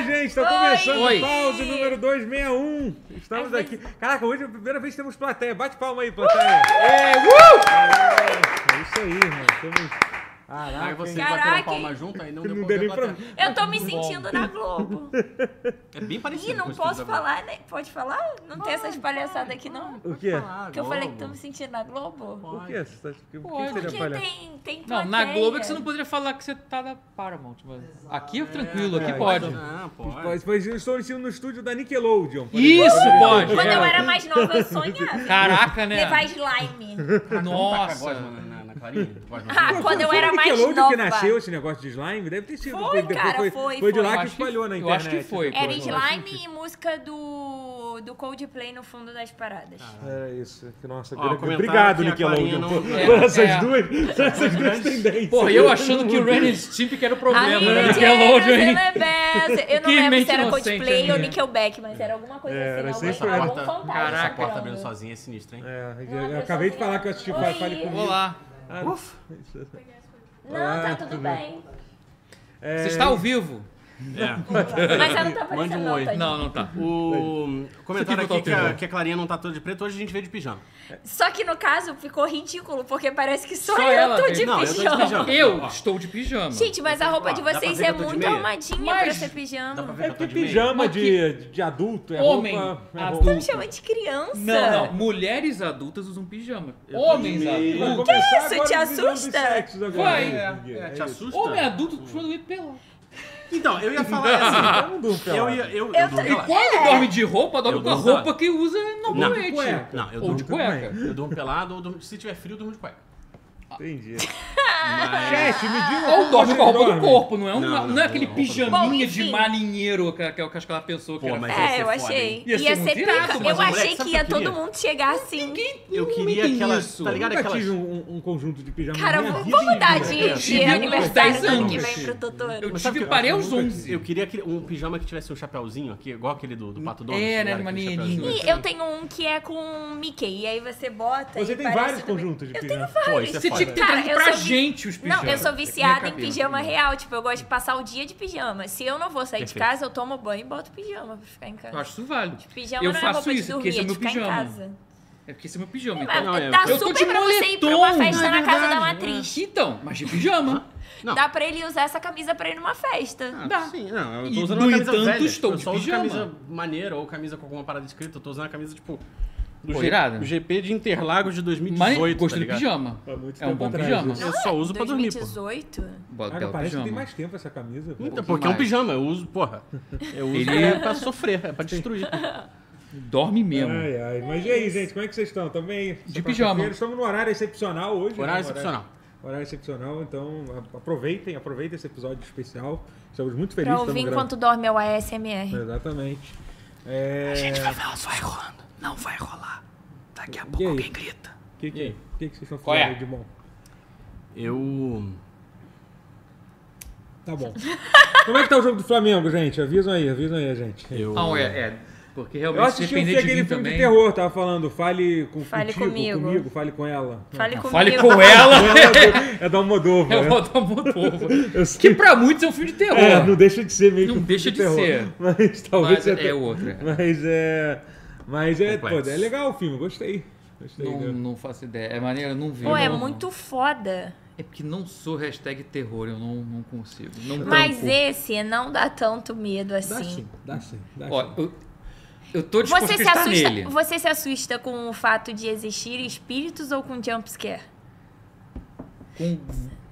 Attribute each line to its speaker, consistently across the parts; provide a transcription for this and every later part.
Speaker 1: gente, tá começando
Speaker 2: Oi.
Speaker 1: o pause número 261. Estamos aqui. Caraca, hoje é a primeira vez que temos plateia. Bate palma aí, plateia. É isso aí, irmão. Temos...
Speaker 2: Aí
Speaker 1: Caraca,
Speaker 2: vocês
Speaker 1: hein?
Speaker 2: bateram
Speaker 3: Caraca,
Speaker 2: palma junto, aí não deu
Speaker 1: Não
Speaker 2: pra
Speaker 1: deu nem
Speaker 2: ouvir a plateia.
Speaker 3: Eu tô me sentindo na Globo.
Speaker 2: É bem
Speaker 3: Ih,
Speaker 2: parecido com
Speaker 3: não
Speaker 2: o estúdio
Speaker 3: posso
Speaker 2: da Globo.
Speaker 3: falar, né? Pode falar? Não tem essas palhaçadas aqui, não?
Speaker 1: o quê?
Speaker 2: Ah,
Speaker 3: Que eu falei que tô
Speaker 2: Globo.
Speaker 3: me sentindo na Globo?
Speaker 1: O quê? Você tá- O que
Speaker 4: Pode.
Speaker 1: seria
Speaker 3: Porque
Speaker 1: palhaço?
Speaker 3: tem, tem
Speaker 4: Não, na
Speaker 3: plateia.
Speaker 4: Globo é que você não poderia falar que você tá da Paramount. mas aqui é tranquilo, aqui pode.
Speaker 2: Não, pode.
Speaker 1: Mas, mas eu estou assistindo no estúdio da Nickelodeon. por
Speaker 4: Isso
Speaker 1: exemplo.
Speaker 4: pode!
Speaker 3: Quando
Speaker 4: é.
Speaker 3: eu era mais nova, eu sonhava.
Speaker 4: Caraca, né?
Speaker 3: Levar slime.
Speaker 4: Nossa!
Speaker 2: Tá com a gosma na, na, na clarinha? Gosma
Speaker 3: Ah,
Speaker 2: na-
Speaker 3: Quando eu
Speaker 1: Foi no
Speaker 3: era mais
Speaker 1: Nickelodeon que
Speaker 3: nova.
Speaker 1: nasceu esse negócio de slime? Deve ter sido. porque
Speaker 3: Foi,
Speaker 1: depois
Speaker 3: cara,
Speaker 1: foi,
Speaker 3: foi,
Speaker 1: foi de
Speaker 3: foi.
Speaker 1: lá que
Speaker 4: Eu acho que-
Speaker 1: espalhou na
Speaker 4: eu
Speaker 1: internet. É.
Speaker 4: acho que foi.
Speaker 3: Era
Speaker 4: Pô,
Speaker 3: slime e música do, do Coldplay no fundo das paradas.
Speaker 1: Era É isso. Que Nossa,
Speaker 2: Ó,
Speaker 1: grande-
Speaker 2: comentaram
Speaker 1: obrigado,
Speaker 2: que a
Speaker 1: Nickelodeon.
Speaker 2: Clarinha não-
Speaker 1: por-
Speaker 2: É,
Speaker 1: Por essas
Speaker 4: é.
Speaker 1: duas, por essas duas tendências.
Speaker 4: Porra, eu achando que o Renny Stimpy que era o
Speaker 3: A
Speaker 4: problema, né?
Speaker 3: Índia,
Speaker 4: Nickelodeon, hein?
Speaker 3: Rebelde. Eu não
Speaker 4: Que
Speaker 3: lembro
Speaker 4: mente
Speaker 3: se era
Speaker 4: inocente
Speaker 3: Coldplay
Speaker 4: ali,
Speaker 3: ou
Speaker 4: né?
Speaker 3: Nickelback, mas era alguma coisa
Speaker 1: É, era
Speaker 3: assim. Alguém,
Speaker 1: sempre
Speaker 2: Essa
Speaker 1: era.
Speaker 3: algum
Speaker 2: porta,
Speaker 3: fantasma
Speaker 2: essa
Speaker 4: Caraca.
Speaker 2: porta
Speaker 3: entrando.
Speaker 2: abrindo sozinha é sinistra, hein?
Speaker 1: É, eu
Speaker 3: Não,
Speaker 1: acabei
Speaker 3: pessoal,
Speaker 1: de falar que eu assisti Fale
Speaker 3: Oi.
Speaker 1: Fale Comigo.
Speaker 4: Vou lá.
Speaker 3: Não, tá tudo bem.
Speaker 1: É,
Speaker 4: Você está ao vivo?
Speaker 2: É.
Speaker 3: Mas ela não tá
Speaker 2: Mande
Speaker 3: aparecendo
Speaker 2: um
Speaker 3: não,
Speaker 2: oi.
Speaker 3: tadinha.
Speaker 4: Não, não tá.
Speaker 2: O comentário
Speaker 4: botar o
Speaker 2: aqui que a,
Speaker 4: terror.
Speaker 2: que a Clarinha não tá toda de preto, hoje a gente veio de pijama.
Speaker 3: Só que no caso ficou ridículo, porque parece que só,
Speaker 4: Só
Speaker 3: eu
Speaker 4: ela
Speaker 3: tô
Speaker 4: tem-
Speaker 3: de
Speaker 2: Não, eu tô de
Speaker 3: pijama.
Speaker 2: pijama.
Speaker 4: Eu estou de pijama.
Speaker 3: Gente, mas a roupa
Speaker 2: Ó,
Speaker 3: de
Speaker 2: dá pra
Speaker 3: vocês
Speaker 2: ver
Speaker 3: é
Speaker 2: que eu tô de
Speaker 3: muito
Speaker 2: meia?
Speaker 3: armadinha pra
Speaker 4: Mas-
Speaker 3: ser pijama.
Speaker 2: Dá pra ver
Speaker 1: É
Speaker 2: que eu tô
Speaker 1: porque
Speaker 2: de meia?
Speaker 1: pijama
Speaker 4: Mas
Speaker 1: de, de adulto é
Speaker 4: Homem,
Speaker 1: roupa. É
Speaker 4: adulto.
Speaker 1: roupa.
Speaker 3: Não chama de criança.
Speaker 4: Não, não. Mulheres adultas usam pijama.
Speaker 2: Eu tô
Speaker 4: Homens
Speaker 2: de meia.
Speaker 1: Vai
Speaker 4: adultos.
Speaker 1: começar
Speaker 3: isso?
Speaker 1: agora
Speaker 3: Te
Speaker 1: a divisão dos
Speaker 3: assusta?
Speaker 1: sexos agora,
Speaker 4: Vai.
Speaker 1: né?
Speaker 2: É,
Speaker 1: É
Speaker 2: te
Speaker 1: isso.
Speaker 2: assusta?
Speaker 4: Homem adulto foi pelo.
Speaker 2: Então, eu ia falar
Speaker 1: Eu não durmo
Speaker 2: assim. eu
Speaker 1: pelado.
Speaker 2: ia. Eu, eu,
Speaker 3: Eu
Speaker 2: durmo
Speaker 3: tô-
Speaker 4: E
Speaker 2: pelado.
Speaker 4: quando dorme de roupa, dorme
Speaker 2: Eu
Speaker 4: com a
Speaker 2: durmo pelado.
Speaker 4: roupa que usa normalmente.
Speaker 1: cueca.
Speaker 2: Não, eu
Speaker 4: Ou
Speaker 2: durmo,
Speaker 4: de
Speaker 1: também.
Speaker 4: cueca.
Speaker 2: eu durmo pelado, ou durmo- se tiver frio, eu durmo de cueca.
Speaker 1: Entendi.
Speaker 2: Mas...
Speaker 1: Chat, me diga.
Speaker 4: Ou dorme com a roupa do
Speaker 1: dorme?
Speaker 4: corpo, não é, um,
Speaker 2: Não,
Speaker 4: não,
Speaker 2: não,
Speaker 4: é aquele
Speaker 2: não, não.
Speaker 3: Bom,
Speaker 4: pijaminha
Speaker 3: enfim.
Speaker 4: de marinheiro que, que, que acho que ela pensou que
Speaker 2: Pô,
Speaker 4: era.
Speaker 2: mas- ia
Speaker 3: É,
Speaker 2: ser
Speaker 3: eu
Speaker 2: foda,
Speaker 3: achei.
Speaker 2: hein?
Speaker 4: Ia ser
Speaker 3: Ia ser
Speaker 4: muito irado,
Speaker 3: pica.
Speaker 4: mas
Speaker 3: Eu
Speaker 4: a
Speaker 2: mulher-
Speaker 3: achei
Speaker 2: sabe
Speaker 3: que
Speaker 2: o que
Speaker 3: ia
Speaker 2: eu queria?
Speaker 3: todo mundo chegar assim.
Speaker 2: é Eu
Speaker 4: Não
Speaker 2: queria
Speaker 4: tem
Speaker 2: aquela.
Speaker 4: isso.
Speaker 2: Tá ligado?
Speaker 1: Nunca
Speaker 2: Aquelas.
Speaker 1: tive um, um conjunto de pijama. na
Speaker 3: Cara,
Speaker 1: minha
Speaker 3: vamos
Speaker 1: vida
Speaker 3: mudar
Speaker 1: inteira.
Speaker 3: de, de
Speaker 4: tive com
Speaker 3: aniversário
Speaker 4: 10
Speaker 3: do ano que
Speaker 4: anos.
Speaker 3: vem pro Totoro.
Speaker 4: Eu
Speaker 2: Mas sabe
Speaker 4: tive
Speaker 2: que eu
Speaker 4: parei
Speaker 1: acho
Speaker 4: aos
Speaker 1: que eu nunca
Speaker 4: 11.
Speaker 2: Eu queria aquele- um pijama que tivesse um chapéuzinho aqui, igual aquele do, do Pato Donald.
Speaker 4: É,
Speaker 2: tá
Speaker 4: né,
Speaker 2: ligado? Aquele
Speaker 4: maneirinho.
Speaker 2: chapéuzinho.
Speaker 3: E eu tenho um que é com Mickey, e aí você bota
Speaker 1: Você
Speaker 3: e
Speaker 1: tem
Speaker 3: parece
Speaker 1: vários
Speaker 3: também-
Speaker 1: conjuntos de
Speaker 3: Eu tenho
Speaker 1: pijama.
Speaker 2: Pô,
Speaker 3: vários.
Speaker 2: isso é
Speaker 4: Você tinha que ter
Speaker 3: Cara,
Speaker 4: trazido
Speaker 3: eu
Speaker 4: pra
Speaker 3: sou vi-
Speaker 4: gente os pijamas.
Speaker 3: Não, eu sou
Speaker 4: É Minha
Speaker 3: viciada em
Speaker 4: cabeça. né?
Speaker 3: pijama real. Tipo, eu gosto de passar o dia de pijama. Se eu não vou sair de
Speaker 2: Perfeito.
Speaker 3: casa, eu tomo banho e boto pijama pra ficar em casa.
Speaker 4: Eu acho isso válido.
Speaker 3: Pijama
Speaker 4: eu
Speaker 3: não é
Speaker 4: faço
Speaker 3: roupa de
Speaker 4: isso,
Speaker 3: dormir,
Speaker 4: porque esse
Speaker 3: é
Speaker 4: é meu
Speaker 3: de ficar em
Speaker 4: pijama.
Speaker 3: casa.
Speaker 4: É porque esse é meu pijama,
Speaker 3: Mas
Speaker 4: então.
Speaker 2: não, eu-
Speaker 3: Dá
Speaker 4: eu tô
Speaker 3: super
Speaker 4: de
Speaker 3: pra você ir pra uma
Speaker 4: moletom,
Speaker 3: festa na
Speaker 2: é
Speaker 3: casa da
Speaker 2: verdade,
Speaker 3: matriz.
Speaker 4: Então, mas de pijama.
Speaker 2: Não.
Speaker 3: Dá pra ele usar essa camisa pra ir numa festa.
Speaker 2: Ah,
Speaker 4: Dá.
Speaker 2: Sim, não, eu
Speaker 4: E,
Speaker 2: tô usando
Speaker 4: no
Speaker 2: uma camisa
Speaker 4: entanto,
Speaker 2: velha.
Speaker 4: estou
Speaker 2: eu
Speaker 4: de
Speaker 2: só uso
Speaker 4: pijama.
Speaker 2: camisa maneira ou camisa com alguma parada escrita. Eu tô usando a camisa, tipo... Do
Speaker 4: Pô, irado.
Speaker 2: o GP de Interlagos de
Speaker 4: Mas
Speaker 2: 2018,
Speaker 4: gosto
Speaker 2: tá
Speaker 4: de
Speaker 2: ligado?
Speaker 4: pijama.
Speaker 1: Tá muito
Speaker 4: É um
Speaker 1: tempo
Speaker 4: bom
Speaker 1: atrás,
Speaker 4: pijama.
Speaker 1: isso.
Speaker 2: Eu só uso pra dormir, pô.
Speaker 3: 2018?
Speaker 4: Bota
Speaker 1: Cara,
Speaker 4: pela
Speaker 1: Ah, parece que tem
Speaker 4: pijama.
Speaker 1: mais tempo essa camisa. velho.
Speaker 2: Então, porque é um
Speaker 4: mais.
Speaker 2: pijama, eu uso, porra. Eu uso
Speaker 4: Ele-
Speaker 2: é pra sofrer, é pra destruir.
Speaker 4: Dorme mesmo.
Speaker 1: Ai,
Speaker 2: É,
Speaker 1: ai. Mas e aí, gente? Como é que vocês estão? Também
Speaker 4: um. De pijama.
Speaker 1: Estamos no horário excepcional hoje. né?
Speaker 2: Horário excepcional.
Speaker 1: Horário excepcional, então a- aproveitem, aproveitem esse episódio especial. Estamos muito felizes.
Speaker 3: Pra ouvir
Speaker 1: estamos
Speaker 3: enquanto dorme é o ASMR.
Speaker 1: gravando. Exatamente. É...
Speaker 2: vai rolando. Não vai rolar. Daqui a
Speaker 1: pouco aí? alguém
Speaker 2: grita.
Speaker 1: O que,
Speaker 2: E
Speaker 1: que,
Speaker 2: aí?
Speaker 1: que, que vocês estão
Speaker 4: Qual é?
Speaker 1: falando aí de bom?
Speaker 2: Eu...
Speaker 1: Tá bom. Como é que tá o jogo do Flamengo, gente? Avisam aí, avisam aí a gente.
Speaker 2: Eu...
Speaker 4: Não, é, é. Porque
Speaker 1: Eu
Speaker 4: realmente se
Speaker 1: assisti um
Speaker 4: depender
Speaker 1: filme,
Speaker 4: de
Speaker 1: aquele
Speaker 4: mim
Speaker 1: filme de
Speaker 4: também.
Speaker 1: terror, tava falando. Fale com
Speaker 3: Fale
Speaker 1: contigo,
Speaker 3: comigo.
Speaker 1: fale com ela.
Speaker 3: Fale comigo.
Speaker 4: Fale com ela.
Speaker 1: É da Almodóvar.
Speaker 4: É o
Speaker 1: né?
Speaker 4: Valdomiro Povo.
Speaker 1: Eu sei.
Speaker 4: Que pra muitos é um filme de terror.
Speaker 1: É, não deixa de ser meio
Speaker 4: Não
Speaker 1: que um
Speaker 4: deixa
Speaker 1: filme
Speaker 4: de
Speaker 1: terror.
Speaker 4: ser.
Speaker 1: Mas talvez
Speaker 4: Mas
Speaker 1: seja.
Speaker 4: é outra.
Speaker 1: Mas é. Mas é, pô,
Speaker 2: Complexo.
Speaker 1: é legal o filme, gostei. Gostei.
Speaker 4: Não,
Speaker 1: né?
Speaker 4: não faço ideia. É maneiro, eu não vi.
Speaker 3: Pô, é
Speaker 4: não-
Speaker 3: muito foda.
Speaker 4: É porque não sou hashtag terror, eu não, não consigo. Não
Speaker 3: Mas
Speaker 4: tanco.
Speaker 3: esse não dá tanto medo
Speaker 1: Dá
Speaker 3: assim.
Speaker 1: sim, dá sim, dá
Speaker 4: Ó,
Speaker 1: sim.
Speaker 4: eu, eu tô disposto a
Speaker 3: Você se,
Speaker 4: estar Tipo, nele.
Speaker 3: assusta, Então, você se assusta com o fato de existir espíritos ou com jumpscare?
Speaker 4: Com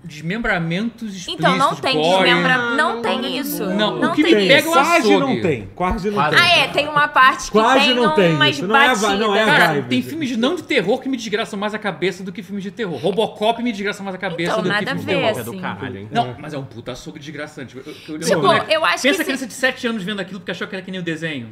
Speaker 4: desmembramentos explícitos,
Speaker 3: Então, não tem
Speaker 4: gore.
Speaker 3: desmembramento.
Speaker 1: Ah,
Speaker 3: Não,
Speaker 2: Não,
Speaker 3: tem isso.
Speaker 4: não.
Speaker 3: não
Speaker 4: O que
Speaker 3: tem
Speaker 4: me pega
Speaker 3: isso.
Speaker 4: o
Speaker 1: Quase
Speaker 4: açougue.
Speaker 1: não tem, quase não
Speaker 2: Quase
Speaker 1: tem.
Speaker 3: Ah, é, tem uma parte que
Speaker 1: Quase
Speaker 3: tem um
Speaker 1: não tem
Speaker 3: umas
Speaker 1: isso. Não é a
Speaker 3: batidas.
Speaker 1: va- não é a
Speaker 4: Cara,
Speaker 1: Drive.
Speaker 4: tem filmes não de terror que me desgraçam mais a cabeça do que filmes de terror. Robocop me desgraça mais a cabeça
Speaker 3: Então,
Speaker 4: do
Speaker 3: nada
Speaker 4: que
Speaker 3: a
Speaker 4: filme de
Speaker 3: ver,
Speaker 4: terror.
Speaker 2: É do
Speaker 3: assim.
Speaker 2: caralho, hein?
Speaker 4: Não, mas é um puta açougue desgraçante. Eu, eu, eu
Speaker 3: Tipo,
Speaker 4: lembro, né?
Speaker 3: eu acho
Speaker 4: Pensa
Speaker 3: que
Speaker 4: criança
Speaker 3: se-
Speaker 4: de 7 anos vendo aquilo porque achou que era que nem o desenho.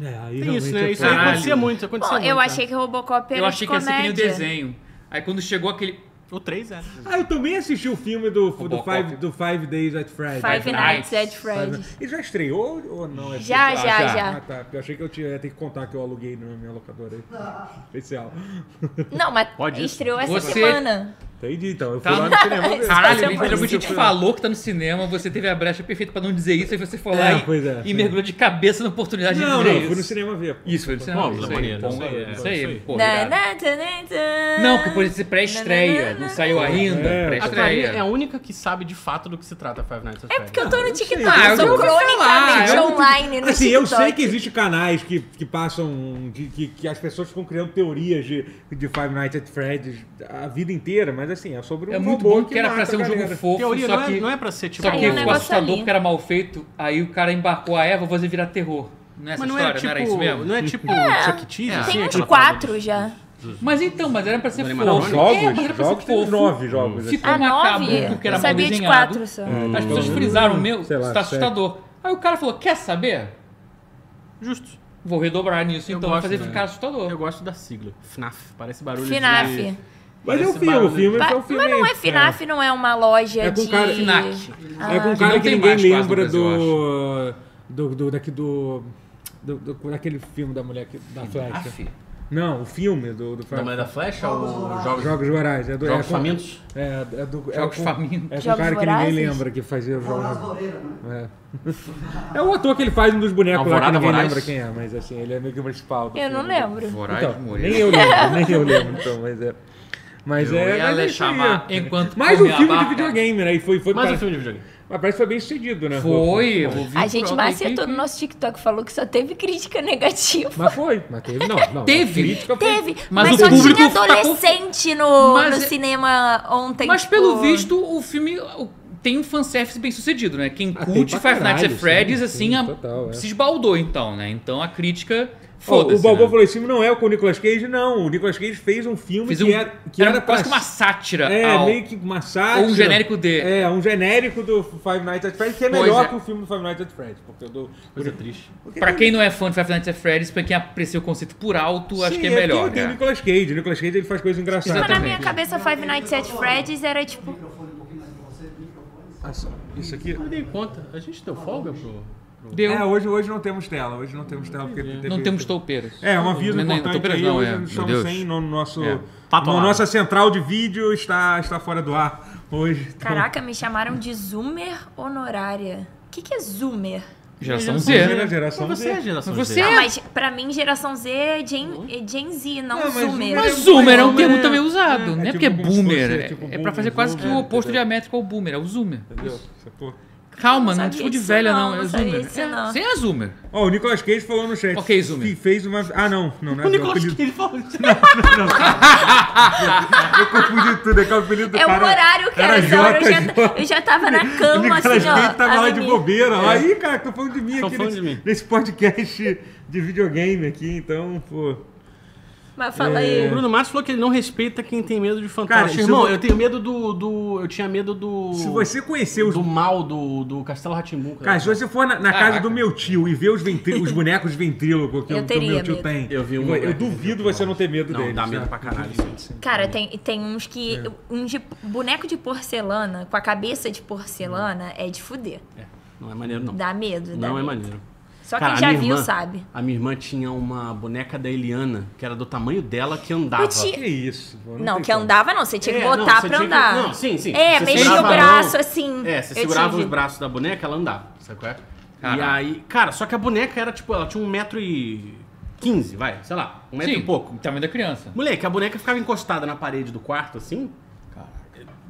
Speaker 1: É, aí
Speaker 2: Tem isso,
Speaker 1: realmente
Speaker 2: né?
Speaker 1: é
Speaker 2: Isso aí
Speaker 1: foda.
Speaker 4: Caralho.
Speaker 2: acontecia muito, acontecia
Speaker 3: Bom,
Speaker 2: muito.
Speaker 3: eu
Speaker 2: né?
Speaker 3: achei que Robocop era
Speaker 4: eu
Speaker 3: de
Speaker 4: achei que ia ser que nem
Speaker 3: comédia.
Speaker 4: o desenho. Aí quando chegou aquele
Speaker 2: O 3 é.
Speaker 1: Ah, eu também assisti o filme do, do,
Speaker 4: Robocop.
Speaker 1: five, do Five Days at Freddy's.
Speaker 3: Five Nights
Speaker 4: Nights.
Speaker 3: at Freddy's.
Speaker 1: E já estreou ou não? É
Speaker 3: Já,
Speaker 4: Já,
Speaker 3: já,
Speaker 4: já.
Speaker 1: Ah,
Speaker 3: já.
Speaker 1: tá. porque Eu achei que eu tinha, ia ter que contar que eu aluguei na minha locadora aí. especial.
Speaker 3: Não, mas
Speaker 2: Pode isso.
Speaker 3: estreou essa
Speaker 4: Você-
Speaker 3: semana.
Speaker 1: Entendi, então. Eu fui
Speaker 4: Tá.
Speaker 1: lá no cinema. ver.
Speaker 4: Caralho,
Speaker 3: Essa
Speaker 4: o
Speaker 3: é uma
Speaker 4: Pedro Agostinho te
Speaker 1: coisa.
Speaker 4: falou que tá no cinema, você teve a brecha perfeita pra não dizer isso, aí você foi
Speaker 1: É,
Speaker 4: lá e-
Speaker 1: pois é,
Speaker 4: e
Speaker 1: sim.
Speaker 4: mergulhou de cabeça na oportunidade
Speaker 1: Não,
Speaker 4: de
Speaker 1: não,
Speaker 4: dizer
Speaker 1: eu
Speaker 4: isso.
Speaker 1: fui no cinema ver.
Speaker 4: Isso, foi no cinema.
Speaker 2: Bom,
Speaker 4: isso,
Speaker 2: tá
Speaker 4: aí,
Speaker 2: maneiro,
Speaker 4: bom,
Speaker 2: isso aí, é,
Speaker 4: isso aí,
Speaker 2: isso aí.
Speaker 4: pô,
Speaker 3: Na,
Speaker 4: irado.
Speaker 3: na, tá, na, tá.
Speaker 4: Não, porque por isso é pré-estreia, não saiu
Speaker 1: É.
Speaker 4: ainda,
Speaker 2: A Clarinha é a
Speaker 4: pré-estreia.
Speaker 2: única que sabe de fato do que se trata Five Nights
Speaker 4: É
Speaker 2: at Freddy's.
Speaker 3: É Porque eu tô no TikTok,
Speaker 4: Ah, eu
Speaker 3: eu sou
Speaker 4: ouvi falar,
Speaker 3: cronicamente
Speaker 4: eu
Speaker 3: online no
Speaker 1: Assim,
Speaker 3: TikTok.
Speaker 1: eu sei que existem canais que, que passam. Que, que, que as pessoas ficam criando teorias de, de Five Nights at Freddy's a vida inteira, mas assim, é sobre um
Speaker 4: É muito
Speaker 1: robô
Speaker 4: bom que era pra
Speaker 1: mata
Speaker 4: ser um
Speaker 1: a
Speaker 4: jogo
Speaker 1: galera.
Speaker 4: fofo,
Speaker 2: Teoria
Speaker 4: só
Speaker 2: não,
Speaker 4: que...
Speaker 2: é, não é pra ser tipo.
Speaker 4: Só que
Speaker 3: Aí o
Speaker 4: ficou
Speaker 3: negócio
Speaker 4: assustador
Speaker 3: ali.
Speaker 4: porque era mal feito, aí o cara embarcou a Eva, vou fazer virar terror. Não é essa
Speaker 2: Mas não é
Speaker 4: história,
Speaker 2: tipo.
Speaker 4: não era isso mesmo?
Speaker 2: Não é tipo Chuck E. Cheese,
Speaker 4: É,
Speaker 2: assim,
Speaker 3: Tem uns
Speaker 2: aquela
Speaker 3: quatro já.
Speaker 4: Mas então, mas era pra ser
Speaker 2: Não
Speaker 4: fofo.
Speaker 2: lembro
Speaker 1: Não,
Speaker 2: Fofo.
Speaker 1: jogos,
Speaker 4: É, mas era pra
Speaker 1: jogos
Speaker 4: ser
Speaker 1: tem
Speaker 4: fofo.
Speaker 1: nove jogos. assim.
Speaker 4: Ficou
Speaker 3: Ah, nove?
Speaker 4: macabro, porque Um era
Speaker 3: Eu
Speaker 4: mal
Speaker 3: sabia de
Speaker 4: desenhado.
Speaker 3: quatro só.
Speaker 4: As
Speaker 1: Hum.
Speaker 4: pessoas frisaram, meu,
Speaker 1: Sei lá,
Speaker 4: isso tá
Speaker 1: sete.
Speaker 4: assustador. Aí o cara falou, quer saber?
Speaker 2: Justo.
Speaker 4: Vou redobrar nisso,
Speaker 2: Eu
Speaker 4: então vai
Speaker 2: gosto,
Speaker 4: fazer
Speaker 2: né?
Speaker 4: ficar assustador.
Speaker 2: Eu gosto da sigla. FNAF. Parece barulho de...
Speaker 3: FNAF.
Speaker 1: Mas é um
Speaker 2: Esse
Speaker 1: filme, o
Speaker 2: barulho.
Speaker 1: filme
Speaker 3: Pa-
Speaker 1: é um
Speaker 3: Mas
Speaker 1: filme.
Speaker 3: não é FNAF, não é uma loja
Speaker 1: É com
Speaker 3: de...
Speaker 1: cara-
Speaker 4: Finac.
Speaker 1: É com um
Speaker 4: Ah.
Speaker 1: cara
Speaker 4: Não
Speaker 1: que
Speaker 4: tem
Speaker 1: ninguém
Speaker 4: mais quase no
Speaker 1: lembra
Speaker 4: Brasil,
Speaker 1: do, do, do, daqui do, do, do- Daquele filme da mulher que, da flecha.
Speaker 4: Aff.
Speaker 1: Não, o filme do, do
Speaker 2: Da
Speaker 4: é
Speaker 2: Mulher da Flecha ou Jogos,
Speaker 1: Jogos Vorazes. É do,
Speaker 2: jogos
Speaker 1: é com,
Speaker 2: Famintos?
Speaker 1: É, é do, é
Speaker 4: Jogos
Speaker 1: com,
Speaker 4: famintos.
Speaker 1: É com um
Speaker 3: Jogos
Speaker 1: cara que ninguém
Speaker 3: Vorazes?
Speaker 1: lembra que fazia os jogos. É. é o ator que ele faz um dos bonecos lá que
Speaker 2: Alvorada
Speaker 1: ninguém
Speaker 2: Voraz?
Speaker 1: lembra quem é, mas assim, ele é meio que o principal. do
Speaker 3: Eu não
Speaker 1: filme.
Speaker 3: lembro.
Speaker 1: Então, nem eu lembro, nem eu lembro, então, mas é. Mas
Speaker 4: Eu
Speaker 1: é.
Speaker 4: ia
Speaker 1: mas é
Speaker 4: lhe
Speaker 1: isso aí.
Speaker 4: chamar enquanto
Speaker 1: Mais um
Speaker 4: comia a
Speaker 1: filme de
Speaker 4: barca.
Speaker 1: videogame, né? E foi, foi
Speaker 2: Mais um
Speaker 1: parece-
Speaker 2: filme de videogame.
Speaker 1: Mas parece que foi bem sucedido, né?
Speaker 4: Foi, eu ouvi
Speaker 3: A
Speaker 4: por
Speaker 3: gente
Speaker 4: alto
Speaker 3: macetou
Speaker 4: aqui.
Speaker 3: no nosso TikTok, falou que só teve crítica negativa.
Speaker 1: Mas foi, mas teve, não. não
Speaker 4: Teve.
Speaker 1: a crítica foi-
Speaker 3: Teve, mas,
Speaker 4: Mas o
Speaker 3: só
Speaker 4: público
Speaker 3: tinha
Speaker 4: tá com-
Speaker 3: adolescente no,
Speaker 4: Mas
Speaker 3: no
Speaker 4: é-
Speaker 3: cinema ontem.
Speaker 4: Mas
Speaker 3: tipo-
Speaker 4: pelo visto, o filme o- tem um fanservice bem sucedido, né? Quem
Speaker 1: Ah, tem
Speaker 4: curte
Speaker 1: pra
Speaker 4: Five Nights
Speaker 1: caralho,
Speaker 4: at Freddy's,
Speaker 1: sim,
Speaker 4: assim,
Speaker 1: sim,
Speaker 4: a-
Speaker 1: total, é.
Speaker 4: se esbaldou então, né? Então a crítica,
Speaker 1: Ó,
Speaker 4: foda-se,
Speaker 1: o Balboa
Speaker 4: né?
Speaker 1: falou: esse filme não é com o Nicolas Cage, não. O Nicolas Cage fez um filme
Speaker 4: Fez
Speaker 1: que
Speaker 4: um,
Speaker 1: era. Que era,
Speaker 4: era quase que
Speaker 1: pra-
Speaker 4: uma sátira
Speaker 1: É,
Speaker 4: ao-
Speaker 1: meio que uma sátira.
Speaker 4: ou um genérico de...
Speaker 1: É, um genérico do Five Nights at Freddy's, que é
Speaker 4: Pois
Speaker 1: melhor
Speaker 4: é.
Speaker 1: que o filme do Five Nights at Freddy's. Porque eu dou.
Speaker 2: Coisa triste.
Speaker 4: Pra quem não é fã de Five Nights at Freddy's, pra quem aprecia o conceito por alto, acho
Speaker 1: Sim,
Speaker 4: que é
Speaker 1: porque
Speaker 4: melhor.
Speaker 1: Tem o
Speaker 4: né? é
Speaker 1: Nicolas Cage. O Nicolas Cage ele faz coisas engraçadas.
Speaker 3: Mas na
Speaker 4: Exatamente.
Speaker 3: minha cabeça, Five Nights at Freddy's era tipo.
Speaker 1: Ah, só. Isso aqui.
Speaker 2: Eu dei conta. A gente deu folga pro... pro-
Speaker 4: né? Deu.
Speaker 1: É, hoje, hoje não temos tela. Hoje não temos tela porque teve-
Speaker 4: não temos toupeiros.
Speaker 1: É, um aviso
Speaker 4: Não, não,
Speaker 1: importante
Speaker 4: tô
Speaker 1: aí,
Speaker 4: preso, não,
Speaker 1: hoje
Speaker 4: é. Meu
Speaker 1: estamos
Speaker 4: Deus.
Speaker 1: sem no nosso...
Speaker 4: É.
Speaker 2: Pato
Speaker 1: no-
Speaker 2: lá.
Speaker 1: nossa central de vídeo está, está fora do ar hoje. Então,
Speaker 3: Caraca, me chamaram de Zoomer honorária. O que, que é Zoomer?
Speaker 4: Geração
Speaker 1: Z,
Speaker 4: Z.
Speaker 1: né, geração
Speaker 2: Mas você
Speaker 1: Z.
Speaker 2: é a geração
Speaker 4: Mas
Speaker 2: Z.
Speaker 4: você-
Speaker 3: Não,
Speaker 4: É.
Speaker 3: mas pra mim, geração Z é Gen, é Gen Z, não,
Speaker 1: Não, mas
Speaker 3: Zoomer.
Speaker 1: Zoomer
Speaker 4: Mas Zoomer é um
Speaker 1: Boomer
Speaker 4: termo
Speaker 1: é-
Speaker 4: também usado.
Speaker 1: é,
Speaker 4: não é
Speaker 1: é
Speaker 4: porque é
Speaker 1: tipo como se
Speaker 4: boomer.
Speaker 1: fosse,
Speaker 4: é,
Speaker 1: é tipo
Speaker 4: é pra
Speaker 1: boomer,
Speaker 4: fazer quase que
Speaker 1: zoomer,
Speaker 4: o oposto
Speaker 1: entendeu?
Speaker 4: diamétrico ao boomer. É o zoomer.
Speaker 1: Entendeu? Sacou?
Speaker 3: Não
Speaker 4: Calma, não
Speaker 3: sabia
Speaker 4: disco de
Speaker 3: disso
Speaker 4: velha,
Speaker 3: não,
Speaker 4: não.
Speaker 3: não
Speaker 4: É
Speaker 3: sabia
Speaker 4: zoomer.
Speaker 3: disso
Speaker 4: É,
Speaker 3: não.
Speaker 4: Você é zoomer.
Speaker 1: Ó, o Nicolas Cage falou no chat.
Speaker 4: Ok, Zoomer.
Speaker 1: fe- Fez uma... Ah, não. Não, não é
Speaker 2: O Nicolas
Speaker 1: apelido-
Speaker 2: Cage falou isso.
Speaker 1: Eu confundi tudo. É que o apelido do
Speaker 3: É o
Speaker 1: cara...
Speaker 3: horário, cara.
Speaker 1: era
Speaker 3: Essa hora eu,
Speaker 1: Jota,
Speaker 3: já,
Speaker 1: Jota.
Speaker 3: eu já tava na
Speaker 1: O
Speaker 3: cama,
Speaker 1: Nicolas
Speaker 3: assim, ó.
Speaker 1: Cage tava lá tá de
Speaker 3: agonia.
Speaker 1: bobeira. ó. Aí, cara, É. tô falando de mim
Speaker 2: Tô
Speaker 1: aqui
Speaker 2: falando
Speaker 1: nesse,
Speaker 2: de mim.
Speaker 1: nesse podcast de videogame aqui, então, pô.
Speaker 3: Mas fala
Speaker 2: O
Speaker 3: aí.
Speaker 2: Bruno Matos falou que ele não respeita quem tem medo de
Speaker 1: Cara,
Speaker 2: fantasma.
Speaker 1: se
Speaker 2: Irmão,
Speaker 1: eu-
Speaker 2: eu tenho medo do... do- Eu tinha medo do...
Speaker 1: Se você conhecer os
Speaker 2: Do mal do, do Castelo Ratimbu.
Speaker 1: Cara, se você for na, na
Speaker 4: Caraca.
Speaker 1: casa do meu tio e ver os, ventrí- os bonecos ventrílocos que, o-
Speaker 3: Eu
Speaker 1: que o
Speaker 3: teria
Speaker 1: meu tio
Speaker 3: medo.
Speaker 1: tem,
Speaker 2: Eu vi um
Speaker 1: eu, eu
Speaker 2: boneco
Speaker 1: duvido
Speaker 2: ventríloco.
Speaker 1: você não ter medo
Speaker 2: Não,
Speaker 1: deles.
Speaker 2: dá medo
Speaker 1: sabe?
Speaker 2: pra caralho,
Speaker 1: Eu duvido.
Speaker 2: sim,
Speaker 3: Cara, tem, tem uns que.
Speaker 2: É.
Speaker 3: Uns de boneco de porcelana, com a cabeça de porcelana, é de fuder.
Speaker 2: É, não é maneiro, não.
Speaker 3: Dá medo, dá
Speaker 2: Não é
Speaker 3: medo.
Speaker 2: maneiro.
Speaker 3: Só
Speaker 2: Cara,
Speaker 3: quem
Speaker 2: a
Speaker 3: já
Speaker 2: minha
Speaker 3: viu
Speaker 2: irmã-
Speaker 3: sabe.
Speaker 2: A minha irmã tinha uma boneca da Eliana, que era do tamanho dela, que andava.
Speaker 3: Eu tinha-
Speaker 1: Que isso? pô,
Speaker 3: Não,
Speaker 1: tem
Speaker 3: que um
Speaker 1: como.
Speaker 3: andava não, você tinha que
Speaker 2: É, não,
Speaker 3: botar
Speaker 2: você
Speaker 3: pra
Speaker 2: tinha que-
Speaker 3: andar.
Speaker 2: não, sim, sim.
Speaker 3: É,
Speaker 2: Você
Speaker 3: mexia o
Speaker 2: segurava a
Speaker 3: braço
Speaker 2: mão.
Speaker 3: assim.
Speaker 2: É, você
Speaker 3: Eu
Speaker 2: segurava
Speaker 3: tive.
Speaker 2: os braços da boneca, ela andava, sabe qual é? E
Speaker 4: Caraca.
Speaker 2: aí, cara, só que a boneca era tipo, ela tinha um metro e quinze, vai, sei lá, um metro
Speaker 4: Sim,
Speaker 2: e pouco.
Speaker 4: Tamanho da criança.
Speaker 2: Moleque, a boneca ficava encostada na parede do quarto, assim.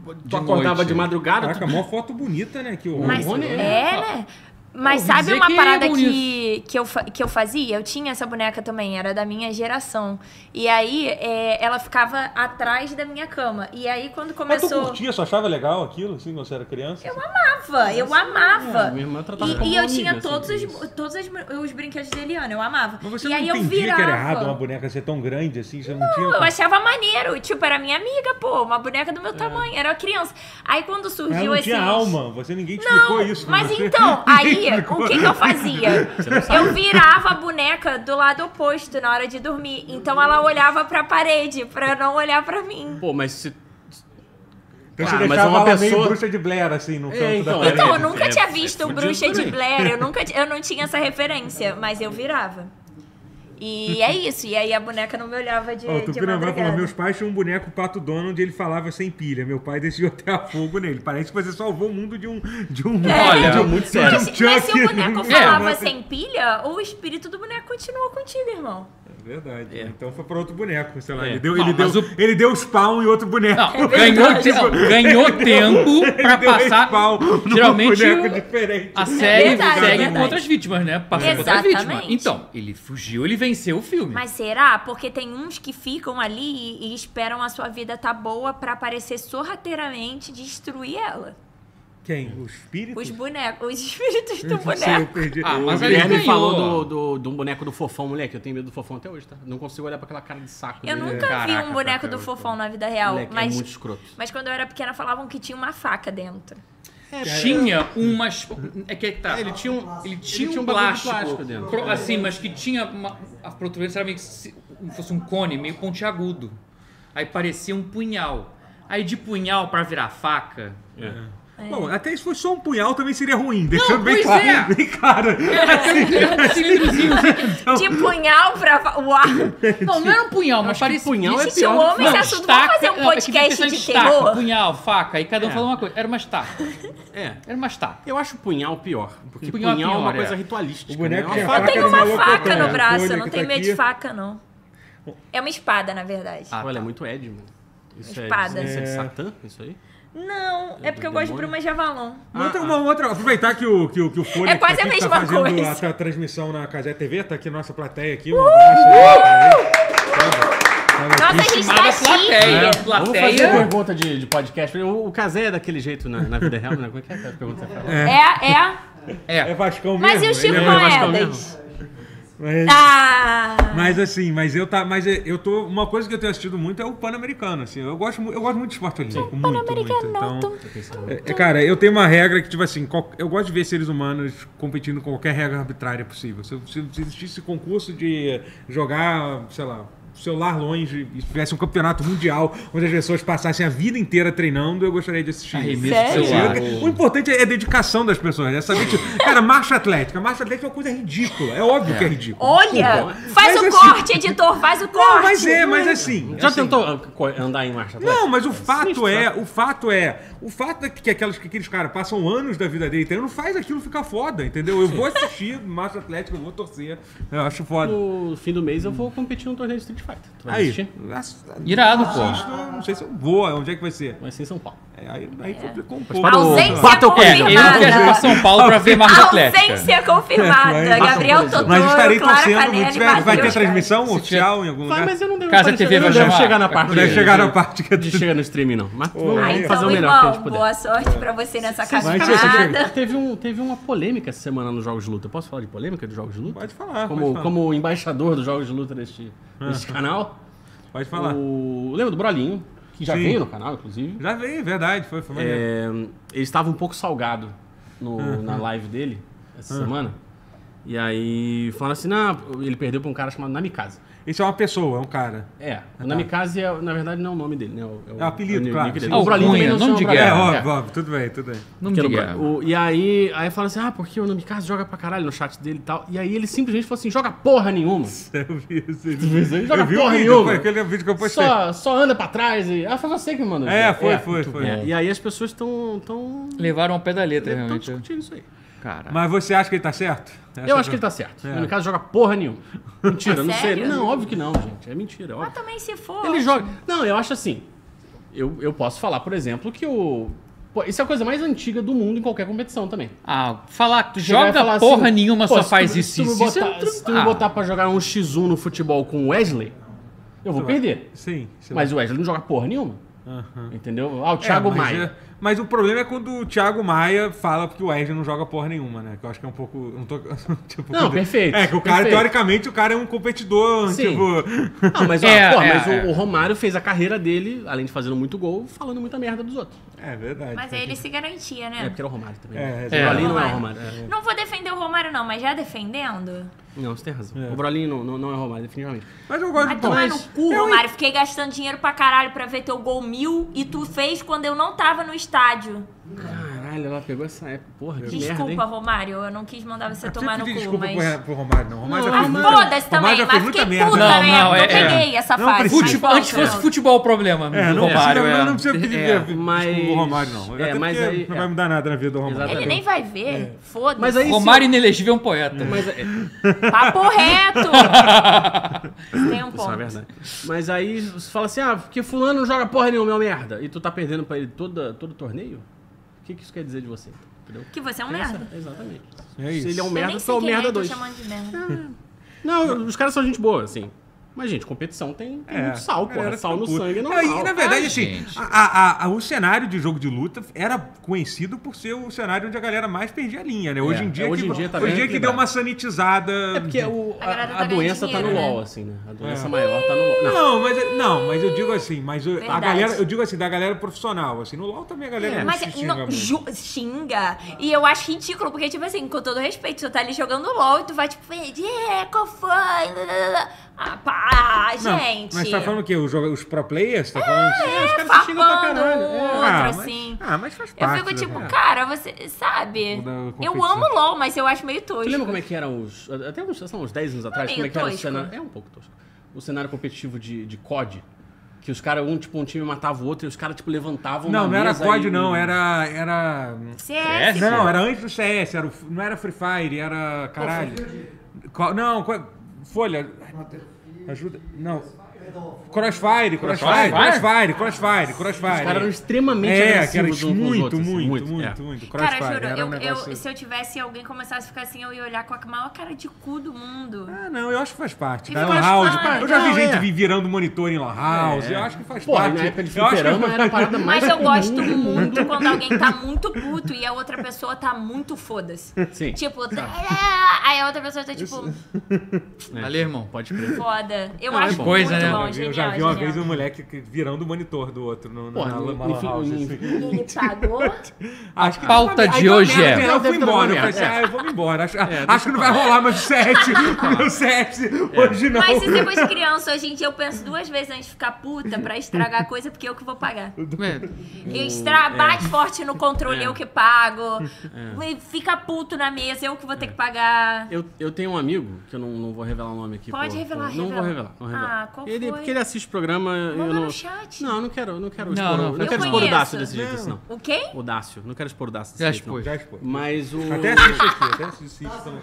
Speaker 2: Tu
Speaker 4: De
Speaker 2: acordava
Speaker 4: noite.
Speaker 2: de madrugada,
Speaker 1: Caraca,
Speaker 2: tu...
Speaker 1: mó foto bonita, né? Que o
Speaker 3: Mas
Speaker 1: o-
Speaker 2: Rony,
Speaker 3: é, né? Mas
Speaker 4: ouvi
Speaker 3: sabe
Speaker 4: dizer
Speaker 3: uma
Speaker 4: que é
Speaker 3: parada
Speaker 4: bom
Speaker 3: que, que, eu, fa- que eu fazia? Eu tinha essa boneca também, era da minha geração. E aí é, ela ficava atrás da minha cama. E aí quando
Speaker 1: Mas tu
Speaker 3: começou.
Speaker 1: curtia, só achava legal aquilo, assim, quando você era criança?
Speaker 3: Eu amava, eu amava.
Speaker 2: É, minha irmã tratava
Speaker 3: E-
Speaker 2: como
Speaker 3: e,
Speaker 2: uma
Speaker 3: eu
Speaker 2: amiga,
Speaker 3: tinha
Speaker 2: assim,
Speaker 3: todos, os,
Speaker 2: isso.
Speaker 3: todos as- os brinquedos da Eliana, eu amava.
Speaker 1: Mas você
Speaker 3: e
Speaker 1: não
Speaker 3: aí eu
Speaker 1: entendia
Speaker 3: virava.
Speaker 1: que era errado uma boneca ser tão grande, assim? Você não, tinha...
Speaker 3: Eu achava maneiro, tipo, era minha amiga, pô, uma boneca do meu tamanho, era criança. Aí quando
Speaker 1: Mas
Speaker 3: surgiu
Speaker 1: É. ela não
Speaker 3: esse.
Speaker 1: tinha alma. Você, ninguém te explicou
Speaker 3: Não,
Speaker 1: isso. pra
Speaker 3: mas
Speaker 1: você.
Speaker 3: então, aí,
Speaker 1: Ninguém explicou.
Speaker 3: o que, que eu fazia? Eu virava a boneca do lado oposto na hora de dormir. Então ela olhava pra parede, pra não olhar pra mim.
Speaker 2: Pô, mas se...
Speaker 1: Então você
Speaker 2: Ah, mas
Speaker 1: deixava
Speaker 2: uma
Speaker 1: ela meio
Speaker 2: pessoa-
Speaker 1: bruxa de Blair, assim, no canto
Speaker 2: então,
Speaker 1: da
Speaker 2: é.
Speaker 1: parede.
Speaker 3: Então, eu nunca
Speaker 2: é-
Speaker 3: tinha
Speaker 2: é
Speaker 3: visto
Speaker 2: fudido
Speaker 3: Bruxa de
Speaker 2: também.
Speaker 3: Blair, eu, nunca, ti- eu não tinha essa referência, mas eu virava. E é isso. E aí a boneca não me olhava de,
Speaker 1: Ó, o
Speaker 3: de
Speaker 1: Tupinambá
Speaker 3: madrugada.
Speaker 1: falou, meus pais tinham um boneco Pato Donald e ele falava sem pilha. Meu pai decidiu até fogo nele. Parece que você salvou o mundo de um... De um
Speaker 4: Olha,
Speaker 1: de um,
Speaker 2: muito
Speaker 1: de um
Speaker 2: sério.
Speaker 1: Chuck.
Speaker 3: É. Mas, mas se o boneco
Speaker 1: É,
Speaker 3: falava
Speaker 1: mas-
Speaker 3: sem pilha, o espírito do boneco continuou contigo, irmão.
Speaker 1: É Verdade. Então foi para outro boneco, sei lá.
Speaker 4: É.
Speaker 1: Ele, deu,
Speaker 4: Não,
Speaker 1: ele, deu,
Speaker 4: mas o-
Speaker 1: ele deu spawn em outro boneco.
Speaker 4: Não,
Speaker 3: É
Speaker 4: ganhou, te- não, ganhou tempo pra
Speaker 1: Deu
Speaker 4: passar.
Speaker 1: spawn num
Speaker 4: Geralmente
Speaker 1: boneco diferente.
Speaker 4: a série
Speaker 3: verdade, é
Speaker 4: segue
Speaker 3: verdade.
Speaker 4: com outras vítimas, né? Passa com outras
Speaker 3: Exatamente.
Speaker 4: vítimas. Então, ele fugiu, ele venceu o filme.
Speaker 3: Mas será? Porque tem uns que ficam ali e, e esperam a sua vida tá boa pra aparecer sorrateiramente e destruir ela.
Speaker 1: Quem? O espírito?
Speaker 3: Os bonecos, os espíritos do
Speaker 1: Não sei, eu
Speaker 3: boneco.
Speaker 1: perdi.
Speaker 4: Ah, mas
Speaker 2: O
Speaker 4: aí
Speaker 2: Guilherme
Speaker 4: ganhou.
Speaker 2: falou do, do, de um boneco do fofão, moleque. Eu tenho medo do fofão até hoje, tá? Não consigo olhar pra aquela cara de saco.
Speaker 3: Eu
Speaker 2: dele.
Speaker 3: nunca vi
Speaker 4: Caraca,
Speaker 3: um boneco
Speaker 4: pra
Speaker 3: do
Speaker 4: caramba.
Speaker 3: fofão na vida real,
Speaker 2: Moleque, é
Speaker 3: mas,
Speaker 2: muito escroto.
Speaker 3: mas quando eu era pequena falavam que tinha uma faca dentro.
Speaker 4: Tinha umas. É que tá.
Speaker 2: Ele tinha um-
Speaker 4: Ele
Speaker 2: ele
Speaker 4: tinha
Speaker 2: tinha um
Speaker 4: um
Speaker 2: bagulho de
Speaker 4: plástico,
Speaker 2: plástico dentro.
Speaker 4: cro- assim, mas que tinha uma, a protuberância era meio que se- como fosse um cone meio pontiagudo. Aí parecia um punhal. Aí de punhal pra virar faca.
Speaker 3: É.
Speaker 1: Bom, até se fosse só um punhal também seria ruim, deixando bem
Speaker 4: pois
Speaker 1: claro.
Speaker 4: é.
Speaker 1: Bem claro.
Speaker 3: É.
Speaker 4: Era um cilindrozinho.
Speaker 3: De um punhal pra. fa- Uau!
Speaker 4: Não, não era um punhal, mas
Speaker 2: que
Speaker 4: parecia.
Speaker 2: punhal é
Speaker 3: Gente, o
Speaker 2: pior do que
Speaker 3: homem se assunto. Vamos fazer um
Speaker 4: não, é que fica
Speaker 3: podcast
Speaker 4: pensando em
Speaker 3: de
Speaker 4: estaca,
Speaker 3: terror?
Speaker 4: Punhal, faca, aí cada um
Speaker 2: É.
Speaker 4: falou uma coisa. Era uma estaca.
Speaker 2: É.
Speaker 4: Era uma estaca.
Speaker 2: Eu acho punhal pior. Porque punhal,
Speaker 4: Punhal é
Speaker 2: é uma
Speaker 4: pior,
Speaker 2: coisa
Speaker 4: é.
Speaker 2: ritualística.
Speaker 1: O boneco
Speaker 2: né?
Speaker 1: tinha
Speaker 2: É
Speaker 1: faca
Speaker 3: Eu tenho
Speaker 1: no
Speaker 3: uma
Speaker 1: maluco,
Speaker 3: faca
Speaker 1: cara.
Speaker 3: no braço,
Speaker 1: Folha
Speaker 3: eu não
Speaker 1: que
Speaker 3: tenho
Speaker 1: tá
Speaker 3: medo
Speaker 1: aqui.
Speaker 3: de faca, não. É uma espada, na verdade.
Speaker 4: Ah,
Speaker 2: Olha, é
Speaker 4: tá.
Speaker 2: muito Ed, mano. Isso é,
Speaker 3: Espada.
Speaker 2: isso é de
Speaker 1: É.
Speaker 2: Satã, isso aí?
Speaker 3: Não, é porque eu
Speaker 2: do
Speaker 3: gosto de
Speaker 2: demônio?
Speaker 3: Bruma de Avalon.
Speaker 1: Uma outra, uma outra, aproveitar que o, que o, que o Folha
Speaker 3: É quase
Speaker 1: que tá
Speaker 3: a
Speaker 1: aqui, que tá
Speaker 3: mesma
Speaker 1: fazendo
Speaker 3: coisa.
Speaker 1: a, tra- transmissão na Casé TV, tá aqui nossa plateia aqui, um abraço aí pra ele. Tava- tava
Speaker 3: Nossa,
Speaker 1: aqui.
Speaker 3: a gente tá
Speaker 4: Chamada plateia.
Speaker 3: chique.
Speaker 2: Vamos fazer
Speaker 4: Plateia.
Speaker 2: pergunta de, de podcast. O, o Casé é daquele jeito na, na vida real, né? Como é que é a pergunta que você fala?
Speaker 3: É, é.
Speaker 1: É
Speaker 4: É.
Speaker 1: Vascão
Speaker 3: Mas
Speaker 1: mesmo.
Speaker 3: e o Chico
Speaker 1: ele é
Speaker 2: Moedas?
Speaker 1: Vascão.
Speaker 3: Moedas?
Speaker 1: Mas-
Speaker 3: Ah!
Speaker 1: Mas assim, mas eu tá, mas eu tô, uma coisa que eu tenho assistido muito é o Pan-Americano, assim. Eu gosto, mu- eu gosto muito de esporte olímpico, muito, muito. Então, é, é, cara, eu tenho uma regra que tipo assim, qual- eu gosto de ver seres humanos competindo com qualquer regra arbitrária possível. Se, se, se existisse concurso de eh, jogar, sei lá, celular longe e tivesse um campeonato mundial onde as pessoas passassem a vida inteira treinando, eu gostaria de assistir.
Speaker 4: Arremesso
Speaker 3: Sério?
Speaker 4: de celular.
Speaker 1: O importante é a dedicação das pessoas, é saber que, cara, marcha atlética, marcha atlética é uma coisa ridícula, é óbvio que é ridículo.
Speaker 3: Olha!
Speaker 1: Desculpa.
Speaker 3: Faz o
Speaker 1: Mas assim-
Speaker 3: corte, editor, faz o corte!
Speaker 1: Não, mas é, mas assim.
Speaker 2: Já
Speaker 1: assim,
Speaker 2: tentou ah, co- andar em marcha? atrás?
Speaker 1: Não, mas o fato é, o fato é, o fato é que aqueles, que aqueles caras passam anos da vida dele treinando, faz aquilo ficar foda, entendeu? Eu vou assistir Márcio Atlético, eu vou torcer. Eu acho foda.
Speaker 2: No fim do mês eu vou competir num torneio de Street Fighter. Tu vai
Speaker 1: Aí,
Speaker 2: assistir?
Speaker 1: ass-
Speaker 4: Irado, pô.
Speaker 1: assisto, eu não sei se eu vou, onde é que vai ser?
Speaker 2: Vai ser em São Paulo.
Speaker 1: É, Aí, aí complicou um pouco.
Speaker 2: para o-
Speaker 3: Ausência
Speaker 2: Battle
Speaker 4: É,
Speaker 2: Coringa.
Speaker 4: eu não quero ir pra
Speaker 3: confirmada!
Speaker 4: São Paulo pra ver Marcos Atlética.
Speaker 3: Ausência confirmada!
Speaker 1: É, mas-
Speaker 3: Gabriel Totoro,
Speaker 1: Mas estarei
Speaker 3: Clara
Speaker 1: torcendo,
Speaker 3: Canelli,
Speaker 1: muito. tiver, vai ter
Speaker 3: Matheus
Speaker 1: transmissão
Speaker 4: Se
Speaker 1: oficial em algum
Speaker 2: Vai,
Speaker 1: lugar?
Speaker 2: mas eu não devo
Speaker 4: Casa
Speaker 2: aparecer,
Speaker 4: TV
Speaker 2: eu não
Speaker 4: vai
Speaker 2: devo
Speaker 4: chamar.
Speaker 2: chegar na parte.
Speaker 1: Deve
Speaker 2: de-
Speaker 1: chegar na
Speaker 2: de-
Speaker 1: parte que é
Speaker 2: De chegar no stream, não. Mas vamos
Speaker 3: Ah,
Speaker 2: fazer
Speaker 3: então,
Speaker 2: o melhor que a gente
Speaker 3: irmão,
Speaker 2: puder.
Speaker 3: boa sorte pra você nessa
Speaker 1: Vai que você chega.
Speaker 3: cascada.
Speaker 2: Teve, um, teve uma polêmica essa semana nos Jogos de Luta. Posso falar de polêmica dos Jogos de Luta?
Speaker 1: Pode falar,
Speaker 2: Como,
Speaker 1: pode falar. É.
Speaker 2: como embaixador dos Jogos de Luta deste, deste canal.
Speaker 1: Pode falar.
Speaker 2: O, lembra do Brolinho, que já
Speaker 1: Sim.
Speaker 2: veio no canal, inclusive.
Speaker 1: Já veio, verdade, foi, foi maneiro.
Speaker 2: É, ele estava um pouco salgado no- na live dele essa semana. E aí falaram assim, não, ele perdeu pra um cara chamado Namikaze.
Speaker 1: Isso é uma pessoa, é um cara.
Speaker 2: É, o Namikaze, é, na verdade, não é o nome dele, né? o-
Speaker 1: É o apelido,
Speaker 2: nick
Speaker 1: claro,
Speaker 2: dele.
Speaker 1: sim.
Speaker 2: O Brolinho também
Speaker 4: Alcunha,
Speaker 2: não se
Speaker 4: nome
Speaker 2: chama
Speaker 4: de
Speaker 1: É,
Speaker 2: Brolinho.
Speaker 4: guerra.
Speaker 1: óbvio, óbvio, tudo bem, tudo bem.
Speaker 4: Não
Speaker 2: Que
Speaker 4: me
Speaker 2: era o
Speaker 4: diga.
Speaker 2: Bra- o- e aí, aí fala assim, ah, porque o Namikaze joga pra caralho no chat dele e tal. E aí ele simplesmente falou assim, joga porra nenhuma.
Speaker 1: Eu vi esse
Speaker 2: isso aí?
Speaker 1: vídeo.
Speaker 2: Joga
Speaker 1: Eu vi o
Speaker 2: porra
Speaker 1: vídeo,
Speaker 2: nenhuma.
Speaker 1: foi aquele vídeo que eu postei.
Speaker 2: Só, só anda pra trás e... Ah, foi você que mandou.
Speaker 1: É,
Speaker 2: isso.
Speaker 1: foi, foi, foi.
Speaker 2: É, E aí as pessoas estão tão,
Speaker 4: Levaram ao pé da letra,
Speaker 2: tão
Speaker 4: É, realmente.
Speaker 2: discutindo isso aí.
Speaker 4: Cara.
Speaker 1: Mas você acha que ele tá certo? Essa
Speaker 2: Eu acho que
Speaker 1: é
Speaker 2: ele tá certo. O Namikaze joga porra nenhuma. Mentira, não sei.
Speaker 3: sério?
Speaker 2: Não, óbvio que não, gente. É mentira, óbvio.
Speaker 3: Mas também se for.
Speaker 2: Ele joga. Não, eu acho assim. Eu, eu posso falar, por exemplo, que o. Pô, isso é a coisa mais antiga do mundo em qualquer competição também.
Speaker 4: Ah, falar que tu
Speaker 2: Chegar e
Speaker 4: joga
Speaker 2: falar
Speaker 4: porra
Speaker 2: assim,
Speaker 4: nenhuma,
Speaker 2: pô,
Speaker 4: só
Speaker 2: se
Speaker 4: faz
Speaker 2: tu-
Speaker 4: isso
Speaker 2: Se tu me
Speaker 4: isso, isso.
Speaker 2: botar,
Speaker 4: é um
Speaker 2: se tu me
Speaker 4: ah,
Speaker 2: botar pra jogar um X1 no futebol com o Wesley, eu vou perder.
Speaker 1: Sim, sim.
Speaker 2: Mas o Wesley não joga porra nenhuma.
Speaker 1: Aham.
Speaker 2: Entendeu? Ah, o Thiago
Speaker 1: É, mas
Speaker 2: Maia.
Speaker 1: é- mas o problema é quando o Thiago Maia fala porque o Wesley não joga porra nenhuma, né? Que eu acho que é um pouco. Não, tô, tipo,
Speaker 2: Não, perfeito,
Speaker 1: É, que o cara,
Speaker 2: perfeito.
Speaker 1: teoricamente, o cara é um competidor,
Speaker 2: Sim.
Speaker 1: tipo.
Speaker 2: Não, Ah, mas, ó,
Speaker 4: É,
Speaker 2: pô,
Speaker 4: é,
Speaker 2: mas o-
Speaker 4: é.
Speaker 2: o, Romário fez a carreira dele, além de fazendo muito gol, falando muita merda dos outros.
Speaker 1: É verdade.
Speaker 3: Mas aí ele se garantia,
Speaker 2: É,
Speaker 3: né?
Speaker 2: porque era o Romário também.
Speaker 1: É,
Speaker 2: né?
Speaker 1: é.
Speaker 2: O Brolinho não é o Romário. é.
Speaker 3: Não vou defender o Romário, não, mas já defendendo.
Speaker 2: Não, você tem razão.
Speaker 1: É.
Speaker 2: O Brolinho não, não, não é o Romário, definitivamente.
Speaker 1: Tá Mas eu gosto
Speaker 3: Vai
Speaker 1: do
Speaker 3: tomar
Speaker 1: Palmeiras.
Speaker 3: no cu,
Speaker 1: Eu-
Speaker 3: Romário. Fiquei gastando dinheiro pra caralho pra ver teu gol mil e tu fez quando eu não tava no estádio.
Speaker 2: Caralho, Caralho, ela pegou essa época. Porra, que
Speaker 3: Desculpa,
Speaker 2: merda, hein?
Speaker 3: Romário, eu não quis mandar você
Speaker 1: Você
Speaker 3: tomar no
Speaker 1: pedir
Speaker 3: cu,
Speaker 1: desculpa
Speaker 3: mas...
Speaker 1: pro, pro Romário, não. O Romário já
Speaker 3: Ah,
Speaker 1: fez muita-
Speaker 3: foda-se
Speaker 1: o
Speaker 3: também,
Speaker 1: Romário já
Speaker 3: mas
Speaker 1: fez muita
Speaker 3: fiquei
Speaker 1: merda.
Speaker 3: puta,
Speaker 4: Não,
Speaker 3: né?
Speaker 4: não,
Speaker 3: Não,
Speaker 4: é-
Speaker 3: peguei essa
Speaker 1: Não
Speaker 3: fase.
Speaker 1: precisa.
Speaker 3: mas
Speaker 1: Fute-
Speaker 4: Futebol,
Speaker 3: volta,
Speaker 4: antes fosse
Speaker 3: não.
Speaker 4: futebol o problema.
Speaker 1: É, não,
Speaker 4: do Romário,
Speaker 1: precisa,
Speaker 4: é.
Speaker 1: não precisa pedir
Speaker 4: É.
Speaker 1: desculpa
Speaker 2: um mas-
Speaker 1: pro Romário, não.
Speaker 2: é,
Speaker 1: Até
Speaker 2: mas
Speaker 1: porque
Speaker 2: aí-
Speaker 1: não
Speaker 2: é.
Speaker 1: vai mudar nada na vida do Romário.
Speaker 3: Ele
Speaker 2: Exatamente. É.
Speaker 3: nem vai ver, foda-se.
Speaker 2: Mas aí-
Speaker 4: Romário inelegido é um poeta.
Speaker 2: Mas, é,
Speaker 3: Papo reto! Tem um
Speaker 2: Isso é
Speaker 3: ponto.
Speaker 2: verdade. Mas aí você fala assim, ah, porque fulano não joga porra nenhuma, é uma merda. E tu tá perdendo pra ele toda, todo o torneio? O que, que isso quer dizer de você? Entendeu?
Speaker 3: que você é um merda.
Speaker 2: Exatamente.
Speaker 1: É isso.
Speaker 2: Se ele é um
Speaker 3: Eu
Speaker 2: merda,
Speaker 3: nem
Speaker 2: tu é
Speaker 3: sei
Speaker 2: um
Speaker 3: quem é,
Speaker 2: merda
Speaker 3: eu tô
Speaker 2: dois.
Speaker 3: chamando de merda.
Speaker 2: Não, os caras são gente boa, assim. Mas, gente, competição tem, tem
Speaker 3: um
Speaker 2: muito sal, porra.
Speaker 1: É, Galera
Speaker 2: Sal
Speaker 1: fica
Speaker 2: no
Speaker 1: puta.
Speaker 2: sangue é
Speaker 1: Não,
Speaker 2: normal.
Speaker 1: e, na verdade,
Speaker 4: Ai,
Speaker 1: assim,
Speaker 4: gente.
Speaker 1: a- a- a- o cenário de jogo de luta era conhecido por ser o cenário onde a galera mais perdia a linha, né? Hoje
Speaker 2: É,
Speaker 1: em dia,
Speaker 2: é, hoje
Speaker 1: que,
Speaker 2: em dia tá
Speaker 1: hoje
Speaker 2: bem
Speaker 1: em dia que deu
Speaker 2: equilibrado.
Speaker 1: uma sanitizada.
Speaker 2: É porque o-
Speaker 3: A galera
Speaker 2: a,
Speaker 3: tá
Speaker 2: a
Speaker 3: ganhando
Speaker 2: doença tá no
Speaker 3: dinheiro, né?
Speaker 2: LOL, assim, né? A
Speaker 1: É.
Speaker 2: doença maior tá no LOL. Não,
Speaker 1: Não, mas é, não, mas eu digo assim, mas eu- a
Speaker 3: Verdade.
Speaker 1: galera, eu digo assim da galera profissional, assim, no LoL também a galera
Speaker 2: É.
Speaker 1: não
Speaker 3: Mas
Speaker 1: se xinga
Speaker 3: não,
Speaker 1: muito.
Speaker 3: ju- xinga. E eu acho ridículo, porque, tipo assim, com todo respeito, você tá ali jogando LOL e tu vai, tipo, é, qual foi? Ah, pá,
Speaker 1: Não,
Speaker 3: gente.
Speaker 1: Mas tá falando o quê? Os, joga- os pro players? Tá falando assim?
Speaker 2: os caras se xingam pra
Speaker 3: Farpando
Speaker 2: caralho.
Speaker 3: o
Speaker 2: É.
Speaker 3: outro,
Speaker 1: Ah, mas-
Speaker 3: assim.
Speaker 1: Ah, mas faz
Speaker 3: Eu
Speaker 1: parte.
Speaker 3: fico
Speaker 1: né?
Speaker 3: tipo,
Speaker 1: É.
Speaker 3: cara, você sabe?
Speaker 1: O da
Speaker 3: Eu
Speaker 1: competição.
Speaker 3: amo LOL, mas eu acho meio
Speaker 2: Tu
Speaker 3: tosco.
Speaker 2: lembra como é que eram os. Até uns, sei lá, uns 10 anos atrás,
Speaker 3: meio
Speaker 2: como é que era o
Speaker 3: tosco.
Speaker 2: cenário. É um pouco tosco. O cenário competitivo de, de COD. Que os caras, um, tipo, um time matava o outro e os caras, tipo, levantavam.
Speaker 1: Não,
Speaker 2: na
Speaker 1: não era
Speaker 2: mesa
Speaker 1: COD,
Speaker 2: e- um
Speaker 1: não, era. era...
Speaker 2: É,
Speaker 3: CS?
Speaker 4: Sim.
Speaker 1: Não, era antes do CS, era o f- não era Free Fire, era. Caralho. Qual- não, qual- Folha. Ajuda. Não. Crossfire, Crossfire,
Speaker 4: Crossfire?
Speaker 1: Crossfire, Crossfire, Crossfire.
Speaker 2: Os caras eram extremamente
Speaker 1: É, que era
Speaker 2: agressivos
Speaker 1: muito,
Speaker 2: uns com os
Speaker 1: muito,
Speaker 2: outros, assim,
Speaker 1: muito, muito,
Speaker 2: é.
Speaker 1: muito,
Speaker 3: Cara,
Speaker 1: Crossfire.
Speaker 3: juro,
Speaker 1: era
Speaker 3: eu, é
Speaker 1: um
Speaker 3: eu-
Speaker 1: negócio-
Speaker 3: se eu tivesse e alguém começasse a ficar assim, eu ia olhar com a maior cara de cu do mundo.
Speaker 1: Ah, não, eu acho que faz parte.
Speaker 3: E
Speaker 1: Da Lan
Speaker 3: faz
Speaker 1: House.
Speaker 3: parte.
Speaker 1: Eu já vi
Speaker 2: Não,
Speaker 1: gente
Speaker 2: é.
Speaker 1: vi- virando monitor em Lan House. Eu acho que faz
Speaker 2: Porra,
Speaker 1: parte.
Speaker 2: na época de
Speaker 1: eu acho que-
Speaker 2: fliperama era a parada mais.
Speaker 3: Mas eu
Speaker 2: comum
Speaker 3: gosto
Speaker 2: do
Speaker 3: muito quando alguém tá muito puto e a outra pessoa tá muito foda-se.
Speaker 2: Sim.
Speaker 3: Tipo, tá- ah, aí a outra pessoa tá tipo,
Speaker 4: Valeu, irmão.
Speaker 2: Pode crer.
Speaker 3: foda. Eu
Speaker 2: Não, é
Speaker 3: acho
Speaker 2: bom.
Speaker 4: Coisa,
Speaker 3: muito
Speaker 4: né?
Speaker 3: bom,
Speaker 1: Eu vi-
Speaker 3: genial,
Speaker 1: eu já vi uma
Speaker 3: genial.
Speaker 1: vez um moleque que- virando o monitor do outro no, no,
Speaker 2: Porra,
Speaker 1: na
Speaker 2: no-
Speaker 1: Lan
Speaker 2: enfim,
Speaker 1: House.
Speaker 2: no-
Speaker 1: assim.
Speaker 3: E ele pagou.
Speaker 1: Acho que-
Speaker 4: pauta
Speaker 1: Aí
Speaker 4: de
Speaker 1: deu
Speaker 4: hoje
Speaker 1: merda,
Speaker 4: é-
Speaker 1: Eu fui
Speaker 2: Deve ter
Speaker 1: embora. Eu
Speaker 2: dado
Speaker 1: falei assim,
Speaker 2: merda.
Speaker 1: ah, eu vou me embora. Acho, acho
Speaker 2: deixa
Speaker 1: que não vai rolar meu set. meu set
Speaker 2: É.
Speaker 1: hoje não.
Speaker 3: Mas se depois de criança, hoje em dia eu penso duas vezes antes de ficar puta pra estragar a coisa, porque eu que vou pagar.
Speaker 1: Uhum.
Speaker 4: É,
Speaker 3: Eu estra... Bate forte no controle,
Speaker 1: É.
Speaker 3: eu que pago. E Fica puto na mesa, eu que vou ter que pagar.
Speaker 2: Eu, eu tenho um amigo, que eu não, não vou revelar o nome aqui.
Speaker 3: Pode
Speaker 2: por-
Speaker 3: revelar,
Speaker 2: por- Não vou
Speaker 3: revela.
Speaker 2: revelar, não vou revelar.
Speaker 3: Ah, qual
Speaker 2: ele,
Speaker 3: foi?
Speaker 2: Porque ele assiste o programa. eu
Speaker 3: Manda
Speaker 2: não...
Speaker 3: no chat.
Speaker 2: Não, eu não quero, eu não
Speaker 4: Não,
Speaker 2: quero expor. o-
Speaker 4: não,
Speaker 2: eu não
Speaker 4: eu
Speaker 2: quero expor o
Speaker 3: conheço.
Speaker 2: Dácio desse jeito, assim, não.
Speaker 3: O quem?
Speaker 2: O Dácio. Não quero expor o Dácio. desse
Speaker 4: Já
Speaker 2: jeito, não.
Speaker 4: expôs.
Speaker 1: Já expôs.
Speaker 2: Mas o.
Speaker 1: Até assim, assiste aqui, até assiste. Então,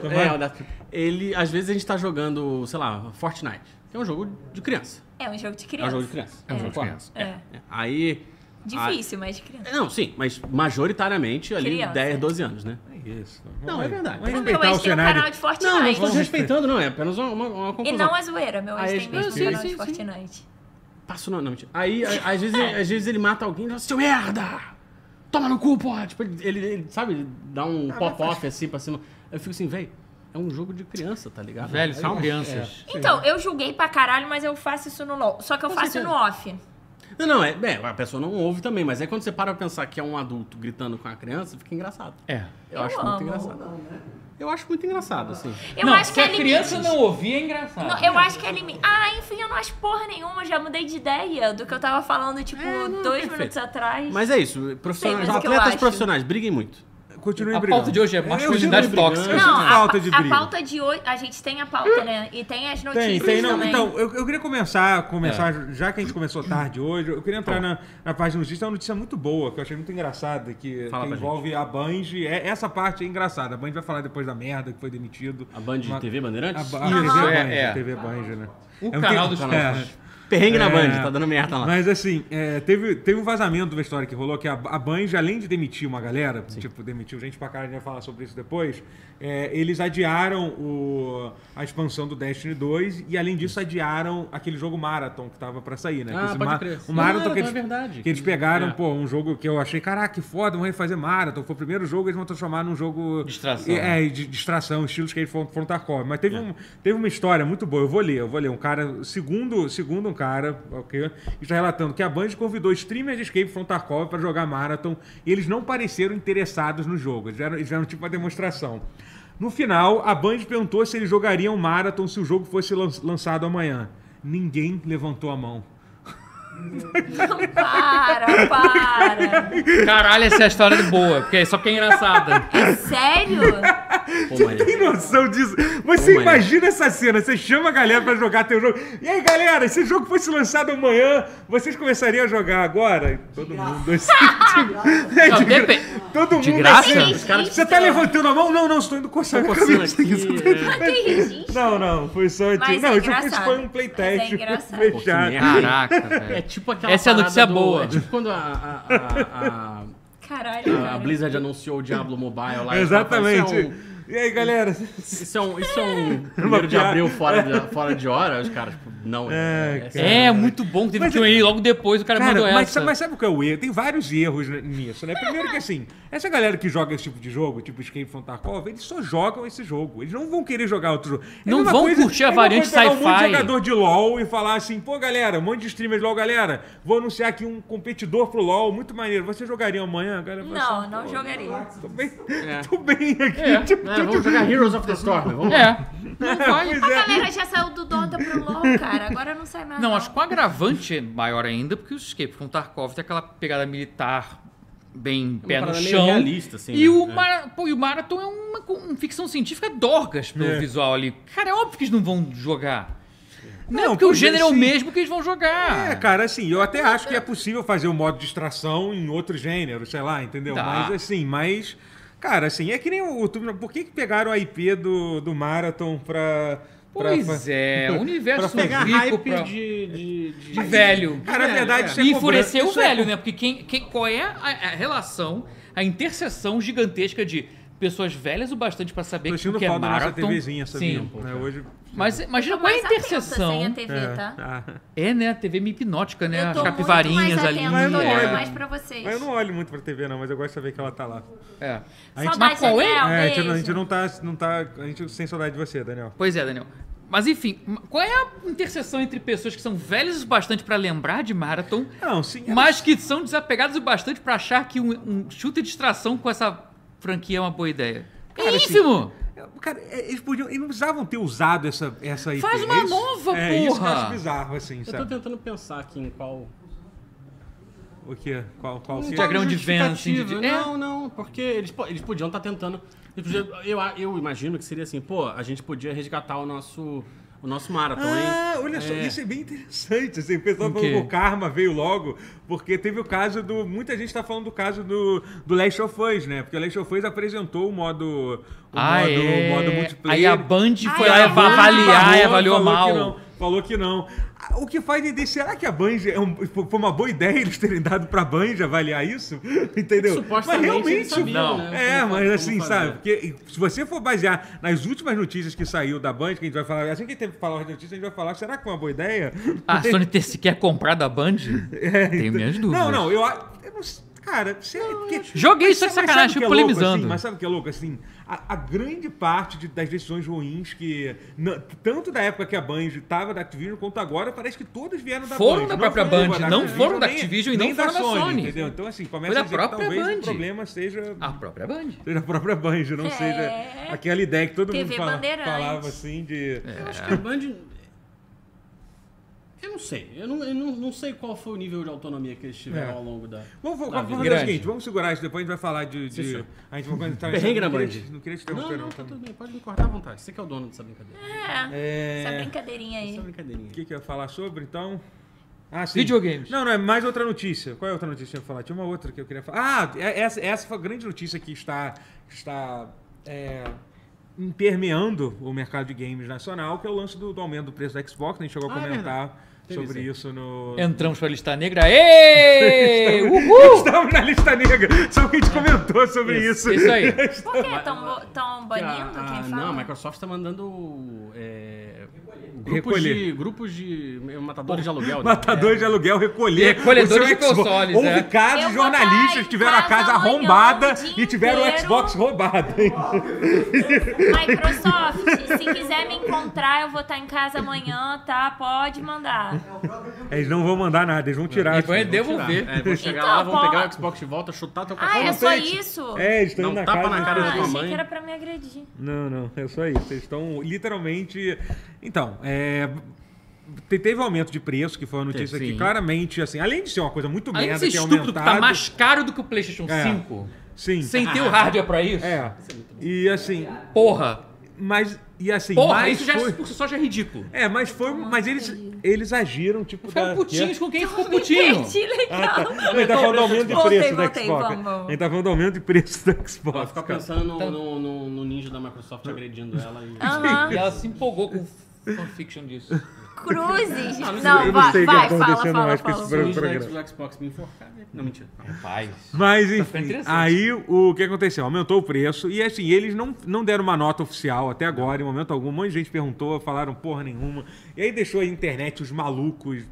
Speaker 1: então vai.
Speaker 2: É, o Dato. Ele, às vezes a gente tá jogando, sei lá, Fortnite. Que é um jogo de criança.
Speaker 3: É um jogo de
Speaker 2: É um
Speaker 3: criança.
Speaker 2: jogo de criança.
Speaker 4: É um jogo de
Speaker 2: Concordo.
Speaker 4: criança.
Speaker 2: É. é. Aí.
Speaker 3: Difícil, mas de criança.
Speaker 2: a- Não, sim, mas majoritariamente ali
Speaker 3: Criança.
Speaker 2: 10, 12 anos, né?
Speaker 1: Isso.
Speaker 2: Não,
Speaker 1: Vamos
Speaker 2: é verdade.
Speaker 1: Vamos
Speaker 2: Não,
Speaker 3: Meu
Speaker 1: respeitar o
Speaker 3: ex tem um canal
Speaker 1: cenário.
Speaker 3: de Fortnite.
Speaker 2: Não, não estou desrespeitando, não. É apenas uma, uma, uma
Speaker 3: E
Speaker 2: conclusão.
Speaker 3: não é zoeira, meu
Speaker 2: Aí,
Speaker 3: ex tem mesmo um
Speaker 2: sim,
Speaker 3: canal
Speaker 2: sim,
Speaker 3: de
Speaker 2: sim.
Speaker 3: Fortnite.
Speaker 2: Passa o nome, não, mentira. Aí, a- às vezes, ele- às vezes ele mata alguém e fala, seu merda! Toma no cu, porra! Tipo, ele, ele- ele, sabe, ele dá
Speaker 3: Ah,
Speaker 2: um pop-off assim pra cima. Eu fico assim, velho, é um jogo de criança, tá ligado?
Speaker 4: velho,
Speaker 2: Aí
Speaker 4: são
Speaker 2: eu-
Speaker 4: crianças.
Speaker 3: Então, eu julguei pra caralho, mas eu faço isso no LOL. Só que eu
Speaker 2: Com
Speaker 3: faço no
Speaker 2: certeza.
Speaker 3: off.
Speaker 2: Não, não, é, bem, a pessoa não ouve também, mas aí quando você para pra pensar que é um adulto gritando com a criança, fica engraçado.
Speaker 4: É.
Speaker 2: Eu,
Speaker 3: Eu
Speaker 2: acho
Speaker 3: amo.
Speaker 2: muito engraçado.
Speaker 1: né?
Speaker 2: Eu acho muito engraçado, assim.
Speaker 3: Eu
Speaker 4: não,
Speaker 3: acho
Speaker 4: se
Speaker 3: que é
Speaker 4: a criança
Speaker 3: limite.
Speaker 4: não ouvir, é engraçado.
Speaker 3: Não, eu acho que é limite. Ah, enfim, eu não acho porra nenhuma, já mudei de ideia do que eu tava falando, tipo, dois
Speaker 2: perfeito.
Speaker 3: minutos atrás.
Speaker 2: Mas é isso, profissionais,
Speaker 3: mas o que eu
Speaker 2: atletas
Speaker 3: acho.
Speaker 2: profissionais, briguem muito.
Speaker 1: Continue
Speaker 4: A
Speaker 1: brigando.
Speaker 4: pauta de hoje é
Speaker 1: Eu
Speaker 4: masculinidade
Speaker 1: sinto brigando,
Speaker 4: tóxica.
Speaker 1: eu
Speaker 3: Não,
Speaker 1: sinto
Speaker 3: a,
Speaker 1: falta de
Speaker 3: a
Speaker 1: briga.
Speaker 3: pauta de hoje. A gente tem a pauta, né? E tem as notícias.
Speaker 1: Tem, tem, não.
Speaker 3: também.
Speaker 1: Então, eu, eu queria começar, começar
Speaker 2: É.
Speaker 1: já que a gente começou tarde hoje, eu queria
Speaker 2: Tá
Speaker 1: entrar na, na parte de notícias. É uma notícia muito boa, que eu achei muito engraçada, que,
Speaker 2: Fala
Speaker 1: que
Speaker 2: pra
Speaker 1: envolve a Banji. É, essa parte é engraçada. A Banji vai falar depois da merda que foi demitido.
Speaker 2: A Band de
Speaker 1: Uma-
Speaker 2: TV
Speaker 1: A,
Speaker 2: Bandeirantes?
Speaker 1: ba-
Speaker 4: Isso,
Speaker 1: a TV
Speaker 4: é,
Speaker 1: Banji,
Speaker 4: é.
Speaker 1: TV Banji, né?
Speaker 4: O
Speaker 1: É um
Speaker 4: canal
Speaker 1: te-
Speaker 4: dos
Speaker 1: é,
Speaker 4: canais.
Speaker 2: Perrengue na
Speaker 1: É.
Speaker 2: Band, tá dando merda lá.
Speaker 1: mas assim, é, teve, teve um vazamento de uma história que rolou que a, a Band, além de demitir uma galera, tipo, demitiu gente pra caralho, a gente vai falar sobre isso depois, é, eles adiaram o- a expansão do Destiny 2 e, além disso, adiaram aquele jogo Marathon que tava pra sair, né?
Speaker 2: Ah,
Speaker 1: Que esse
Speaker 2: pode crer.
Speaker 1: O Marathon que
Speaker 2: Marathon,
Speaker 1: eles,
Speaker 2: é verdade.
Speaker 1: que eles pegaram,
Speaker 2: É.
Speaker 1: pô, um jogo que eu achei, caraca, que foda, vão refazer Marathon. Foi o primeiro jogo, eles vão transformar num jogo...
Speaker 4: Distração.
Speaker 1: É, é, de distração, estilos que eles foram, foram Tarkov. Mas teve, um- teve uma história muito boa, eu vou ler, eu vou ler. Um cara, segundo, segundo um cara, ok, está relatando que a Band convidou streamers de Escape from Tarkov para jogar Marathon e eles não pareceram interessados no jogo, eles eram, eles eram tipo uma demonstração. No final, a Band perguntou se eles jogariam Marathon se o jogo fosse lan- lançado amanhã. Ninguém levantou a mão.
Speaker 3: Não, para, para.
Speaker 4: Caralho, essa é a história de boa, porque é só porque é engraçada.
Speaker 3: É sério?
Speaker 2: Pô, Maria.
Speaker 1: Tem noção disso? Você
Speaker 2: Maria.
Speaker 1: imagina essa cena, você chama a galera pra jogar teu jogo. E aí, galera, se o jogo fosse lançado amanhã, vocês começariam a jogar agora? Todo mundo assim. de- é,
Speaker 4: Não,
Speaker 1: de gra-
Speaker 4: depe-
Speaker 1: Todo mundo
Speaker 4: de graça?
Speaker 1: assim.
Speaker 3: Os
Speaker 2: caras-
Speaker 1: Você tá levantando a mão? Não, não, estou indo coçar
Speaker 2: Tô
Speaker 1: a
Speaker 2: coçando
Speaker 1: cabeça.
Speaker 2: aqui, é.
Speaker 3: Tem registro?
Speaker 1: Não, não, foi só.
Speaker 3: Mas
Speaker 1: não,
Speaker 3: é
Speaker 1: isso foi- isso foi um
Speaker 3: engraçado.
Speaker 1: playtest.
Speaker 3: Mas é engraçado.
Speaker 1: foi
Speaker 2: Pô, que
Speaker 1: chato.
Speaker 2: merda.
Speaker 4: Caraca,
Speaker 2: É
Speaker 4: velho.
Speaker 2: tipo aquela
Speaker 4: Essa é a
Speaker 2: parada
Speaker 4: notícia
Speaker 2: do-
Speaker 4: boa.
Speaker 2: É tipo quando a, a- a- a-
Speaker 3: Caralho,
Speaker 2: a- a
Speaker 3: cara.
Speaker 2: Blizzard anunciou o Diablo Mobile lá. e os caras falaram,
Speaker 1: Exatamente. E aí, galera?
Speaker 2: um Isso é um, isso é um, isso é um primeiro de
Speaker 1: piada.
Speaker 2: abril fora de, fora de hora. Os caras, tipo, não.
Speaker 1: É,
Speaker 2: é-
Speaker 1: cara.
Speaker 2: é-
Speaker 4: É, muito bom que teve
Speaker 1: Mas
Speaker 4: que eu
Speaker 1: é-
Speaker 4: ir logo depois, o cara,
Speaker 1: Cara,
Speaker 4: mandou
Speaker 1: mas,
Speaker 4: essa.
Speaker 1: sabe- mas sabe o que é o erro? Tem vários erros n- nisso, né? Primeiro que assim, essa galera que joga esse tipo de jogo, tipo Escape from Tarkov, eles só jogam esse jogo. Eles não vão querer jogar outro jogo. É
Speaker 4: Não
Speaker 1: mesma
Speaker 4: vão curtir a
Speaker 1: é a mesma
Speaker 4: variante
Speaker 1: coisa pegar um monte de
Speaker 4: sci-fi.
Speaker 1: jogador de LoL e falar assim, pô, galera, um monte de streamers de LoL, galera, vou anunciar aqui um competidor pro LoL, muito maneiro. Você jogaria amanhã? A galera vai
Speaker 3: Não,
Speaker 1: assim,
Speaker 3: não
Speaker 1: pô,
Speaker 3: jogaria.
Speaker 1: Tô bem,
Speaker 4: É.
Speaker 1: tô bem aqui.
Speaker 4: né,
Speaker 1: tipo,
Speaker 2: é,
Speaker 1: tô-
Speaker 2: vamos jogar Heroes of the Storm. Vamos lá.
Speaker 4: É.
Speaker 1: pois
Speaker 3: A
Speaker 1: é.
Speaker 3: galera já saiu do Dota pro LoL, cara. Agora não sai mais.
Speaker 4: Não, acho que o agravante é maior ainda, porque o Escape from Tarkov tem aquela pegada militar bem pé no
Speaker 2: parada meio
Speaker 4: chão.
Speaker 2: realista, assim,
Speaker 4: e,
Speaker 2: né?
Speaker 4: o
Speaker 2: É.
Speaker 4: Mara- pô, e o Marathon é uma co- um ficção científica dorgas pelo
Speaker 1: É.
Speaker 4: visual ali. Cara, é óbvio que eles não vão jogar. Não,
Speaker 1: Não,
Speaker 4: porque o
Speaker 1: pois é,
Speaker 4: gênero é o
Speaker 1: sim.
Speaker 4: mesmo que eles vão jogar.
Speaker 1: É, cara, assim, eu até acho que é possível fazer o modo distração em outro gênero, sei lá, entendeu?
Speaker 4: Tá.
Speaker 1: Mas assim, mas. Cara, assim, é que nem o. tu- Por que, que pegaram a IP do, do Marathon pra. pra-
Speaker 4: Pois
Speaker 1: pra-
Speaker 4: é, o universo
Speaker 1: pra
Speaker 2: Pegar
Speaker 4: rico
Speaker 2: hype
Speaker 4: pra- de,
Speaker 2: de, de, de-
Speaker 4: velho.
Speaker 1: Cara, na
Speaker 2: É,
Speaker 1: verdade,
Speaker 2: é.
Speaker 1: isso é
Speaker 4: E
Speaker 1: cobrança-
Speaker 4: enfurecer o
Speaker 1: isso é
Speaker 4: velho, né? Porque quem, quem- qual é a, a relação, a interseção gigantesca de pessoas velhas o bastante pra saber
Speaker 1: Tô
Speaker 4: que o
Speaker 1: sentindo
Speaker 4: que é
Speaker 1: falta da nossa
Speaker 4: marathon.
Speaker 1: TVzinha, sabia?
Speaker 4: Sim. é.
Speaker 1: né? Hoje.
Speaker 4: Mas imagina
Speaker 3: Tô
Speaker 4: qual é a
Speaker 3: mais atenta Sem a
Speaker 4: interseção.
Speaker 3: TV,
Speaker 1: É,
Speaker 3: tá?
Speaker 1: tá.
Speaker 4: É, né? A TV meio hipnótica, né?
Speaker 3: Eu
Speaker 4: As
Speaker 3: tô muito
Speaker 4: capivarinhas
Speaker 3: mais
Speaker 4: ali.
Speaker 3: atenta, né?
Speaker 1: Mas eu não
Speaker 3: tô olhando
Speaker 1: olho.
Speaker 3: mais pra vocês.
Speaker 1: Mas eu não olho muito pra TV, não, mas eu gosto de saber que ela tá lá.
Speaker 4: É.
Speaker 1: A gente-
Speaker 3: Saudade,
Speaker 4: Mas qual é?
Speaker 3: Daniel,
Speaker 1: É, a gente,
Speaker 3: beijo.
Speaker 1: não- a gente não tá. Não tá a gente sem saudade de você, Daniel.
Speaker 4: Pois é, Daniel. Mas enfim, qual é a interseção entre pessoas que são velhas o bastante pra lembrar de Marathon,
Speaker 1: Não, sim. é-
Speaker 4: mas que são desapegadas o bastante pra achar que um, um chute de distração com essa franquia é uma boa ideia?
Speaker 1: Cara,
Speaker 4: é ínfimo!
Speaker 1: Cara, é, eles podiam. Eles não precisavam ter usado essa, essa IP.
Speaker 4: Faz uma
Speaker 1: é isso-
Speaker 4: nova,
Speaker 1: é, Isso que eu
Speaker 4: porra!
Speaker 1: acho bizarro, assim,
Speaker 2: Eu tô
Speaker 1: sabe?
Speaker 2: tentando pensar aqui em qual.
Speaker 1: O quê? Qual, qual que
Speaker 2: Não
Speaker 1: é?
Speaker 2: tem
Speaker 4: diagrama de Venn, assim, de-
Speaker 2: justificativa.
Speaker 4: é.
Speaker 2: Não, não, porque eles, po- eles podiam estar tentando. eles podiam- Eu, eu imagino que seria assim, pô, a gente podia resgatar o nosso, o nosso Marathon, hein?
Speaker 1: Ah, olha só, isso é bem interessante. Assim, o pessoal
Speaker 4: O
Speaker 1: falou que
Speaker 4: quê?
Speaker 1: o Karma veio logo, porque teve o caso do. Muita gente tá falando do caso do, do Last of Us, né? Porque o Last of Us apresentou o modo, o
Speaker 4: Ah,
Speaker 1: modo,
Speaker 4: é.
Speaker 1: o modo multiplayer.
Speaker 4: Aí a Band foi
Speaker 3: Ah,
Speaker 4: lá
Speaker 3: é
Speaker 4: eva-
Speaker 3: verdade.
Speaker 4: avaliar e
Speaker 1: Falou,
Speaker 4: avaliou
Speaker 1: falou
Speaker 4: mal.
Speaker 1: Que não, falou que não. Ah, O que faz entender, será que a Band é um- foi uma boa ideia eles terem dado pra Band avaliar isso? Entendeu? Mas
Speaker 2: Supostamente
Speaker 1: realmente.
Speaker 2: eles
Speaker 4: não.
Speaker 2: sabiam, né,
Speaker 1: É,
Speaker 2: como-
Speaker 1: mas
Speaker 2: como
Speaker 1: assim,
Speaker 2: fazer.
Speaker 1: sabe? Porque se você for basear nas últimas notícias que saiu da Band, que a gente vai falar, assim que tem que falar as notícias, a gente vai falar, será que foi uma boa ideia? É, então.
Speaker 4: A Sony ter sequer comprado a Band? Tenho Ah, minhas dúvidas.
Speaker 1: Não, não, eu, a- eu não sei, Cara, você, é porque,
Speaker 4: Joguei isso de
Speaker 1: mas sabe
Speaker 4: sacanagem,
Speaker 1: o que
Speaker 4: fico
Speaker 1: é louco,
Speaker 4: polemizando.
Speaker 1: assim? mas sabe o que é louco? Assim, a, a grande parte de- das decisões ruins que. na- tanto da época que a Band estava da Activision quanto agora, parece que todas vieram da
Speaker 4: Foram
Speaker 1: Band.
Speaker 4: da
Speaker 1: Não
Speaker 4: própria
Speaker 1: foi
Speaker 4: Band, não foram da Activision e
Speaker 1: nem
Speaker 4: não foram da Sony.
Speaker 1: Entendeu? Então, assim, começa
Speaker 4: da
Speaker 1: a dizer que
Speaker 4: própria
Speaker 1: talvez
Speaker 4: Band.
Speaker 1: o problema seja
Speaker 4: A própria Band.
Speaker 1: seja a própria Band, não
Speaker 3: É.
Speaker 1: seja aquela ideia que todo
Speaker 3: TV
Speaker 1: mundo fala-
Speaker 3: Bandeirantes.
Speaker 1: falava assim de.
Speaker 2: Eu acho que a Band. É. Eu não sei. Eu, não, eu não, não sei qual foi o nível de autonomia que eles tiveram
Speaker 1: É.
Speaker 2: ao longo da.
Speaker 1: Vamos, vamos,
Speaker 2: Não,
Speaker 1: vamos fazer o
Speaker 4: grande.
Speaker 1: seguinte, vamos segurar isso, depois a gente vai falar de. de-
Speaker 2: senhor.
Speaker 1: a gente vai entrar
Speaker 2: Perrengue
Speaker 1: não
Speaker 2: na
Speaker 1: queria
Speaker 2: Band.
Speaker 1: te- Não queria te
Speaker 2: Não,
Speaker 1: interromper,
Speaker 2: não, tá
Speaker 1: também.
Speaker 2: tudo bem. Pode me cortar à vontade. Você que é o dono dessa brincadeira.
Speaker 3: É, essa
Speaker 1: É,
Speaker 3: brincadeirinha
Speaker 2: Essa
Speaker 3: aí.
Speaker 2: brincadeirinha.
Speaker 1: O que, que eu ia falar sobre, então? Ah, sim.
Speaker 4: Videogames.
Speaker 1: Não, não, é mais outra notícia. Qual é a outra notícia que eu ia falar? Tinha uma outra que eu queria falar. Ah, é- essa, essa foi a grande notícia que está, que está é, permeando o mercado de games nacional, que é o lance do, do aumento do preço da Xbox. né? A gente chegou a
Speaker 2: Ah, é
Speaker 1: comentar
Speaker 2: Teve
Speaker 1: sobre
Speaker 2: isso.
Speaker 1: isso no...
Speaker 4: Entramos pra lista negra. Ê! Uhul!
Speaker 1: Estamos na lista negra, só que a gente comentou sobre isso.
Speaker 4: Isso aí.
Speaker 3: Por que tão, bo- tão banindo
Speaker 2: a-
Speaker 3: quem
Speaker 2: a-
Speaker 3: fala?
Speaker 2: Ah, Não, a Microsoft está mandando é, grupos,
Speaker 1: Recolher.
Speaker 2: de, grupos de matadores de aluguel. né?
Speaker 1: Matadores de aluguel recolher.
Speaker 4: Recolhedores
Speaker 1: o seu
Speaker 4: de
Speaker 1: Xbox.
Speaker 4: consoles,
Speaker 1: Houve
Speaker 4: é.
Speaker 1: casos
Speaker 3: Eu
Speaker 1: de
Speaker 3: vou tá
Speaker 1: jornalistas
Speaker 3: em
Speaker 1: que tiveram a casa
Speaker 3: casa amanhã,
Speaker 1: arrombada
Speaker 3: o dia
Speaker 1: e tiveram o
Speaker 3: inteiro.
Speaker 1: Xbox roubado, hein?
Speaker 3: Microsoft, se quiser me encontrar, eu vou estar em casa amanhã, tá? Pode mandar.
Speaker 1: É, Eles não vão mandar nada, eles vão tirar.
Speaker 4: E vai
Speaker 1: assim.
Speaker 4: devolver.
Speaker 2: É, vão chegar
Speaker 3: Então,
Speaker 2: lá, vão
Speaker 3: pô.
Speaker 2: pegar o Xbox de volta, chutar teu
Speaker 3: Ah,
Speaker 2: cachorro.
Speaker 3: é
Speaker 1: não
Speaker 3: só
Speaker 1: tem-
Speaker 3: isso?
Speaker 1: É, eles estão
Speaker 2: Não,
Speaker 1: indo na
Speaker 2: tapa
Speaker 1: casa.
Speaker 2: na
Speaker 3: Ah,
Speaker 2: cara da tua
Speaker 3: achei
Speaker 2: mãe.
Speaker 3: que era pra me agredir.
Speaker 1: Não, não, é só isso. Eles estão literalmente. Então, é. te- teve aumento de preço, que foi uma notícia
Speaker 4: Teve,
Speaker 1: que
Speaker 4: sim.
Speaker 1: claramente, assim, além de ser uma coisa muito
Speaker 4: Além
Speaker 1: merda, ter
Speaker 4: desse estúpido que tá
Speaker 1: aumentado-
Speaker 4: mais caro do que o PlayStation
Speaker 1: É.
Speaker 4: 5,
Speaker 1: Sim.
Speaker 4: sem ter o hardware pra isso,
Speaker 1: É. E assim,
Speaker 4: porra,
Speaker 1: mas e assim,
Speaker 4: porra,
Speaker 1: mas
Speaker 4: isso já,
Speaker 1: foi-
Speaker 4: por si só já é ridículo.
Speaker 1: É, mas foi, mas eles eles agiram tipo
Speaker 4: Ficaram
Speaker 1: da-
Speaker 4: putinhos com quem ficou
Speaker 3: Me
Speaker 4: putinho.
Speaker 3: perdi, legal.
Speaker 1: Ele tá falando do aumento de
Speaker 3: então, Voltei,
Speaker 1: preço da
Speaker 3: voltei,
Speaker 1: Xbox.
Speaker 3: vamos, vamos.
Speaker 1: Ele tá falando do aumento de preço da Xbox.
Speaker 2: Ela fica
Speaker 1: cara.
Speaker 2: pensando
Speaker 3: Tá.
Speaker 2: no, no, no- no ninja da Microsoft agredindo ela e...
Speaker 3: Aham.
Speaker 4: E ela se empolgou com fanfiction disso.
Speaker 3: Cruzes. Não,
Speaker 1: Eu Ah, não
Speaker 3: vai,
Speaker 1: sei o que tá
Speaker 3: vai, fala,
Speaker 1: acontecendo
Speaker 3: fala,
Speaker 1: mais com esse
Speaker 3: fala.
Speaker 2: O
Speaker 1: pro-
Speaker 2: ninja da
Speaker 1: programa.
Speaker 2: Xbox- Xbox me enforcar. Não, mentira.
Speaker 4: Rapaz.
Speaker 1: Mas
Speaker 4: ficando
Speaker 1: enfim,
Speaker 4: interessante.
Speaker 1: aí o que aconteceu? Aumentou o preço e assim, eles não, não deram uma nota oficial até agora, em momento algum. Um monte de gente perguntou, falaram porra nenhuma. E aí deixou a internet os malucos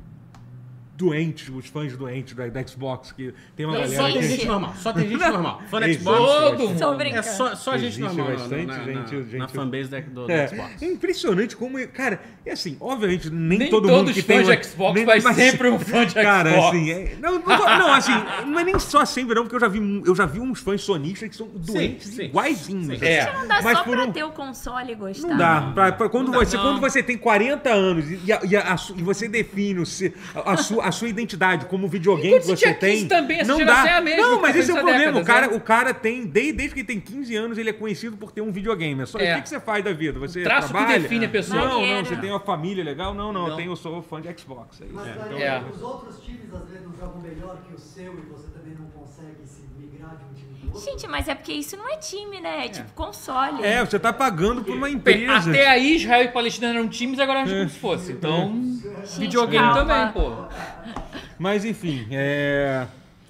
Speaker 1: doentes, os fãs doentes da, da Xbox, que tem uma
Speaker 3: Não,
Speaker 1: galera
Speaker 2: Só tem
Speaker 1: que...
Speaker 3: Existe.
Speaker 2: gente normal. Só tem gente normal. Fã da
Speaker 1: Existe.
Speaker 2: Xbox.
Speaker 4: Todo mundo.
Speaker 3: Só
Speaker 2: É
Speaker 3: brincando.
Speaker 2: só, só gente
Speaker 1: Existe
Speaker 2: normal na-
Speaker 1: bastante
Speaker 2: na,
Speaker 1: gente-
Speaker 2: na, na
Speaker 1: gente-
Speaker 2: fanbase da, do, do
Speaker 1: É,
Speaker 2: Xbox.
Speaker 1: é impressionante como. Cara, é assim, obviamente, nem,
Speaker 4: Nem
Speaker 1: todo
Speaker 4: todo
Speaker 1: mundo que
Speaker 4: fã
Speaker 1: tem.
Speaker 4: de
Speaker 1: uma-
Speaker 4: Xbox vai sempre um fã de
Speaker 1: cara,
Speaker 4: Xbox.
Speaker 1: assim. é- não, não, tô- não, assim, não é nem só sempre, não, porque eu já vi, mu- eu já vi uns fãs sonistas que são doentes
Speaker 2: sim.
Speaker 1: iguaizinhos. assim.
Speaker 4: É.
Speaker 3: Não dá
Speaker 1: Mas
Speaker 3: só
Speaker 1: por
Speaker 3: pra
Speaker 1: um-
Speaker 3: ter o console e gostar.
Speaker 1: Não dá. Pra- pra- quando,
Speaker 4: Tá. Não dá,
Speaker 1: você,
Speaker 4: não.
Speaker 1: quando você tem 40 anos e, a- e a- a su- e você define o se- a, a sua, a sua identidade como videogame
Speaker 4: Enquanto
Speaker 1: que
Speaker 4: esse
Speaker 1: você
Speaker 4: Jack Kiss
Speaker 1: tem.
Speaker 4: também, essa
Speaker 1: não
Speaker 4: geração
Speaker 1: dá.
Speaker 4: é a mesma,
Speaker 1: não, mas
Speaker 4: tá
Speaker 1: esse é o
Speaker 4: pensando há
Speaker 1: problema. O
Speaker 4: décadas,
Speaker 1: cara, o cara tem, desde, desde que ele tem 15 anos, ele é conhecido por ter um videogame. É só,
Speaker 4: É.
Speaker 1: O que, que você faz da vida? Você
Speaker 4: traço que
Speaker 1: trabalha?
Speaker 4: define a pessoa.
Speaker 1: Não, não,
Speaker 3: Maneiro.
Speaker 1: você tem uma família legal? Não, não,
Speaker 4: Não.
Speaker 1: Eu, tenho, eu sou fã de Xbox. É isso.
Speaker 5: Mas aí,
Speaker 4: É.
Speaker 5: Então, os outros times às vezes não jogam melhor que o seu e você também não consegue se migrar de um time para outro.
Speaker 3: Gente, mas é porque isso não é time, né? É tipo console.
Speaker 1: É, você tá pagando por uma
Speaker 4: Bem,
Speaker 1: empresa.
Speaker 4: até aí Israel e Palestina eram times, agora é como se fosse. Então,
Speaker 3: Gente,
Speaker 4: videogame
Speaker 3: calma.
Speaker 4: também, pô.
Speaker 1: Mas enfim, é...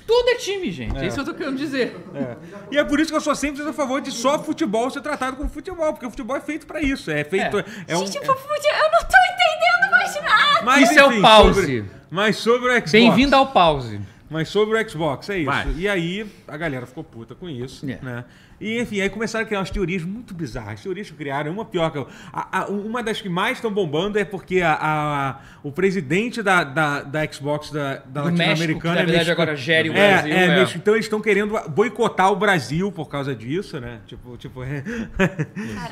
Speaker 4: Tudo é time, gente. É isso que eu tô querendo dizer.
Speaker 1: É. E é por isso que eu sou sempre a favor de só futebol ser tratado como futebol, porque o futebol é feito pra isso. É feito.
Speaker 4: É.
Speaker 1: É. um-
Speaker 3: Gente, eu vou- eu não tô entendendo mais nada.
Speaker 1: Mas,
Speaker 4: Isso é o
Speaker 1: enfim,
Speaker 4: pause.
Speaker 1: sobre- mas sobre o Xbox.
Speaker 4: Bem-vindo ao pause.
Speaker 1: Mas sobre o Xbox, é isso.
Speaker 2: Vai.
Speaker 1: E aí a galera ficou puta com isso,
Speaker 4: É.
Speaker 1: né? E enfim, aí começaram a criar umas teorias muito bizarras. Teorias que criaram, uma pior que a, a- a- Uma das que mais estão bombando é porque a, a- o presidente da, da, da Xbox da, da
Speaker 4: Do México,
Speaker 1: latino-americana...
Speaker 4: que, na
Speaker 1: é
Speaker 4: verdade,
Speaker 1: mexicano.
Speaker 4: agora gere o
Speaker 1: É,
Speaker 4: Brasil,
Speaker 1: é,
Speaker 4: é.
Speaker 1: mex- então eles estão querendo boicotar o Brasil por causa disso, né? Tipo, tipo... é.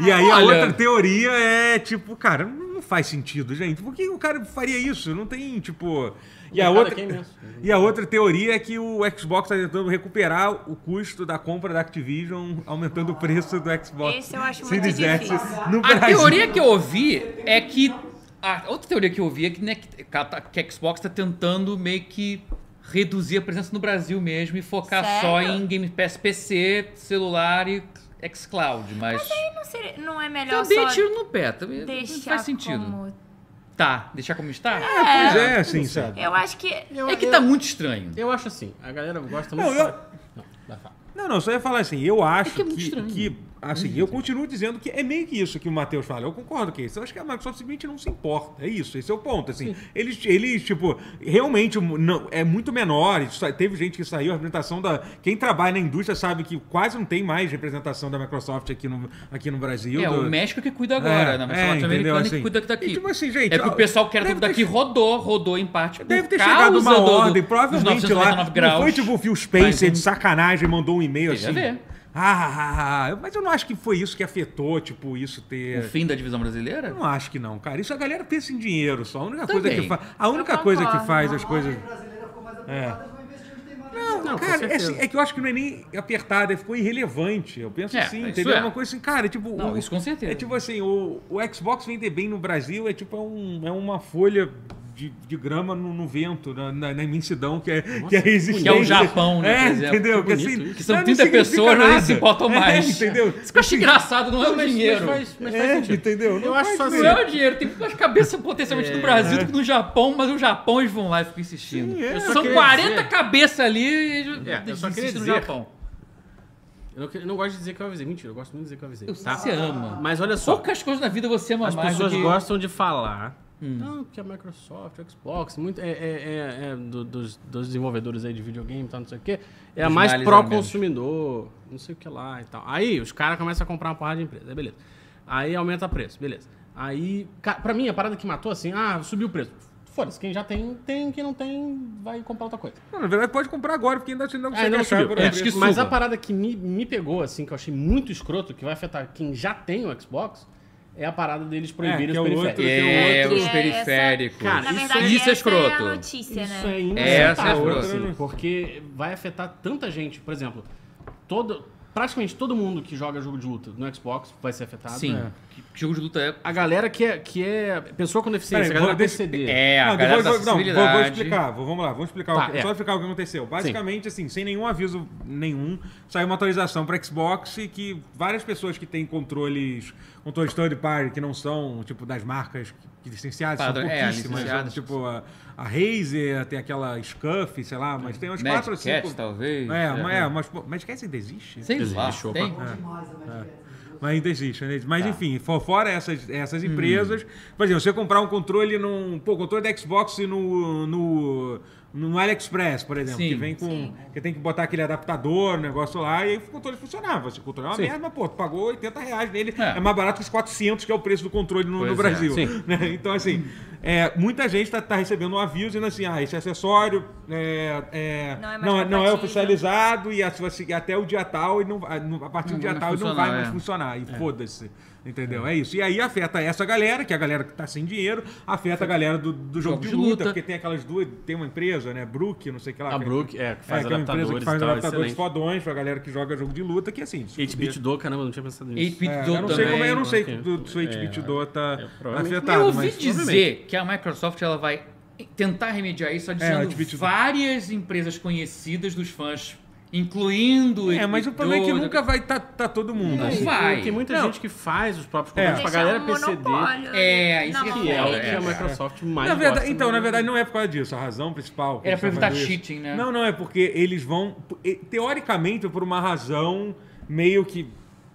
Speaker 1: e aí a
Speaker 4: Olha.
Speaker 1: outra teoria é, tipo, cara... Não faz sentido, gente. Por que o cara faria isso? Não tem, tipo. E a
Speaker 2: Mercado
Speaker 1: outra.
Speaker 2: aqui é imenso.
Speaker 1: E a outra teoria é que o Xbox está tentando recuperar o custo da compra da Activision, aumentando o preço do Xbox.
Speaker 3: Esse eu acho
Speaker 1: Series
Speaker 3: muito
Speaker 1: X
Speaker 3: difícil.
Speaker 1: No
Speaker 4: A
Speaker 1: Brasil.
Speaker 4: teoria que eu ouvi é que. A outra teoria que eu ouvi é que, né, que, que a- que a Xbox tá tentando meio que reduzir a presença no Brasil mesmo e focar
Speaker 3: Sério?
Speaker 4: só em Game Pass PC, celular e xCloud. Mas.
Speaker 3: Não, seria- não é melhor
Speaker 4: também
Speaker 3: só
Speaker 4: tiro no pé. Também não
Speaker 3: deixar
Speaker 4: faz sentido.
Speaker 3: como...
Speaker 4: Tá, deixar como está?
Speaker 1: Pois é, assim, sabe?
Speaker 3: Eu acho que...
Speaker 4: É que tá muito estranho.
Speaker 2: Eu acho assim. A galera gosta
Speaker 1: Não,
Speaker 2: muito...
Speaker 1: eu-
Speaker 2: Não, vai falar.
Speaker 1: Não, não, só ia falar assim, eu acho
Speaker 4: que é muito
Speaker 1: que,
Speaker 4: estranho.
Speaker 1: que, assim, eu continuo dizendo que é meio que isso que o Matheus fala, eu concordo com isso, eu acho que a Microsoft simplesmente não se importa, é isso, esse é o ponto, assim, eles, eles, tipo, realmente não, é muito menor, isso sa- teve gente que saiu, a representação da, quem trabalha na indústria sabe que quase não tem mais representação da Microsoft aqui no, aqui no Brasil.
Speaker 4: É,
Speaker 1: do-
Speaker 4: o México que cuida agora, né?
Speaker 1: É,
Speaker 4: na
Speaker 1: é,
Speaker 4: versão latino-americana
Speaker 1: entendeu?
Speaker 4: que
Speaker 1: Assim,
Speaker 4: cuida daqui.
Speaker 1: e tipo assim, gente,
Speaker 4: é que
Speaker 1: ó,
Speaker 4: o pessoal que era
Speaker 1: deve
Speaker 4: tudo daqui
Speaker 1: ter-
Speaker 4: rodou, rodou em parte por
Speaker 1: Deve ter
Speaker 4: causa
Speaker 1: chegado uma
Speaker 4: do- do-
Speaker 1: ordem,
Speaker 4: dos
Speaker 1: provavelmente lá.
Speaker 4: 999 graus.
Speaker 1: Não foi tipo o Phil
Speaker 4: Mas
Speaker 1: Spencer
Speaker 4: um-
Speaker 1: de sacanagem mandou um e-mail
Speaker 4: Teve a
Speaker 1: assim.
Speaker 4: ver.
Speaker 1: Ah, ah, ah, ah, mas eu não acho que foi isso que afetou, tipo, isso
Speaker 4: O
Speaker 1: ter.
Speaker 4: fim da divisão brasileira?
Speaker 1: Eu não acho que não, cara. Isso a galera pensa em dinheiro só. A única coisa
Speaker 4: Também.
Speaker 1: que faz. A única
Speaker 3: Eu
Speaker 1: coisa que
Speaker 3: concordo.
Speaker 1: faz as
Speaker 5: A
Speaker 1: coisas.
Speaker 5: margem brasileira ficou mais apertada, vou investir um onde tem margem
Speaker 1: Não,
Speaker 2: Não, com
Speaker 1: cara, é,
Speaker 2: certeza.
Speaker 1: assim, é que eu acho que não é nem apertada, ficou irrelevante. Eu penso
Speaker 4: É,
Speaker 1: assim,
Speaker 4: isso
Speaker 1: entendeu?
Speaker 4: é.
Speaker 1: Uma coisa assim, cara, tipo.
Speaker 4: Não,
Speaker 1: o-
Speaker 4: isso com certeza.
Speaker 1: É tipo assim, o, o Xbox vender bem no Brasil é tipo é um, é uma folha de, de grama no, no vento, na, na- na imensidão que é, que é resistente.
Speaker 4: que é o Japão, né, por
Speaker 1: É,
Speaker 4: exemplo.
Speaker 1: entendeu?
Speaker 2: Que
Speaker 1: Que,
Speaker 2: bonito
Speaker 1: assim,
Speaker 2: isso.
Speaker 4: Que são
Speaker 1: não
Speaker 4: 30
Speaker 1: significa
Speaker 4: pessoas,
Speaker 1: nada.
Speaker 4: mas eles se importam
Speaker 1: É,
Speaker 4: mais.
Speaker 1: entendeu? Assim,
Speaker 4: Isso que eu acho engraçado, não é o
Speaker 2: mas,
Speaker 4: dinheiro.
Speaker 2: Mas faz, mas faz
Speaker 1: É,
Speaker 2: sentido.
Speaker 1: entendeu?
Speaker 2: Eu
Speaker 1: Não
Speaker 2: acho
Speaker 1: faz
Speaker 2: só assim.
Speaker 4: Não é o dinheiro, tem mais cabeça potencialmente
Speaker 1: É.
Speaker 4: no Brasil do que no Japão, mas no Japão eles vão lá e ficam insistindo.
Speaker 1: Sim, é. Eu
Speaker 2: só
Speaker 4: São
Speaker 2: queria
Speaker 4: 40
Speaker 2: dizer-
Speaker 4: cabeças ali e eles
Speaker 2: É, eu só queria
Speaker 4: insistem no
Speaker 2: dizer-
Speaker 4: Japão.
Speaker 2: Eu não, que- eu não gosto de dizer que eu avisei. Mentira, eu gosto muito de dizer que eu avisei.
Speaker 4: Eu sei
Speaker 2: Tá?
Speaker 4: que você ama.
Speaker 2: Mas olha só.
Speaker 4: Poucas coisas na vida você ama
Speaker 2: As
Speaker 4: mais
Speaker 2: pessoas
Speaker 4: do que... Hum.
Speaker 2: gostam de falar. Não, porque a Microsoft, a Xbox, muito, é, é- é- é do- dos, dos desenvolvedores aí de videogame e tal, não sei o quê. É a
Speaker 4: Os
Speaker 2: mais
Speaker 4: males
Speaker 2: pró-consumidor, não sei o que lá e tal. Aí os caras começam a comprar uma porrada de empresa, aí beleza. Aí aumenta preço, beleza. Aí, ca- pra mim, a parada que matou assim, ah, subiu o preço. Foda-se, quem já tem, tem, quem não tem, vai comprar outra coisa.
Speaker 1: Não, na verdade, pode comprar agora, porque ainda não
Speaker 2: Aí
Speaker 1: consegue
Speaker 2: não
Speaker 1: achar
Speaker 2: subiu.
Speaker 1: por um
Speaker 2: É,
Speaker 1: preço.
Speaker 4: que
Speaker 2: mas
Speaker 4: suba.
Speaker 2: a parada que me, me pegou, assim, que eu achei muito escroto, que vai afetar quem já tem o Xbox, é a parada deles proibirem
Speaker 1: que é
Speaker 2: os
Speaker 1: o outro-
Speaker 2: periféricos.
Speaker 4: É,
Speaker 3: outro-
Speaker 4: os periféricos.
Speaker 2: Cara,
Speaker 3: Na
Speaker 2: isso
Speaker 3: verdade,
Speaker 2: é-
Speaker 3: essa
Speaker 4: isso é escroto.
Speaker 3: a notícia,
Speaker 2: Isso
Speaker 3: né?
Speaker 2: é
Speaker 4: Essa é a
Speaker 2: inaceitável,
Speaker 4: próxima.
Speaker 1: né?
Speaker 2: assim, porque vai afetar tanta gente. Por exemplo, todo, praticamente todo mundo que joga jogo de luta no Xbox vai ser afetado.
Speaker 4: Sim.
Speaker 2: É.
Speaker 4: Que Jogo de luta é.
Speaker 2: A galera que é, que é pessoa com deficiência,
Speaker 1: Peraí,
Speaker 2: a galera tá
Speaker 1: vou- deixa-
Speaker 2: PCD.
Speaker 4: É, a
Speaker 1: Não,
Speaker 4: galera
Speaker 1: depois
Speaker 4: da
Speaker 1: vou- não, vou, vou
Speaker 4: acessibilidade.
Speaker 1: explicar, vou- vamos lá, vamos explicar,
Speaker 2: Tá,
Speaker 1: o que,
Speaker 2: é.
Speaker 1: só explicar o que aconteceu. Basicamente, assim, sem nenhum aviso nenhum, saiu uma atualização para Xbox e que várias pessoas que têm controles, controles third party, que não são, tipo, das marcas que licenciadas, são
Speaker 4: Padrão- é,
Speaker 1: pouquíssimas,
Speaker 4: licenciadas.
Speaker 1: tipo a, a Razer, tem aquela Scuff, sei lá, mas tem umas
Speaker 4: Magic
Speaker 1: quatro ou cinco...
Speaker 4: Cat, talvez.
Speaker 1: É,
Speaker 4: É.
Speaker 1: mas, é, mas, pô, Magic Cat ainda existe?
Speaker 4: Sei lá.
Speaker 2: Existe, opa.
Speaker 4: Tem?
Speaker 5: Bom demais né, é. a Magic Cat.
Speaker 1: Mas ainda existe, ainda existe. Mas
Speaker 4: Tá.
Speaker 1: enfim, fo- fora essas, essas
Speaker 4: Hum.
Speaker 1: empresas. Por exemplo, você comprar um controle num. Pô, controle da Xbox no. no no AliExpress, por exemplo,
Speaker 4: Sim.
Speaker 1: que vem com. Que tem que botar aquele adaptador, um negócio lá, e aí o controle funcionava. Se o controle é uma
Speaker 2: Sim.
Speaker 1: merda, mas, pô, tu pagou 80 reais nele, é.
Speaker 4: É.
Speaker 1: mais barato que os 400, que é o preço do controle no, no
Speaker 4: Pois é,
Speaker 1: Brasil.
Speaker 2: sim.
Speaker 1: né? Então, assim, é, muita gente tá, tá recebendo um aviso dizendo assim: ah, esse acessório é, é,
Speaker 3: Não é mais
Speaker 1: não, é- não é
Speaker 3: compatível.
Speaker 1: oficializado e a- se você- até o dia tal, e não, vai- a partir do
Speaker 4: Não
Speaker 1: dia
Speaker 4: vai
Speaker 1: tal, ele não vai
Speaker 4: funcionar,
Speaker 1: mais
Speaker 4: é.
Speaker 1: funcionar funcionar. E foda-se. Entendeu? É. isso. E aí afeta essa galera, que é a galera que tá sem dinheiro, afeta a galera do, do jogo de, luta, porque tem aquelas duas, tem uma empresa, né? Brook, não sei o que lá.
Speaker 2: A
Speaker 1: que é-
Speaker 2: Brook, é, que faz
Speaker 1: é, que é uma empresa
Speaker 2: adaptadores
Speaker 1: que faz
Speaker 2: e tal,
Speaker 1: adaptadores
Speaker 2: excelente.
Speaker 1: fodões pra galera que joga jogo de luta, que assim. se
Speaker 2: 8-bit
Speaker 1: fuder.
Speaker 2: do, caramba, não tinha pensado nisso.
Speaker 4: 8-bit
Speaker 1: É,
Speaker 4: do
Speaker 1: eu não sei
Speaker 4: também.
Speaker 1: como é, eu não sei
Speaker 2: porque-
Speaker 1: do se o 8-bit do tá
Speaker 2: provavelmente-
Speaker 1: afetado.
Speaker 4: Eu ouvi
Speaker 1: mas-
Speaker 4: dizer que a Microsoft ela vai tentar remediar isso
Speaker 1: É, o
Speaker 4: adicionando
Speaker 1: Activision.
Speaker 4: várias empresas conhecidas dos fãs, incluindo.
Speaker 1: É, mas o problema é que nunca vai estar todo mundo.
Speaker 4: Não
Speaker 1: assim.
Speaker 2: E
Speaker 4: vai.
Speaker 2: Tem muita gente que faz os próprios
Speaker 1: É.
Speaker 2: controles pra
Speaker 3: Deixar
Speaker 2: galera
Speaker 3: um
Speaker 2: PCD,
Speaker 3: monopólio
Speaker 4: É, isso
Speaker 3: na
Speaker 4: que
Speaker 3: mão
Speaker 2: que é o que
Speaker 4: É,
Speaker 2: a
Speaker 4: é.
Speaker 2: Microsoft mais
Speaker 1: Na verdade,
Speaker 2: gosta.
Speaker 1: então, na verdade, não é por causa disso. A razão principal. que
Speaker 4: Era
Speaker 1: eles
Speaker 4: pra
Speaker 1: estão
Speaker 4: É, evitar
Speaker 1: fazendo isso-
Speaker 4: cheating, né?
Speaker 1: Não, não, é porque eles vão. e- Teoricamente, por uma razão meio que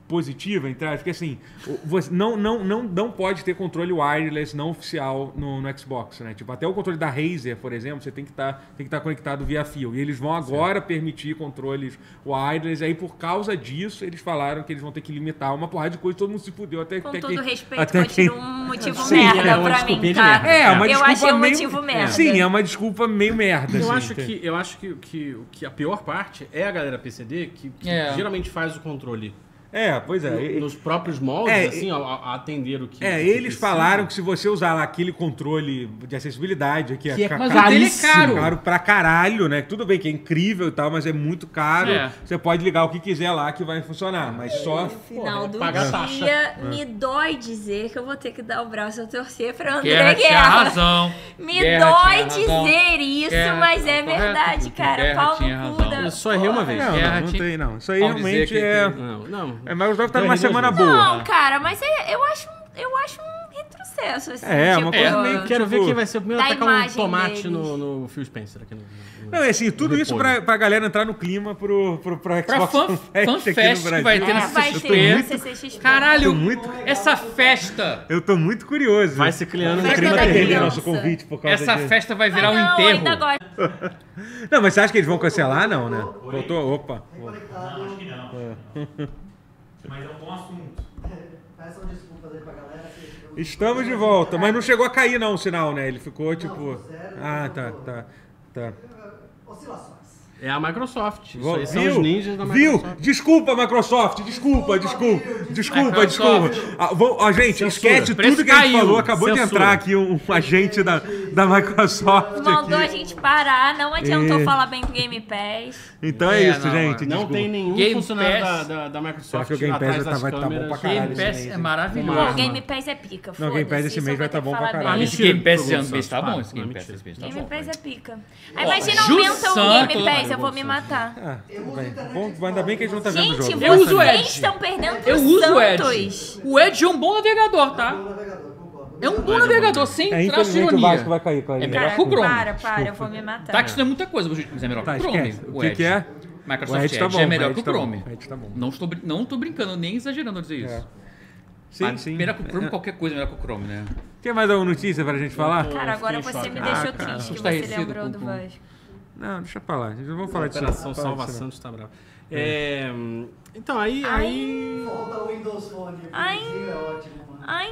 Speaker 1: positiva, entre aspas, porque assim, o- você não, não, não, não pode ter controle wireless não oficial no, no Xbox, né? Tipo, até o controle da Razer, por exemplo, você tem que estar tem que tá conectado via fio. E eles vão agora permitir controles wireless, e aí por causa disso, eles falaram que eles vão ter que limitar uma porrada de coisa, todo mundo se fudeu até,
Speaker 3: Com
Speaker 1: até
Speaker 3: todo
Speaker 1: quem-
Speaker 3: respeito,
Speaker 1: até quem-
Speaker 3: continua um motivo
Speaker 1: Sim,
Speaker 3: merda
Speaker 2: é
Speaker 3: pra
Speaker 2: uma
Speaker 3: mim,
Speaker 2: desculpinha de
Speaker 3: tá?
Speaker 2: merda.
Speaker 1: É, uma
Speaker 3: eu
Speaker 1: desculpa
Speaker 3: achei um
Speaker 1: meio...
Speaker 3: motivo merda.
Speaker 1: Sim, é uma desculpa meio merda.
Speaker 2: Eu
Speaker 1: assim,
Speaker 2: acho,
Speaker 1: entende?
Speaker 2: que, eu acho que, que, o que a pior parte é a galera PCD, que, que
Speaker 4: É.
Speaker 2: geralmente faz o controle
Speaker 1: É, pois é. E-
Speaker 2: nos próprios moldes,
Speaker 1: É,
Speaker 2: assim, ó, a, a atender o que.
Speaker 1: É,
Speaker 2: o que
Speaker 1: eles
Speaker 2: precisa.
Speaker 1: falaram que se você usar lá aquele controle de acessibilidade, que é,
Speaker 2: Que é
Speaker 1: ca-
Speaker 4: Mas
Speaker 1: caro,
Speaker 4: o dele é
Speaker 2: Caríssimo,
Speaker 4: caro.
Speaker 1: caro pra caralho, né? Tudo bem que é incrível e tal, mas é muito caro.
Speaker 4: É.
Speaker 1: Você pode ligar o que quiser lá que vai funcionar, mas só...
Speaker 2: Porra,
Speaker 3: final do
Speaker 2: paga a taxa.
Speaker 3: dia,
Speaker 4: É.
Speaker 3: me dói dizer que eu vou ter que dar o braço a torcer pra André
Speaker 4: Guerra
Speaker 3: Guerra. é
Speaker 4: tinha razão.
Speaker 3: Me
Speaker 4: Guerra
Speaker 3: dói
Speaker 4: tinha razão.
Speaker 3: dizer isso,
Speaker 4: Guerra
Speaker 3: mas
Speaker 4: tinha
Speaker 3: é
Speaker 4: razão.
Speaker 3: verdade, cara.
Speaker 4: Guerra
Speaker 3: Pau
Speaker 4: tinha
Speaker 3: no cu
Speaker 4: razão.
Speaker 3: da...
Speaker 2: Eu só errei uma vez.
Speaker 1: Não, não,
Speaker 4: Guerra
Speaker 1: não
Speaker 4: tinha-
Speaker 1: tem, não. Isso aí
Speaker 4: Vamos
Speaker 1: realmente
Speaker 4: dizer que
Speaker 1: é...
Speaker 4: tem-
Speaker 2: Não, não.
Speaker 1: A Microsoft tá numa
Speaker 2: Guerra
Speaker 4: é
Speaker 1: semana
Speaker 2: duas
Speaker 1: boa.
Speaker 3: Não, cara, mas é- eu, acho, um- eu acho um retrocesso. Assim,
Speaker 1: É, uma
Speaker 3: tipo,
Speaker 1: coisa meio que-
Speaker 2: Quero ver
Speaker 1: Tipo,
Speaker 2: quem vai ser o primeiro a
Speaker 3: da
Speaker 2: atacar um
Speaker 3: imagem
Speaker 2: tomate
Speaker 3: deles.
Speaker 2: no, no Phil Spencer aqui no. no-
Speaker 1: Não, é assim, tudo isso pra, pra galera entrar no clima pro, pro, pro
Speaker 4: Pra
Speaker 1: Xbox
Speaker 4: fan,
Speaker 1: One
Speaker 4: fan
Speaker 1: X aqui no
Speaker 4: fest que vai
Speaker 1: Brasil.
Speaker 4: ter na
Speaker 3: É, vai
Speaker 4: CCXP.
Speaker 3: ter na CCXP.
Speaker 4: Caralho,
Speaker 1: Tô muito-
Speaker 4: essa festa.
Speaker 1: Eu tô muito curioso.
Speaker 2: Vai se criando um
Speaker 3: Vai
Speaker 2: clima
Speaker 3: jogar
Speaker 1: perder
Speaker 2: terreno.
Speaker 3: criança.
Speaker 1: nosso convite por causa
Speaker 4: Essa
Speaker 1: disso.
Speaker 4: festa vai virar
Speaker 3: Mas
Speaker 4: um
Speaker 3: não,
Speaker 4: enterro.
Speaker 3: ainda gosto.
Speaker 1: Não, mas você acha que eles vão cancelar? Não, né? Voltou, opa.
Speaker 5: Reconectado.
Speaker 6: Mas é um bom assunto.
Speaker 5: Peçam desculpas aí pra galera. que eu-
Speaker 1: Estamos de volta, mas não chegou a cair não o sinal, né? Ele ficou tipo.
Speaker 5: ficou zero,
Speaker 1: Ah, tá,
Speaker 5: ficou-
Speaker 1: tá. Tá.
Speaker 5: Oscilações.
Speaker 2: É a Microsoft. Isso
Speaker 1: Vol-
Speaker 2: aí são os ninjas da
Speaker 1: Viu?
Speaker 2: Microsoft.
Speaker 1: Desculpa, Microsoft. Desculpa, desculpa. Desculpa, desculpa. Ah, vou- ah, gente, esquece
Speaker 4: Preço
Speaker 1: tudo que a gente
Speaker 4: caiu.
Speaker 1: falou. Acabou de
Speaker 2: Censura.
Speaker 1: entrar aqui um, um agente da, da Microsoft
Speaker 3: Mandou a
Speaker 1: aqui.
Speaker 3: gente parar, não adiantou
Speaker 1: É.
Speaker 3: falar bem do Game Pass.
Speaker 1: Então é
Speaker 4: É,
Speaker 1: isso,
Speaker 4: não,
Speaker 1: gente.
Speaker 2: Não
Speaker 1: desculpa.
Speaker 2: tem nenhum
Speaker 4: Game
Speaker 2: funcionário da,
Speaker 4: Pass.
Speaker 2: da, da
Speaker 1: Será
Speaker 2: Microsoft
Speaker 1: que o Game Pass
Speaker 2: atrás
Speaker 1: já
Speaker 2: das
Speaker 1: tá- vai tá bom pra
Speaker 2: câmeras.
Speaker 1: caralho?
Speaker 4: Game Pass é maravilhoso.
Speaker 3: Pô,
Speaker 2: Arma.
Speaker 3: o Game Pass é pica,
Speaker 1: Não, Game Pass
Speaker 3: foda-se,
Speaker 1: esse
Speaker 3: eu
Speaker 1: mês
Speaker 3: só
Speaker 1: vai tá
Speaker 3: vou ter
Speaker 1: bom
Speaker 3: que
Speaker 1: pra
Speaker 3: falar
Speaker 1: caralho.
Speaker 3: dele.
Speaker 4: Ah, esse Game Pass esse
Speaker 2: Produção,
Speaker 4: ano tá
Speaker 2: para,
Speaker 4: bom. Esse
Speaker 2: não,
Speaker 4: Game
Speaker 2: mentira.
Speaker 4: Pass esse mês tá
Speaker 3: Game
Speaker 4: bom.
Speaker 3: Pass é pica. Ah, imagina,
Speaker 4: Jus
Speaker 3: aumenta o Game
Speaker 4: santo.
Speaker 3: Pass, eu vou me matar.
Speaker 1: Ah, tudo bem. Bom, ainda bem que eles não estão vendo o
Speaker 3: Gente,
Speaker 1: jogo.
Speaker 4: Eu uso Tá o
Speaker 3: vocês
Speaker 4: Edge.
Speaker 3: estão perdendo
Speaker 4: Eu
Speaker 3: pros
Speaker 4: uso o
Speaker 3: Santos.
Speaker 4: Edge. O Edge é um bom navegador, tá? É um bom navegador, sem
Speaker 1: É,
Speaker 4: traço de
Speaker 1: infelizmente o Vasco
Speaker 4: ironia.
Speaker 1: vai cair com a
Speaker 4: É
Speaker 1: gente.
Speaker 4: melhor
Speaker 3: Caraca,
Speaker 4: que o Chrome.
Speaker 3: para, para, eu vou me matar.
Speaker 4: Tá, que isso não é muita coisa, mas é melhor
Speaker 1: Tá,
Speaker 4: que o Chrome.
Speaker 1: esquece. O que que é? O
Speaker 4: Microsoft
Speaker 1: Edge tá
Speaker 4: Edge
Speaker 1: bom,
Speaker 4: é
Speaker 1: o
Speaker 4: melhor
Speaker 1: Edge
Speaker 4: que o
Speaker 1: tá bom,
Speaker 4: Chrome.
Speaker 1: o Edge tá bom.
Speaker 4: Não estou, brin- não estou brincando, nem exagerando ao dizer
Speaker 1: É.
Speaker 4: isso.
Speaker 1: Sim, sim.
Speaker 4: Melhor que o Chrome, qualquer coisa é melhor que o Chrome, né?
Speaker 1: Tem mais alguma notícia pra gente falar?
Speaker 4: é
Speaker 3: Cara, agora
Speaker 2: fiquei
Speaker 3: você
Speaker 2: em
Speaker 3: me
Speaker 2: choque.
Speaker 3: deixou
Speaker 2: Ah,
Speaker 3: triste que você
Speaker 4: Tá estarrecido
Speaker 3: lembrou
Speaker 4: com-
Speaker 3: do
Speaker 4: com-
Speaker 3: Vasco.
Speaker 1: Não, deixa pra lá. Não vamos falar disso.
Speaker 2: Operação
Speaker 1: não. Fala
Speaker 2: Salva
Speaker 1: disso não.
Speaker 2: Santos tá bravo. É, hum, então, aí, aí...
Speaker 5: Volta o Windows Phone. O
Speaker 3: Ai.
Speaker 5: Brasil é ótimo, mano.
Speaker 3: Ai,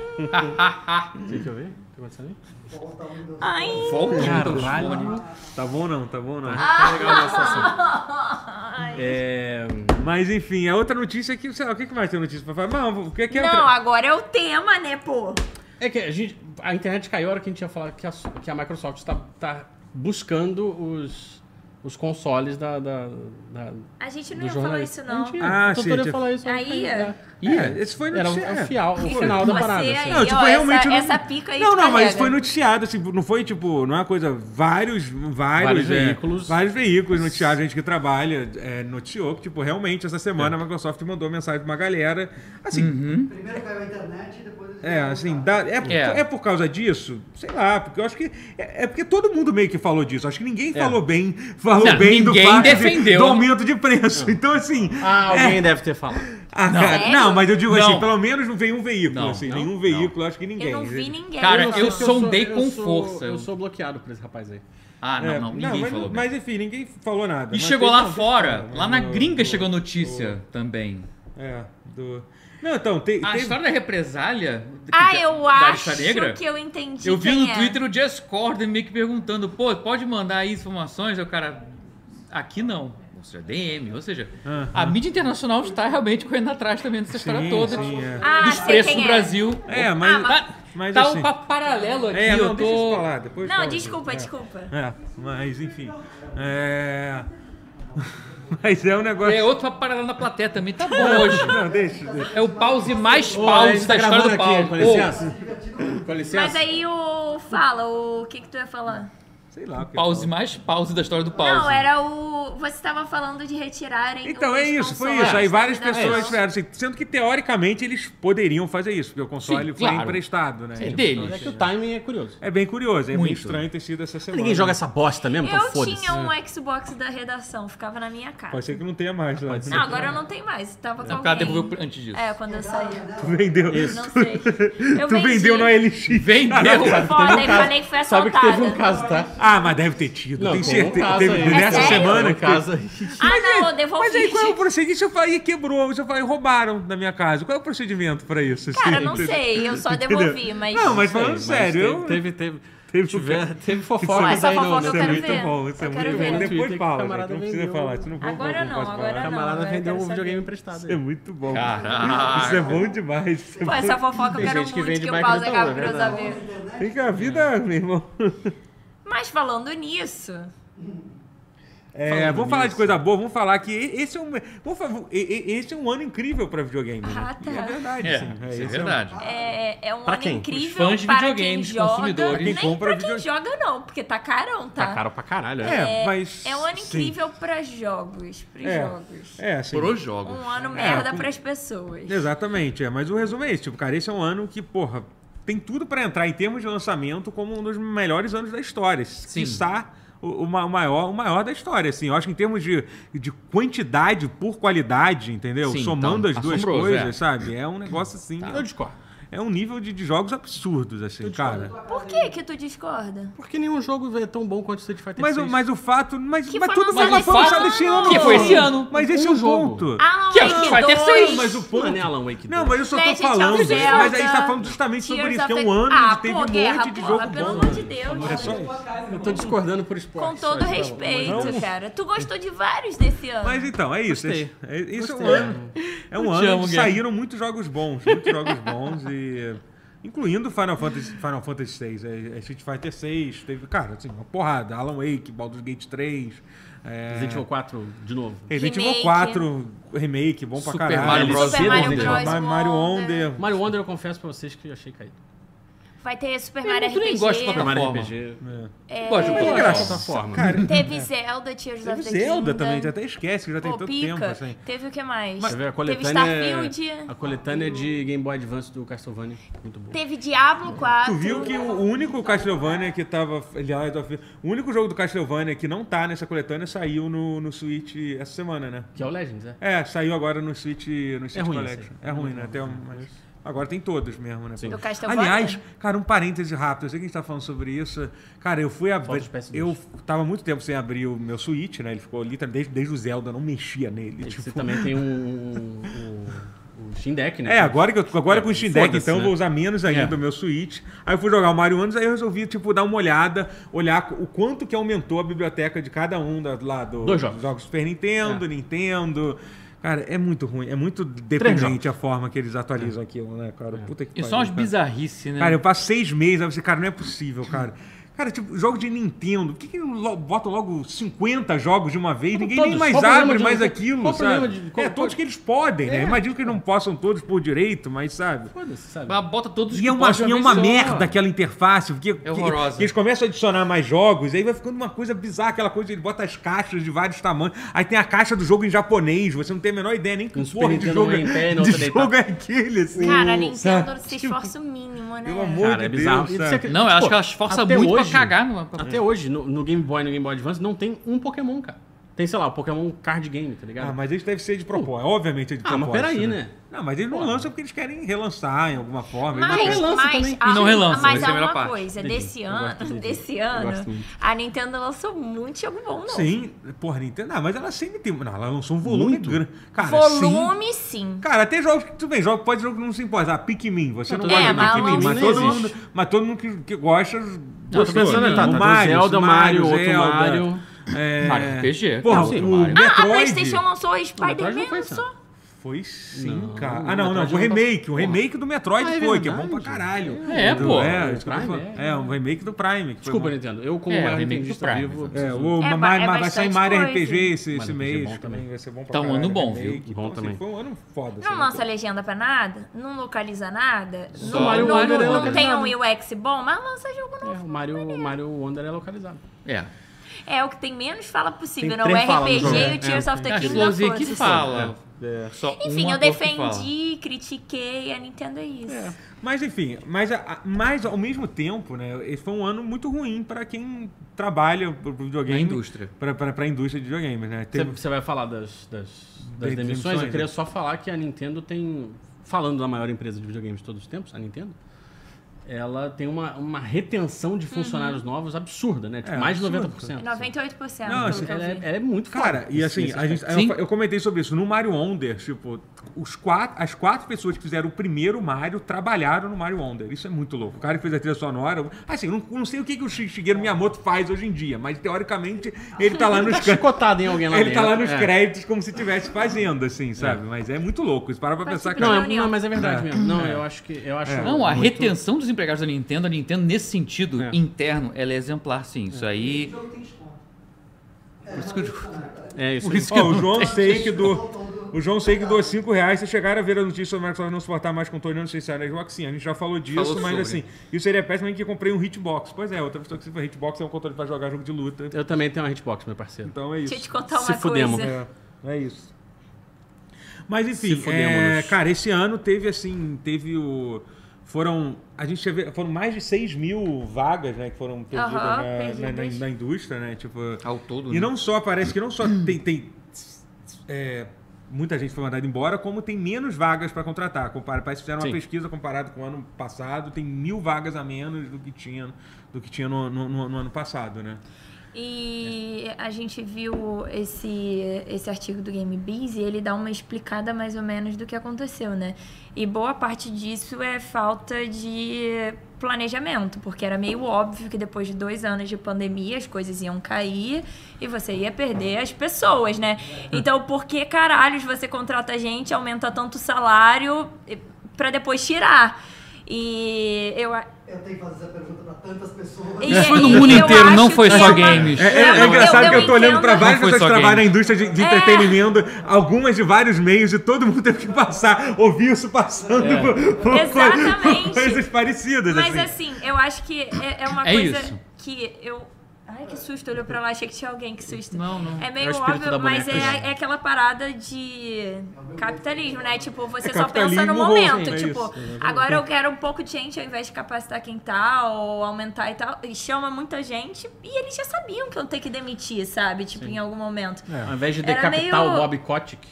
Speaker 2: Tem que ouvir? Tá acontecendo aí?
Speaker 5: Volta o Windows
Speaker 3: ai.
Speaker 4: Volta o
Speaker 2: Caralho.
Speaker 4: telefone.
Speaker 3: Ah.
Speaker 1: Tá bom não, tá bom não.
Speaker 2: Tá legal a nossa ação. né, É, hum,
Speaker 1: Mas enfim, a outra notícia é que, sei lá, o que que mais tem notícia pra falar? Não, o que que é
Speaker 3: Não,
Speaker 1: outra?
Speaker 3: agora é o tema, né, pô?
Speaker 2: É que a gente. A internet caiu a hora que a gente ia falar que a, que a Microsoft está tá buscando os, os consoles da. da, da
Speaker 3: A gente
Speaker 2: do
Speaker 3: não ia falar
Speaker 2: jornalista.
Speaker 3: isso, não.
Speaker 2: A gente
Speaker 1: Ah,
Speaker 2: ia. O
Speaker 1: sim,
Speaker 2: doutor ia
Speaker 1: tinha-
Speaker 2: falar isso.
Speaker 3: Aí,
Speaker 2: é.
Speaker 1: É, esse foi
Speaker 2: Era o,
Speaker 1: notícia.
Speaker 2: é o,
Speaker 1: é.
Speaker 2: fial, o final da
Speaker 3: Você
Speaker 2: parada.
Speaker 3: aí,
Speaker 2: assim.
Speaker 1: Não, tipo,
Speaker 3: ó,
Speaker 1: realmente
Speaker 3: essa,
Speaker 1: não-
Speaker 3: essa pica aí
Speaker 1: Não,
Speaker 3: te
Speaker 1: não, mas
Speaker 3: carrega.
Speaker 1: foi noticiado, assim, não foi tipo, não é uma coisa. Vários, vários,
Speaker 2: Vários
Speaker 1: é,
Speaker 2: veículos.
Speaker 1: Vários veículos noticiaram, gente que trabalha, é, noticiou que, tipo, realmente essa semana a Microsoft mandou mensagem pra uma galera. Assim,
Speaker 5: Primeiro caiu a internet e depois... eles
Speaker 1: é,
Speaker 5: vão
Speaker 1: assim,
Speaker 5: voltar.
Speaker 1: dá- é, por-
Speaker 4: É.
Speaker 1: é por causa disso? Sei lá, porque eu acho que. É, é porque todo mundo meio que falou disso. Acho que ninguém falou bem, falou
Speaker 4: É. Não,
Speaker 1: bem do
Speaker 4: ninguém
Speaker 1: fato de-
Speaker 4: defendeu.
Speaker 1: do aumento de preço. Então, assim.
Speaker 2: Ah,
Speaker 1: é,
Speaker 2: alguém deve ter falado.
Speaker 1: ah, cara, não.
Speaker 3: Sério?
Speaker 1: mas eu digo assim,
Speaker 4: Não.
Speaker 1: pelo menos não veio um veículo,
Speaker 4: Não,
Speaker 1: assim,
Speaker 4: não,
Speaker 1: nenhum
Speaker 4: não.
Speaker 1: veículo, acho que ninguém.
Speaker 3: Eu não vi ninguém.
Speaker 4: Cara,
Speaker 3: não.
Speaker 4: eu
Speaker 2: sei se
Speaker 4: sou- sondei
Speaker 2: eu
Speaker 4: com
Speaker 2: sou- um
Speaker 4: força.
Speaker 2: Eu sou bloqueado por esse rapaz aí.
Speaker 4: Ah, não,
Speaker 1: É,
Speaker 4: não. Ninguém
Speaker 1: mas,
Speaker 4: falou bem.
Speaker 1: Mas enfim, ninguém falou nada.
Speaker 4: E
Speaker 1: Mas um-
Speaker 4: chegou
Speaker 1: tem-
Speaker 4: lá
Speaker 1: não, tem-
Speaker 4: fora.
Speaker 1: não,
Speaker 4: Lá na
Speaker 1: do-
Speaker 4: gringa
Speaker 1: do-
Speaker 4: chegou notícia também. Ah,
Speaker 1: É, do. Não, então, tem.
Speaker 4: A
Speaker 1: teve-
Speaker 4: história da represália da-
Speaker 3: Ah, eu
Speaker 4: da
Speaker 3: acho
Speaker 4: lista negra,
Speaker 3: que eu entendi
Speaker 4: eu vi
Speaker 3: quem
Speaker 4: no
Speaker 3: é.
Speaker 4: Twitter o Jess Corden meio que perguntando, pô, pode mandar aí informações? Aí o cara, aqui não. Ou seja, DM, ou seja,
Speaker 1: Aham.
Speaker 4: a mídia internacional está realmente correndo atrás também dessa história
Speaker 1: Sim,
Speaker 4: toda.
Speaker 1: sim, é.
Speaker 3: Ah,
Speaker 4: dos
Speaker 3: sei
Speaker 4: preços
Speaker 3: quem
Speaker 4: no
Speaker 3: é.
Speaker 4: um Brasil.
Speaker 1: É, mas-
Speaker 4: Opa, tá,
Speaker 1: mas
Speaker 4: tá
Speaker 1: assim-
Speaker 4: um papo paralelo aqui,
Speaker 1: É, não,
Speaker 4: eu
Speaker 1: deixa eu te
Speaker 4: tô...
Speaker 1: falar, depois
Speaker 3: Não,
Speaker 1: fala.
Speaker 3: desculpa,
Speaker 1: É.
Speaker 3: desculpa.
Speaker 1: É, mas enfim. É. Mas é um negócio.
Speaker 4: É outro papo paralelo na plateia também, tá bom hoje.
Speaker 1: Não, deixa, deixa.
Speaker 4: É o pause mais
Speaker 2: Ô, a gente
Speaker 4: pause
Speaker 2: tá
Speaker 4: da história do
Speaker 2: gravando
Speaker 4: pause.
Speaker 2: aqui, com
Speaker 4: Ô,
Speaker 2: licença. Com licença.
Speaker 3: Mas aí o... Fala, o que que tu ia falar?
Speaker 1: Sei lá. o que é eu
Speaker 4: pause
Speaker 1: falo.
Speaker 4: mais pause da história do pause.
Speaker 3: Não, é era o... Você tava falando de retirarem
Speaker 1: Então
Speaker 3: os
Speaker 1: é isso, foi
Speaker 3: consoles
Speaker 1: isso. Aí
Speaker 3: da
Speaker 2: É
Speaker 1: várias
Speaker 3: Nintendo.
Speaker 1: pessoas tiveram, assim, sendo que teoricamente eles poderiam fazer isso, porque o console
Speaker 4: Sim,
Speaker 1: foi
Speaker 4: claro.
Speaker 1: emprestado, né?
Speaker 4: É
Speaker 1: Tipo,
Speaker 4: deles.
Speaker 2: É que o timing é curioso.
Speaker 1: É bem curioso, é bem
Speaker 4: Muito.
Speaker 1: estranho ter sido essa semana. né?
Speaker 2: Ninguém joga essa bosta mesmo, então
Speaker 3: Eu
Speaker 2: foda-se.
Speaker 3: tinha um Xbox da redação, ficava na minha casa.
Speaker 1: Pode ser que não tenha mais né? lá.
Speaker 3: Não, agora eu não tenho mais. Tava
Speaker 2: É
Speaker 3: com
Speaker 4: Não, o cara
Speaker 3: alguém.
Speaker 4: devolveu antes disso.
Speaker 3: É, quando eu saí.
Speaker 1: Tu vendeu.
Speaker 3: Não sei. Eu
Speaker 1: Tu
Speaker 3: vendi.
Speaker 1: vendeu na LX.
Speaker 4: Vendeu?
Speaker 3: Foda, e falei que foi
Speaker 2: um Sabe que teve um
Speaker 3: assaltada.
Speaker 2: caso, tá?
Speaker 1: Ah, mas deve ter tido,
Speaker 2: Não,
Speaker 1: tem
Speaker 2: tem um
Speaker 1: certeza.
Speaker 2: caso
Speaker 1: Teve
Speaker 2: aí.
Speaker 1: nessa
Speaker 3: É sério?
Speaker 1: semana.
Speaker 2: Um
Speaker 1: que-
Speaker 2: caso aí.
Speaker 3: Ah, não, eu devolvi.
Speaker 1: Mas aí qual é o procedimento? Se eu falei, quebrou, se eu falei, roubaram da minha casa. Qual é o procedimento pra isso? assim?
Speaker 3: Cara, não sei, eu só devolvi,
Speaker 1: Entendeu?
Speaker 3: mas.
Speaker 1: Não, mas
Speaker 2: Sei,
Speaker 1: falando
Speaker 2: mas
Speaker 1: sério, eu-
Speaker 2: Teve, teve,
Speaker 1: Teve
Speaker 2: teve, tiver, teve fofoca
Speaker 3: Mas
Speaker 1: Mas
Speaker 3: só
Speaker 2: aí no-
Speaker 3: fofoca
Speaker 2: no
Speaker 3: eu
Speaker 1: isso é
Speaker 3: quero
Speaker 1: muito
Speaker 3: ver.
Speaker 1: bom, isso é
Speaker 3: Eu
Speaker 1: muito bom.
Speaker 3: quero ver.
Speaker 1: Depois
Speaker 2: Twitter que
Speaker 1: fala,
Speaker 2: camarada
Speaker 1: gente, não
Speaker 2: vendeu.
Speaker 1: precisa falar. Isso não não,
Speaker 3: Agora não,
Speaker 1: posso
Speaker 2: O
Speaker 1: falar.
Speaker 3: agora
Speaker 2: camarada
Speaker 3: Agora eu
Speaker 2: vendeu
Speaker 3: quero
Speaker 2: um videogame
Speaker 3: saber.
Speaker 2: emprestado.
Speaker 1: Isso é muito bom.
Speaker 4: Caraca.
Speaker 1: Isso é bom demais. Isso é
Speaker 3: Pô,
Speaker 1: bom.
Speaker 3: essa fofoca eu
Speaker 2: Tem
Speaker 3: quero
Speaker 2: gente que
Speaker 3: muito que,
Speaker 2: vende né,
Speaker 3: o
Speaker 2: máquina
Speaker 3: Pausa
Speaker 2: de
Speaker 3: acaba
Speaker 2: valor,
Speaker 3: pra eu
Speaker 2: verdade.
Speaker 3: saber.
Speaker 1: Tem que a vida, meu irmão.
Speaker 3: Mas falando nisso,
Speaker 1: É, vamos falar de coisa boa, vamos falar que esse é um, vamos falar, e- e- esse é um ano incrível pra videogame. né?
Speaker 3: Ah, tá.
Speaker 1: E É verdade,
Speaker 4: É,
Speaker 1: sim.
Speaker 4: isso é
Speaker 1: esse um-
Speaker 4: verdade.
Speaker 3: é, é um
Speaker 2: Pra
Speaker 3: ano
Speaker 2: quem?
Speaker 4: Os
Speaker 3: incrível
Speaker 4: fãs de
Speaker 3: para quem
Speaker 4: videogames,
Speaker 3: joga.
Speaker 4: consumidores.
Speaker 1: Quem
Speaker 3: nem
Speaker 1: compra
Speaker 3: pra quem
Speaker 1: videogame.
Speaker 3: joga, não, porque tá carão, tá?
Speaker 2: Tá caro pra caralho. né?
Speaker 1: É, mas...
Speaker 3: É um ano
Speaker 1: sim.
Speaker 3: incrível pra jogos, pros
Speaker 1: É,
Speaker 3: jogos.
Speaker 1: É, assim.
Speaker 4: Pro jogo.
Speaker 3: Um ano merda
Speaker 1: um-
Speaker 3: pras pessoas.
Speaker 1: Exatamente, é. Mas o resumo é esse, tipo, cara, esse é um ano que, porra, tem tudo pra entrar em termos de lançamento como um dos melhores anos da história. Sim. Quiçá o, o ma- o maior, o maior da história, assim. Eu acho que em termos de, de quantidade por qualidade, entendeu?
Speaker 4: Sim,
Speaker 1: Somando
Speaker 4: então,
Speaker 1: as duas
Speaker 4: assombroso,
Speaker 1: coisas,
Speaker 4: é. Tá.
Speaker 1: sabe? É um negócio assim.
Speaker 2: Ah, Eu discordo.
Speaker 1: É um nível de, de jogos absurdos, assim, cara.
Speaker 3: Por que que tu discorda?
Speaker 2: Porque nenhum jogo é tão bom quanto Street Fighter
Speaker 1: Mas, o-
Speaker 2: 6.
Speaker 1: mas o fato. Mas,
Speaker 3: Que
Speaker 1: mas
Speaker 3: foi
Speaker 1: tudo
Speaker 3: lançado
Speaker 1: mas foi um
Speaker 4: esse
Speaker 1: lançado
Speaker 4: ano.
Speaker 1: esse ano.
Speaker 4: Que foi esse ano.
Speaker 1: Mas esse
Speaker 2: Um
Speaker 1: é o
Speaker 2: jogo.
Speaker 1: ponto.
Speaker 3: Alan
Speaker 4: Que é o
Speaker 3: Wake
Speaker 4: Street
Speaker 3: 2.
Speaker 4: Fighter seis.
Speaker 1: Mas o ponto.
Speaker 2: Mano, é Alan Wake
Speaker 1: Não,
Speaker 2: 2.
Speaker 1: mas eu só tô
Speaker 3: Legend of
Speaker 1: falando.
Speaker 3: Zelda,
Speaker 1: Mas a gente tá falando justamente sobre
Speaker 3: Tears
Speaker 1: isso, que é
Speaker 3: of
Speaker 1: um
Speaker 3: the-
Speaker 1: ano
Speaker 3: ah,
Speaker 1: que teve
Speaker 3: pô,
Speaker 1: um monte
Speaker 3: guerra,
Speaker 1: de
Speaker 3: porra,
Speaker 1: jogo
Speaker 3: pelo
Speaker 1: bom.
Speaker 3: amor de Deus.
Speaker 1: É só isso.
Speaker 2: Eu tô discordando por esporte.
Speaker 3: Com todo
Speaker 2: só, isso, tá
Speaker 3: respeito,
Speaker 1: Não. é um
Speaker 3: cara. Tu gostou de vários desse ano.
Speaker 1: Mas então, é isso.
Speaker 2: Gostei.
Speaker 1: É- é- Isso é um
Speaker 2: Gostei.
Speaker 1: ano. É um
Speaker 4: Eu
Speaker 1: ano
Speaker 4: te amo,
Speaker 1: que
Speaker 4: Guilherme.
Speaker 1: saíram muitos jogos bons. Muitos jogos bons e. Incluindo Final Fantasy, Final Fantasy VI, é, é Street Fighter 6, teve, cara, assim, uma porrada. Alan Wake, Baldur's Gate 3, é,
Speaker 2: Resident Evil 4 de novo.
Speaker 1: Resident Evil
Speaker 3: Remake.
Speaker 1: 4 Remake, bom pra
Speaker 2: Super
Speaker 1: caralho.
Speaker 4: Mario Bros.
Speaker 3: Super Mario
Speaker 1: Wonder.
Speaker 3: Bros.
Speaker 1: Ma- Mario
Speaker 3: Wonder.
Speaker 1: Wonder.
Speaker 2: Mario Wonder eu confesso pra vocês que eu achei caído.
Speaker 3: Vai ter Super
Speaker 4: Eu
Speaker 3: Mario
Speaker 4: nem
Speaker 3: RPG.
Speaker 4: gosto de Super
Speaker 2: Mario
Speaker 4: Forma.
Speaker 2: RPG.
Speaker 3: é,
Speaker 4: Gosto de
Speaker 1: Mas é
Speaker 4: Pô,
Speaker 1: engraçado,
Speaker 2: plataforma.
Speaker 1: cara.
Speaker 3: Teve Zelda, Tears
Speaker 1: Teve
Speaker 3: of the
Speaker 1: Zelda
Speaker 3: Kingdom.
Speaker 1: também, já até esquece que já tem
Speaker 3: Pô,
Speaker 1: tanto
Speaker 3: pica.
Speaker 1: tempo, assim.
Speaker 3: Teve o que mais?
Speaker 2: Você vê a
Speaker 3: teve
Speaker 2: coletânea, é
Speaker 3: Starfield.
Speaker 2: a coletânea de Game Boy Advance do Castlevania. Muito bom.
Speaker 3: Teve Diablo 4.
Speaker 1: Tu viu que o único Castlevania que tava. aliás, O único jogo do Castlevania que não tá nessa coletânea saiu no, no Switch essa semana, né?
Speaker 2: Que é o Legends, é?
Speaker 1: É, saiu agora no Switch, no Switch
Speaker 2: ruim
Speaker 1: Collection.
Speaker 2: isso
Speaker 1: É ruim, né? Até um, mas agora tem todos mesmo, né?
Speaker 3: Do Castlevania?
Speaker 1: Aliás, cara, um parêntese rápido. Eu sei que a gente tá falando sobre isso. Cara, eu fui abrir.
Speaker 2: Fotos PS2.
Speaker 1: Eu tava muito tempo sem abrir o meu Switch, né? Ele ficou ali desde, desde o Zelda, eu não mexia nele.
Speaker 2: E
Speaker 1: tipo-
Speaker 2: Você também tem um, um, um Steam Deck, né?
Speaker 1: É, agora, que eu, agora com o Steam Deck,
Speaker 2: foda-se,
Speaker 1: então, eu
Speaker 2: né?
Speaker 1: vou usar menos ainda
Speaker 2: É.
Speaker 1: o meu Switch. Aí eu fui jogar o Mario Wonders, aí eu resolvi, tipo, dar uma olhada, olhar o quanto que aumentou a biblioteca de cada um da, lá do,
Speaker 2: Dos jogos.
Speaker 1: Super Nintendo, Nintendo... Cara, é muito ruim. É muito dependente a forma que eles atualizam aquilo, né, cara? Puta que
Speaker 4: E só umas
Speaker 1: cara.
Speaker 4: bizarrices, é
Speaker 2: É.
Speaker 4: né?
Speaker 1: Cara, eu passo seis meses, aí você, cara, não é possível, cara. Cara, tipo, jogo de Nintendo. Por que, que eu lo- boto logo 50 jogos de uma vez? Ninguém
Speaker 2: todos.
Speaker 1: nem mais
Speaker 2: Qual o problema
Speaker 1: abre
Speaker 2: de-
Speaker 1: mais
Speaker 2: qual-
Speaker 1: aquilo,
Speaker 2: qual o
Speaker 1: sabe?
Speaker 2: problema de- qual- É.
Speaker 1: é, todos que eles podem, né? Imagino que eles não possam todos por direito, mas sabe?
Speaker 2: Foda-se, sabe?
Speaker 4: Mas Bota todos
Speaker 1: E é
Speaker 4: que
Speaker 1: uma,
Speaker 4: pode
Speaker 1: e
Speaker 4: de
Speaker 1: é
Speaker 4: vez
Speaker 1: uma
Speaker 4: só.
Speaker 1: merda aquela interface,
Speaker 2: É
Speaker 1: porque que-
Speaker 4: horrorosa.
Speaker 1: que eles começam a adicionar mais jogos, aí vai ficando uma coisa bizarra, aquela coisa, ele bota as caixas de vários tamanhos, aí tem a caixa do jogo em japonês, você não tem a menor ideia nem que
Speaker 2: Um Super
Speaker 1: porra de
Speaker 2: Nintendo
Speaker 1: jogo,
Speaker 2: um em pé e
Speaker 1: é,
Speaker 2: na
Speaker 1: de
Speaker 2: outra
Speaker 1: jogo é aquele, assim.
Speaker 3: Cara, a Nintendo
Speaker 1: sabe?
Speaker 3: se esforça o mínimo, né?
Speaker 1: Pelo amor
Speaker 2: Cara,
Speaker 1: de
Speaker 2: é
Speaker 1: Deus,
Speaker 2: bizarro. E
Speaker 1: sabe?
Speaker 2: você acredita-
Speaker 4: Não, eu acho
Speaker 2: pô,
Speaker 4: que ela força
Speaker 2: até
Speaker 4: muito
Speaker 2: hoje-
Speaker 4: pra cagar no
Speaker 1: É.
Speaker 4: pra...
Speaker 2: Até hoje, no, no Game Boy, no Game Boy Advance, não tem um Pokémon, cara. Tem, sei lá, o Pokémon Card Game, tá ligado?
Speaker 1: Ah, mas isso deve ser de propósito. Obviamente é de
Speaker 2: Ah, mas
Speaker 1: propósito.
Speaker 2: peraí, né?
Speaker 1: Não, mas eles não lançam porque eles querem relançar em alguma forma. eles não querem-
Speaker 3: Mas,
Speaker 2: relança
Speaker 3: mas,
Speaker 2: também.
Speaker 3: há-
Speaker 4: E não relança,
Speaker 3: mas
Speaker 4: essa é
Speaker 3: há
Speaker 4: a melhor
Speaker 3: uma
Speaker 4: parte.
Speaker 3: coisa,
Speaker 2: Entendi.
Speaker 3: desse
Speaker 2: Eu
Speaker 3: ano,
Speaker 2: gosto muito.
Speaker 3: desse
Speaker 2: Eu
Speaker 3: ano,
Speaker 2: gosto muito.
Speaker 3: a Nintendo lançou muito jogo bom, não.
Speaker 1: Sim, porra, Nintendo. Ah, mas ela sempre tem. Não, ela lançou um volume
Speaker 2: Muito?
Speaker 1: grande. Cara, sim.
Speaker 3: Volume sim.
Speaker 1: Cara, até jogos que tudo bem, jogo, pode jogo que não se importa. Ah, Pikmin, você não,
Speaker 3: tudo
Speaker 1: gosta
Speaker 3: bem.
Speaker 1: de
Speaker 3: É, mas
Speaker 1: Pikmin,
Speaker 3: ela
Speaker 1: mas
Speaker 2: não
Speaker 1: todo,
Speaker 2: existe.
Speaker 1: mundo, mas todo mundo que, que gosta.
Speaker 2: tô pensando, né, tá, tá, Zelda, Mario, outro Mario.
Speaker 1: É...
Speaker 4: Mario RPG,
Speaker 1: Porra,
Speaker 4: cara,
Speaker 1: o
Speaker 4: Mario.
Speaker 3: Ah, a
Speaker 1: Metroid.
Speaker 3: PlayStation lançou
Speaker 2: Metroid não
Speaker 3: Spider-Man,
Speaker 2: foi
Speaker 3: lançou.
Speaker 1: Foi sim,
Speaker 2: Não,
Speaker 1: cara.
Speaker 2: o
Speaker 1: Ah, não, não.
Speaker 2: Metroid
Speaker 1: O
Speaker 2: não tá-
Speaker 1: remake. O
Speaker 2: Porra.
Speaker 1: remake do Metroid
Speaker 2: Ah, é
Speaker 1: foi, que é bom
Speaker 2: verdade.
Speaker 1: pra caralho.
Speaker 4: É,
Speaker 1: Do-
Speaker 4: pô.
Speaker 1: É, isso que eu tô
Speaker 2: Prime,
Speaker 1: falando.
Speaker 2: é.
Speaker 1: é, o remake do Prime. que foi
Speaker 2: Desculpa,
Speaker 1: bom.
Speaker 2: Nintendo. Eu, como
Speaker 4: É,
Speaker 2: maior
Speaker 4: remake do
Speaker 2: nintendista
Speaker 4: Prime,
Speaker 2: vivo...
Speaker 1: né? É, o, Ma-
Speaker 3: É,
Speaker 1: Ma-
Speaker 3: ba- é
Speaker 1: Ma- vai sair
Speaker 3: bastante
Speaker 1: Mario
Speaker 3: coisa.
Speaker 1: RPG esse, esse
Speaker 2: Mas vai ser
Speaker 1: mês.
Speaker 2: bom
Speaker 1: que
Speaker 2: também.
Speaker 1: Vai ser bom pra
Speaker 4: é Tá um
Speaker 1: caralho,
Speaker 4: ano bom,
Speaker 1: remake.
Speaker 4: viu?
Speaker 1: Então,
Speaker 2: Bom
Speaker 1: assim,
Speaker 2: também.
Speaker 1: Foi um ano foda.
Speaker 3: Não
Speaker 1: assim,
Speaker 3: lança
Speaker 1: pô.
Speaker 3: legenda pra nada, não localiza nada,
Speaker 4: Só
Speaker 3: não,
Speaker 4: Mario
Speaker 3: não,
Speaker 4: Wonder
Speaker 3: não-
Speaker 4: é
Speaker 3: não
Speaker 4: localizado.
Speaker 3: tem um UX bom, mas lança jogo
Speaker 2: É,
Speaker 3: novo.
Speaker 2: o Mario, o Mario Wonder é localizado.
Speaker 4: É.
Speaker 3: É o que tem menos fala possível,
Speaker 2: Tem
Speaker 3: né? O
Speaker 2: três falas no
Speaker 3: RPG
Speaker 2: jogo,
Speaker 3: e
Speaker 1: é.
Speaker 3: o Tears of
Speaker 4: É
Speaker 3: the
Speaker 4: a
Speaker 3: Kingdom.
Speaker 4: explosiva que
Speaker 3: foda-se.
Speaker 4: fala.
Speaker 2: É.
Speaker 4: Só um
Speaker 3: Enfim, eu
Speaker 4: ator que fala.
Speaker 3: defendi, critiquei, a Nintendo é isso.
Speaker 1: Mas enfim, mas, a- a- mas ao mesmo tempo, né? Esse foi um ano muito ruim pra quem trabalha pro pro videogame.
Speaker 4: Na indústria.
Speaker 1: Pra, pra, pra indústria de videogames, né?
Speaker 2: Você
Speaker 1: Teve-
Speaker 2: você vai falar das, das, das
Speaker 1: Das
Speaker 2: demissões?
Speaker 1: demissões,
Speaker 2: Eu
Speaker 1: né?
Speaker 2: queria só falar que a Nintendo tem. Falando da maior empresa de videogames de todos os tempos, a Nintendo, ela tem uma, uma retenção de
Speaker 3: Uhum.
Speaker 2: funcionários novos absurda, né? Tipo,
Speaker 1: É,
Speaker 2: mais de
Speaker 1: absurda.
Speaker 2: 90%.
Speaker 3: 98%.
Speaker 1: Não,
Speaker 3: pelo
Speaker 1: assim,
Speaker 3: que eu
Speaker 2: Ela é,
Speaker 3: vi.
Speaker 2: ela é muito
Speaker 1: Cara,
Speaker 2: foda
Speaker 1: e assim,
Speaker 2: nesse
Speaker 1: a gente,
Speaker 2: aspecto.
Speaker 1: eu,
Speaker 4: Sim.
Speaker 1: fa- eu comentei sobre isso. No Mario Wonder, tipo, os quatro, as quatro pessoas que fizeram o primeiro Mario trabalharam no Mario Wonder. Isso é muito louco. O cara que fez a trilha sonora. Assim, eu não, não sei o que, que o Shigeru Miyamoto faz hoje em dia, mas teoricamente ele tá lá nos
Speaker 2: Tá chicotado em alguém lá
Speaker 1: Ele tá lá
Speaker 2: dentro,
Speaker 1: nos
Speaker 2: é.
Speaker 1: créditos como se estivesse fazendo, assim, sabe? Mas é muito louco. Isso para pra
Speaker 3: Mas
Speaker 1: pensar,
Speaker 3: que
Speaker 1: cara.
Speaker 2: Não, é-
Speaker 3: Reunião.
Speaker 2: não, mas é verdade mesmo. Não, eu acho que. Eu
Speaker 1: É.
Speaker 2: acho
Speaker 4: Não, a
Speaker 2: muito-
Speaker 4: retenção dos empregados da Nintendo, a Nintendo nesse sentido
Speaker 1: É.
Speaker 4: interno, ela é exemplar, sim. Isso aí.
Speaker 5: jogo tem desconto.
Speaker 4: Por isso que eu-
Speaker 2: É isso.
Speaker 4: Por
Speaker 2: aí.
Speaker 4: isso que
Speaker 1: Ó,
Speaker 4: eu
Speaker 1: o
Speaker 4: não
Speaker 1: João
Speaker 4: tenho-
Speaker 1: Seik do. O João Seik doou 5 reais. Vocês chegaram a ver a notícia sobre a Microsoft não suportar mais controle licenciado na Xbox? Sim, a gente já falou disso,
Speaker 4: Falou
Speaker 1: mas
Speaker 4: sobre.
Speaker 1: assim, isso seria péssimo em que eu comprei um hitbox. Pois é, outra pessoa que se for hitbox é um controle pra jogar jogo de luta.
Speaker 2: Eu também tenho uma hitbox, meu parceiro.
Speaker 1: Então é
Speaker 3: Deixa eu
Speaker 1: isso.
Speaker 3: te contar uma
Speaker 2: Se fudemos.
Speaker 3: coisa.
Speaker 1: É, é isso. Mas
Speaker 2: Se
Speaker 1: enfim, é,
Speaker 2: fudemos.
Speaker 1: cara, esse ano teve assim, teve o. Foram. A gente teve. Foram mais de 6 mil vagas, né? Que foram perdidas,
Speaker 3: Aham,
Speaker 1: na, na- na-
Speaker 3: perdidas.
Speaker 1: na indústria, né? Tipo.
Speaker 4: Ao todo.
Speaker 1: E
Speaker 4: né?
Speaker 1: não só, parece que não só tem, tem, é, muita gente foi mandada embora, como tem menos vagas para contratar. Compara, parece que fizeram
Speaker 2: Sim.
Speaker 1: uma pesquisa comparado com o ano passado, tem mil vagas a menos do que tinha, do que tinha no, no- no- no ano passado, né?
Speaker 3: E a gente viu esse, esse artigo do Game Biz e ele dá uma explicada mais ou menos do que aconteceu, né? E boa parte disso é falta de planejamento, porque era meio óbvio que depois de dois anos de pandemia as coisas iam cair e você ia perder as pessoas, né?
Speaker 4: É.
Speaker 3: Então, por que caralhos você contrata gente, aumenta tanto o salário eh, pra depois tirar? E eu, a-
Speaker 5: Eu tenho que fazer essa pergunta pra tantas pessoas.
Speaker 3: e- é,
Speaker 4: Isso foi no
Speaker 3: e
Speaker 4: mundo
Speaker 3: eu
Speaker 4: inteiro, não
Speaker 3: acho
Speaker 4: foi
Speaker 3: que
Speaker 4: só
Speaker 3: é uma-
Speaker 4: games.
Speaker 1: É, é- é
Speaker 3: eu-
Speaker 1: engraçado
Speaker 3: eu
Speaker 1: que eu tô olhando pra
Speaker 3: entendo- É.
Speaker 1: várias
Speaker 4: Não foi
Speaker 1: pessoas que
Speaker 4: só
Speaker 1: trabalham na
Speaker 4: game.
Speaker 1: indústria de, de entretenimento, algumas de vários meios, e todo mundo teve que passar, ouvir isso passando
Speaker 4: É.
Speaker 1: por, por co-
Speaker 3: Exatamente.
Speaker 1: por coisas parecidas.
Speaker 3: Mas
Speaker 1: assim.
Speaker 3: assim, eu acho que é, é uma
Speaker 4: É
Speaker 3: coisa
Speaker 4: isso.
Speaker 3: que eu. Ai, que susto, olhou pra lá, achei que tinha alguém, que susto.
Speaker 4: Não, não.
Speaker 3: É
Speaker 2: É o
Speaker 3: meio
Speaker 2: espírito da
Speaker 3: óbvio, mas é,
Speaker 1: assim.
Speaker 2: boneca.
Speaker 3: é aquela parada de capitalismo, né? Tipo, você
Speaker 1: É
Speaker 3: só pensa
Speaker 1: capitalismo
Speaker 3: no
Speaker 1: horror,
Speaker 3: momento.
Speaker 1: sim, é
Speaker 3: tipo,
Speaker 1: isso, exatamente.
Speaker 3: agora eu quero um pouco de gente ao invés de capacitar quem tá ou aumentar e tal. E chama muita gente e eles já sabiam que eu ter que demitir, sabe? Tipo, em algum momento.
Speaker 4: É.
Speaker 2: Ao invés de
Speaker 3: Era
Speaker 2: decapitar
Speaker 3: meio-
Speaker 2: o Bob Kotick.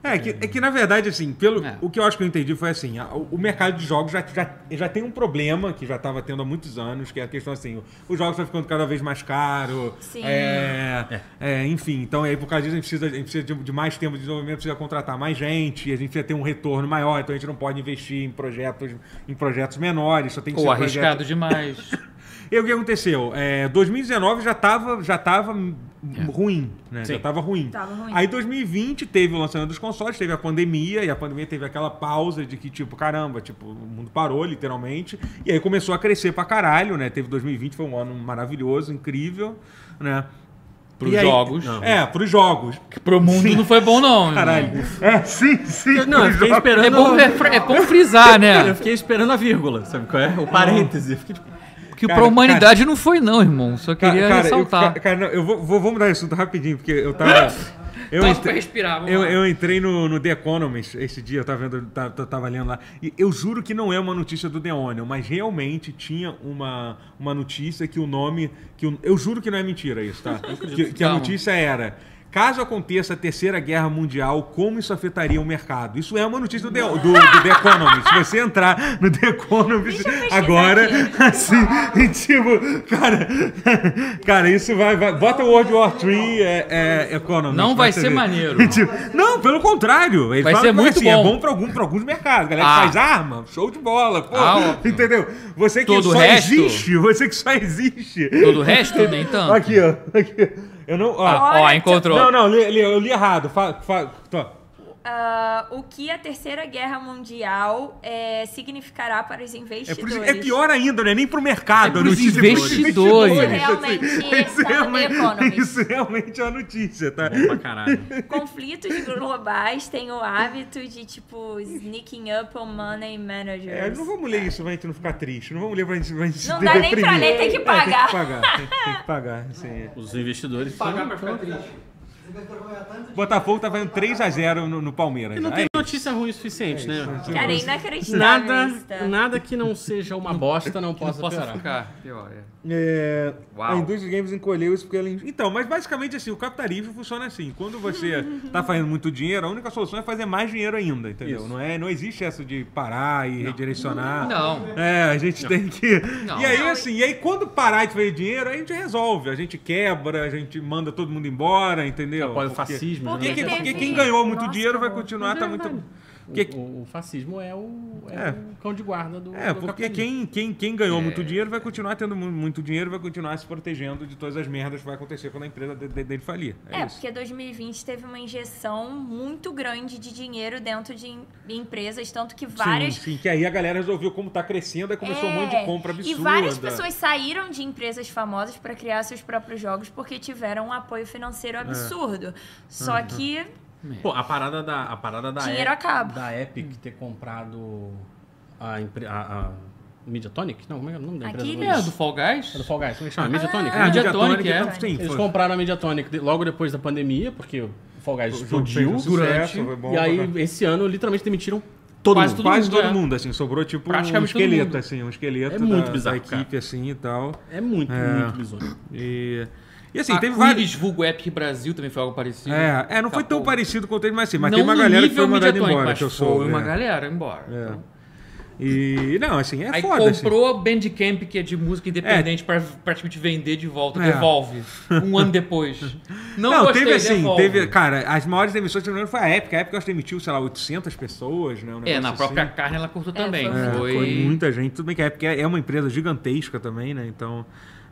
Speaker 1: É que, é que na verdade, assim, pelo,
Speaker 4: É.
Speaker 1: o que eu acho que eu entendi foi assim: a- o mercado de jogos já, já, já tem um problema que já estava tendo há muitos anos, que é a questão assim: o- os jogos estão ficando cada vez mais caros.
Speaker 3: Sim.
Speaker 1: É, é, enfim, então aí por causa disso a gente precisa, a gente precisa de, de mais tempo de desenvolvimento, precisa contratar mais gente, a gente precisa ter um retorno maior, então a gente não pode investir em projetos, em projetos menores, só tem que
Speaker 4: Ou
Speaker 1: ser projetos-
Speaker 4: arriscado demais.
Speaker 1: E o que aconteceu? É, 2019 já tava, já tava ruim, né?
Speaker 2: Sim.
Speaker 1: Já tava ruim.
Speaker 3: Tava ruim.
Speaker 1: Aí 2020 teve o lançamento dos consoles, teve a pandemia, e a pandemia teve aquela pausa de que, tipo, caramba, tipo, o mundo parou, literalmente. E aí começou a crescer pra caralho, né? Teve 2020, foi um ano maravilhoso, incrível, né?
Speaker 4: Pros
Speaker 1: E aí-
Speaker 4: jogos.
Speaker 1: É, pros jogos.
Speaker 4: Pro mundo não foi bom, não.
Speaker 1: Caralho. É, sim, sim.
Speaker 2: Não,
Speaker 1: pros
Speaker 2: eu fiquei
Speaker 1: jogos.
Speaker 2: esperando.
Speaker 4: É bom, é, fr- é bom frisar, né?
Speaker 2: Eu fiquei esperando a vírgula, sabe qual é? O parêntese. Eu fiquei tipo,
Speaker 4: Que
Speaker 1: Cara,
Speaker 4: pra humanidade não foi, não, irmão. Só
Speaker 1: Ca-
Speaker 4: queria
Speaker 1: cara, eu,
Speaker 4: ressaltar.
Speaker 1: ca- cara, não, eu vou, vou, vou mudar de assunto rapidinho, porque eu tava. Eu,
Speaker 4: Tosse
Speaker 1: entre-
Speaker 4: pra respirar, vamos
Speaker 1: eu,
Speaker 4: lá.
Speaker 1: eu entrei no, no The Economist esse dia, eu tava, vendo, tava, tava- tava lendo lá. E eu juro que não é uma notícia do The Onion, mas realmente tinha uma, uma notícia que o nome. Que o- eu juro que não é mentira isso, tá? que que a
Speaker 4: Calma.
Speaker 1: notícia era. Caso aconteça a Terceira Guerra Mundial, como isso afetaria o mercado? Isso é uma notícia do The, do, do The Economist. Se você entrar no The Economist
Speaker 3: Deixa eu pesquisar
Speaker 1: agora,
Speaker 3: aqui.
Speaker 1: Assim, e tipo, cara, cara, isso vai, vai- Bota o World War III é, é economy.
Speaker 4: Não vai
Speaker 1: você
Speaker 4: ser
Speaker 1: ver.
Speaker 4: maneiro.
Speaker 1: Tipo, não, pelo contrário. Ele
Speaker 4: Vai
Speaker 1: fala
Speaker 4: ser
Speaker 1: que
Speaker 4: muito
Speaker 1: assim, É
Speaker 4: bom.
Speaker 1: bom pra, algum, pra alguns mercados. A galera
Speaker 4: Ah.
Speaker 1: que faz arma, show de bola. pô,
Speaker 4: Ah, óbvio.
Speaker 1: entendeu? Você que
Speaker 4: Todo o
Speaker 1: só
Speaker 4: resto-
Speaker 1: existe, você que só existe.
Speaker 4: Todo o resto, nem tanto.
Speaker 1: Aqui, ó. Aqui. Eu não. Ó.
Speaker 4: Ó, encontrou.
Speaker 1: Não, não, li- li- eu li errado. Fa, fa, tô.
Speaker 3: Ah, o que a Terceira Guerra Mundial eh, significará para os
Speaker 1: É, por
Speaker 3: investidores?
Speaker 1: isso- é pior ainda, não é nem pro mercado.
Speaker 4: É
Speaker 1: a
Speaker 4: pros
Speaker 1: notícia é pros
Speaker 4: investidores.
Speaker 3: Isso
Speaker 1: assim.
Speaker 3: realmente
Speaker 1: Isso
Speaker 3: tá no The
Speaker 1: realmente,
Speaker 3: Economist.
Speaker 1: isso realmente é uma notícia, tá?
Speaker 2: bom pra caralho.
Speaker 3: Conflitos globais têm o hábito de, tipo, sneaking up on money managers.
Speaker 1: É, não vamos ler isso pra gente não ficar triste. Não vamos ler pra gente, pra gente
Speaker 3: Não
Speaker 1: se
Speaker 3: dá nem
Speaker 1: deprimir.
Speaker 3: pra ler, tem que
Speaker 1: É, tem
Speaker 3: pagar.
Speaker 1: que pagar, tem, tem que pagar. assim.
Speaker 2: Os investidores.
Speaker 4: Pagar
Speaker 2: estão-
Speaker 4: pra ficar triste.
Speaker 5: Você vai trabalhar tanto
Speaker 1: Botafogo tá fazendo 3x0 no, no Palmeiras.
Speaker 2: E não
Speaker 1: né?
Speaker 2: tem notícia ruim o suficiente, né?
Speaker 3: Cara, é inacreditável isso, tá?
Speaker 2: Nada, nada que não seja uma bosta não assim. possa
Speaker 4: Posso
Speaker 2: piorar.
Speaker 4: ficar pior, é.
Speaker 1: É,
Speaker 4: Uau.
Speaker 1: a indústria de games encolheu isso porque ela... Então, mas basicamente assim, o capitalismo funciona assim. Quando você tá fazendo muito dinheiro, a única solução é fazer mais dinheiro ainda, entendeu? Não, é, não existe essa de parar e redirecionar.
Speaker 4: Não.
Speaker 1: É, a gente tem que.
Speaker 4: Não.
Speaker 1: E aí, assim, e aí quando parar de fazer dinheiro, aí a gente resolve. A gente quebra, a gente manda todo mundo embora, entendeu?
Speaker 2: Após o
Speaker 1: Porque-
Speaker 2: fascismo.
Speaker 3: Porque
Speaker 1: Porque,
Speaker 2: né?
Speaker 1: quem- porque
Speaker 3: Teve-
Speaker 1: quem ganhou muito
Speaker 3: Nossa,
Speaker 1: dinheiro vai
Speaker 3: amor.
Speaker 1: continuar, tá muito. Porque,
Speaker 2: O, o fascismo é o, é
Speaker 1: É.
Speaker 2: o cão de guarda do.
Speaker 1: é,
Speaker 2: do
Speaker 1: porque quem,
Speaker 2: capitalismo.
Speaker 1: quem, quem
Speaker 4: É.
Speaker 1: ganhou muito dinheiro vai continuar tendo mu- muito dinheiro, vai continuar se protegendo de todas as merdas que vai acontecer quando a empresa de- de- dele falir. É,
Speaker 3: É,
Speaker 1: isso.
Speaker 3: porque 2020 teve uma injeção muito grande de dinheiro dentro de em- empresas, tanto que várias
Speaker 1: Sim, sim, que aí a galera resolveu como tá crescendo, aí começou um monte de
Speaker 3: É,
Speaker 1: compra absurda.
Speaker 3: E várias pessoas saíram de empresas famosas para criar seus próprios jogos porque tiveram um apoio financeiro
Speaker 1: É.
Speaker 3: absurdo. Só
Speaker 1: Uhum.
Speaker 3: que
Speaker 2: Pô, a parada da. A parada da
Speaker 3: Dinheiro acaba.
Speaker 2: Da Epic ter comprado a, empre- a, a Mediatonic? Não, como é que é o nome da empresa?
Speaker 3: Aqui,
Speaker 4: É, do Fall Guys?
Speaker 2: É do Fall Guys, como é que
Speaker 3: Ah.
Speaker 2: chama? Mediatonic.
Speaker 1: É, a
Speaker 2: né?
Speaker 1: Mediatonic,
Speaker 4: Mediatonic, é.
Speaker 1: então, sim,
Speaker 2: Eles
Speaker 1: foi.
Speaker 2: compraram a Mediatonic de- logo depois da pandemia, porque o Fall Guys
Speaker 1: O jogo
Speaker 2: explodiu
Speaker 1: fez um
Speaker 2: durante.
Speaker 1: sucesso, foi bom
Speaker 2: e aí,
Speaker 1: pra caralho.
Speaker 2: esse ano, literalmente demitiram todo
Speaker 4: Quase
Speaker 2: mundo.
Speaker 4: todo
Speaker 1: Quase
Speaker 4: mundo,
Speaker 1: todo
Speaker 4: é.
Speaker 1: mundo, assim, sobrou tipo um
Speaker 4: Praticamente todo
Speaker 1: esqueleto,
Speaker 4: mundo.
Speaker 1: assim, um esqueleto
Speaker 2: É
Speaker 1: da,
Speaker 2: muito
Speaker 1: da
Speaker 2: bizarro,
Speaker 1: equipe, assim, e tal.
Speaker 2: É muito,
Speaker 1: É.
Speaker 2: muito bizonho.
Speaker 1: E, e assim,
Speaker 4: Sim,
Speaker 1: teve
Speaker 4: teve
Speaker 1: vários...
Speaker 4: vários. vulgo Epic Brasil também foi algo parecido.
Speaker 1: É, é, não foi tão
Speaker 4: Acabou.
Speaker 1: parecido com o teve, mas sim, mas
Speaker 4: Tá
Speaker 1: tem
Speaker 4: Não
Speaker 1: uma
Speaker 4: no
Speaker 1: galera que
Speaker 4: nível
Speaker 1: foi mandada
Speaker 4: Mediatonic,
Speaker 1: embora,
Speaker 4: mas
Speaker 1: que eu
Speaker 4: Foi
Speaker 1: soube.
Speaker 4: uma
Speaker 1: é.
Speaker 4: galera embora. Então,
Speaker 1: E não, assim, é
Speaker 4: Aí
Speaker 1: foda. assim.
Speaker 4: comprou a Bandcamp, que é de música independente, pra praticamente vender de volta.
Speaker 1: É.
Speaker 4: Devolve. Um ano depois. Não,
Speaker 1: Não,
Speaker 4: gostei,
Speaker 1: teve assim,
Speaker 4: devolve.
Speaker 1: teve, cara, as maiores demissões que foi a Epic. A Epic acho que demitiu, sei lá, 800 pessoas, né? um
Speaker 4: É,
Speaker 1: negócio
Speaker 4: na própria
Speaker 1: assim.
Speaker 4: carne ela cortou
Speaker 3: É,
Speaker 4: também.
Speaker 3: foi
Speaker 1: É,
Speaker 4: Foi...
Speaker 1: foi... muita gente. Tudo bem que a Epic é é uma empresa gigantesca também, né? Então,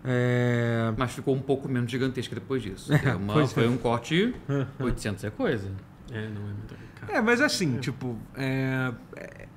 Speaker 1: é...
Speaker 4: Mas ficou um pouco menos gigantesca depois disso. Foi uma-
Speaker 1: pois é.
Speaker 4: foi um corte 800 é coisa.
Speaker 2: É, não é muito. Cara.
Speaker 1: É, mas assim, tipo, é...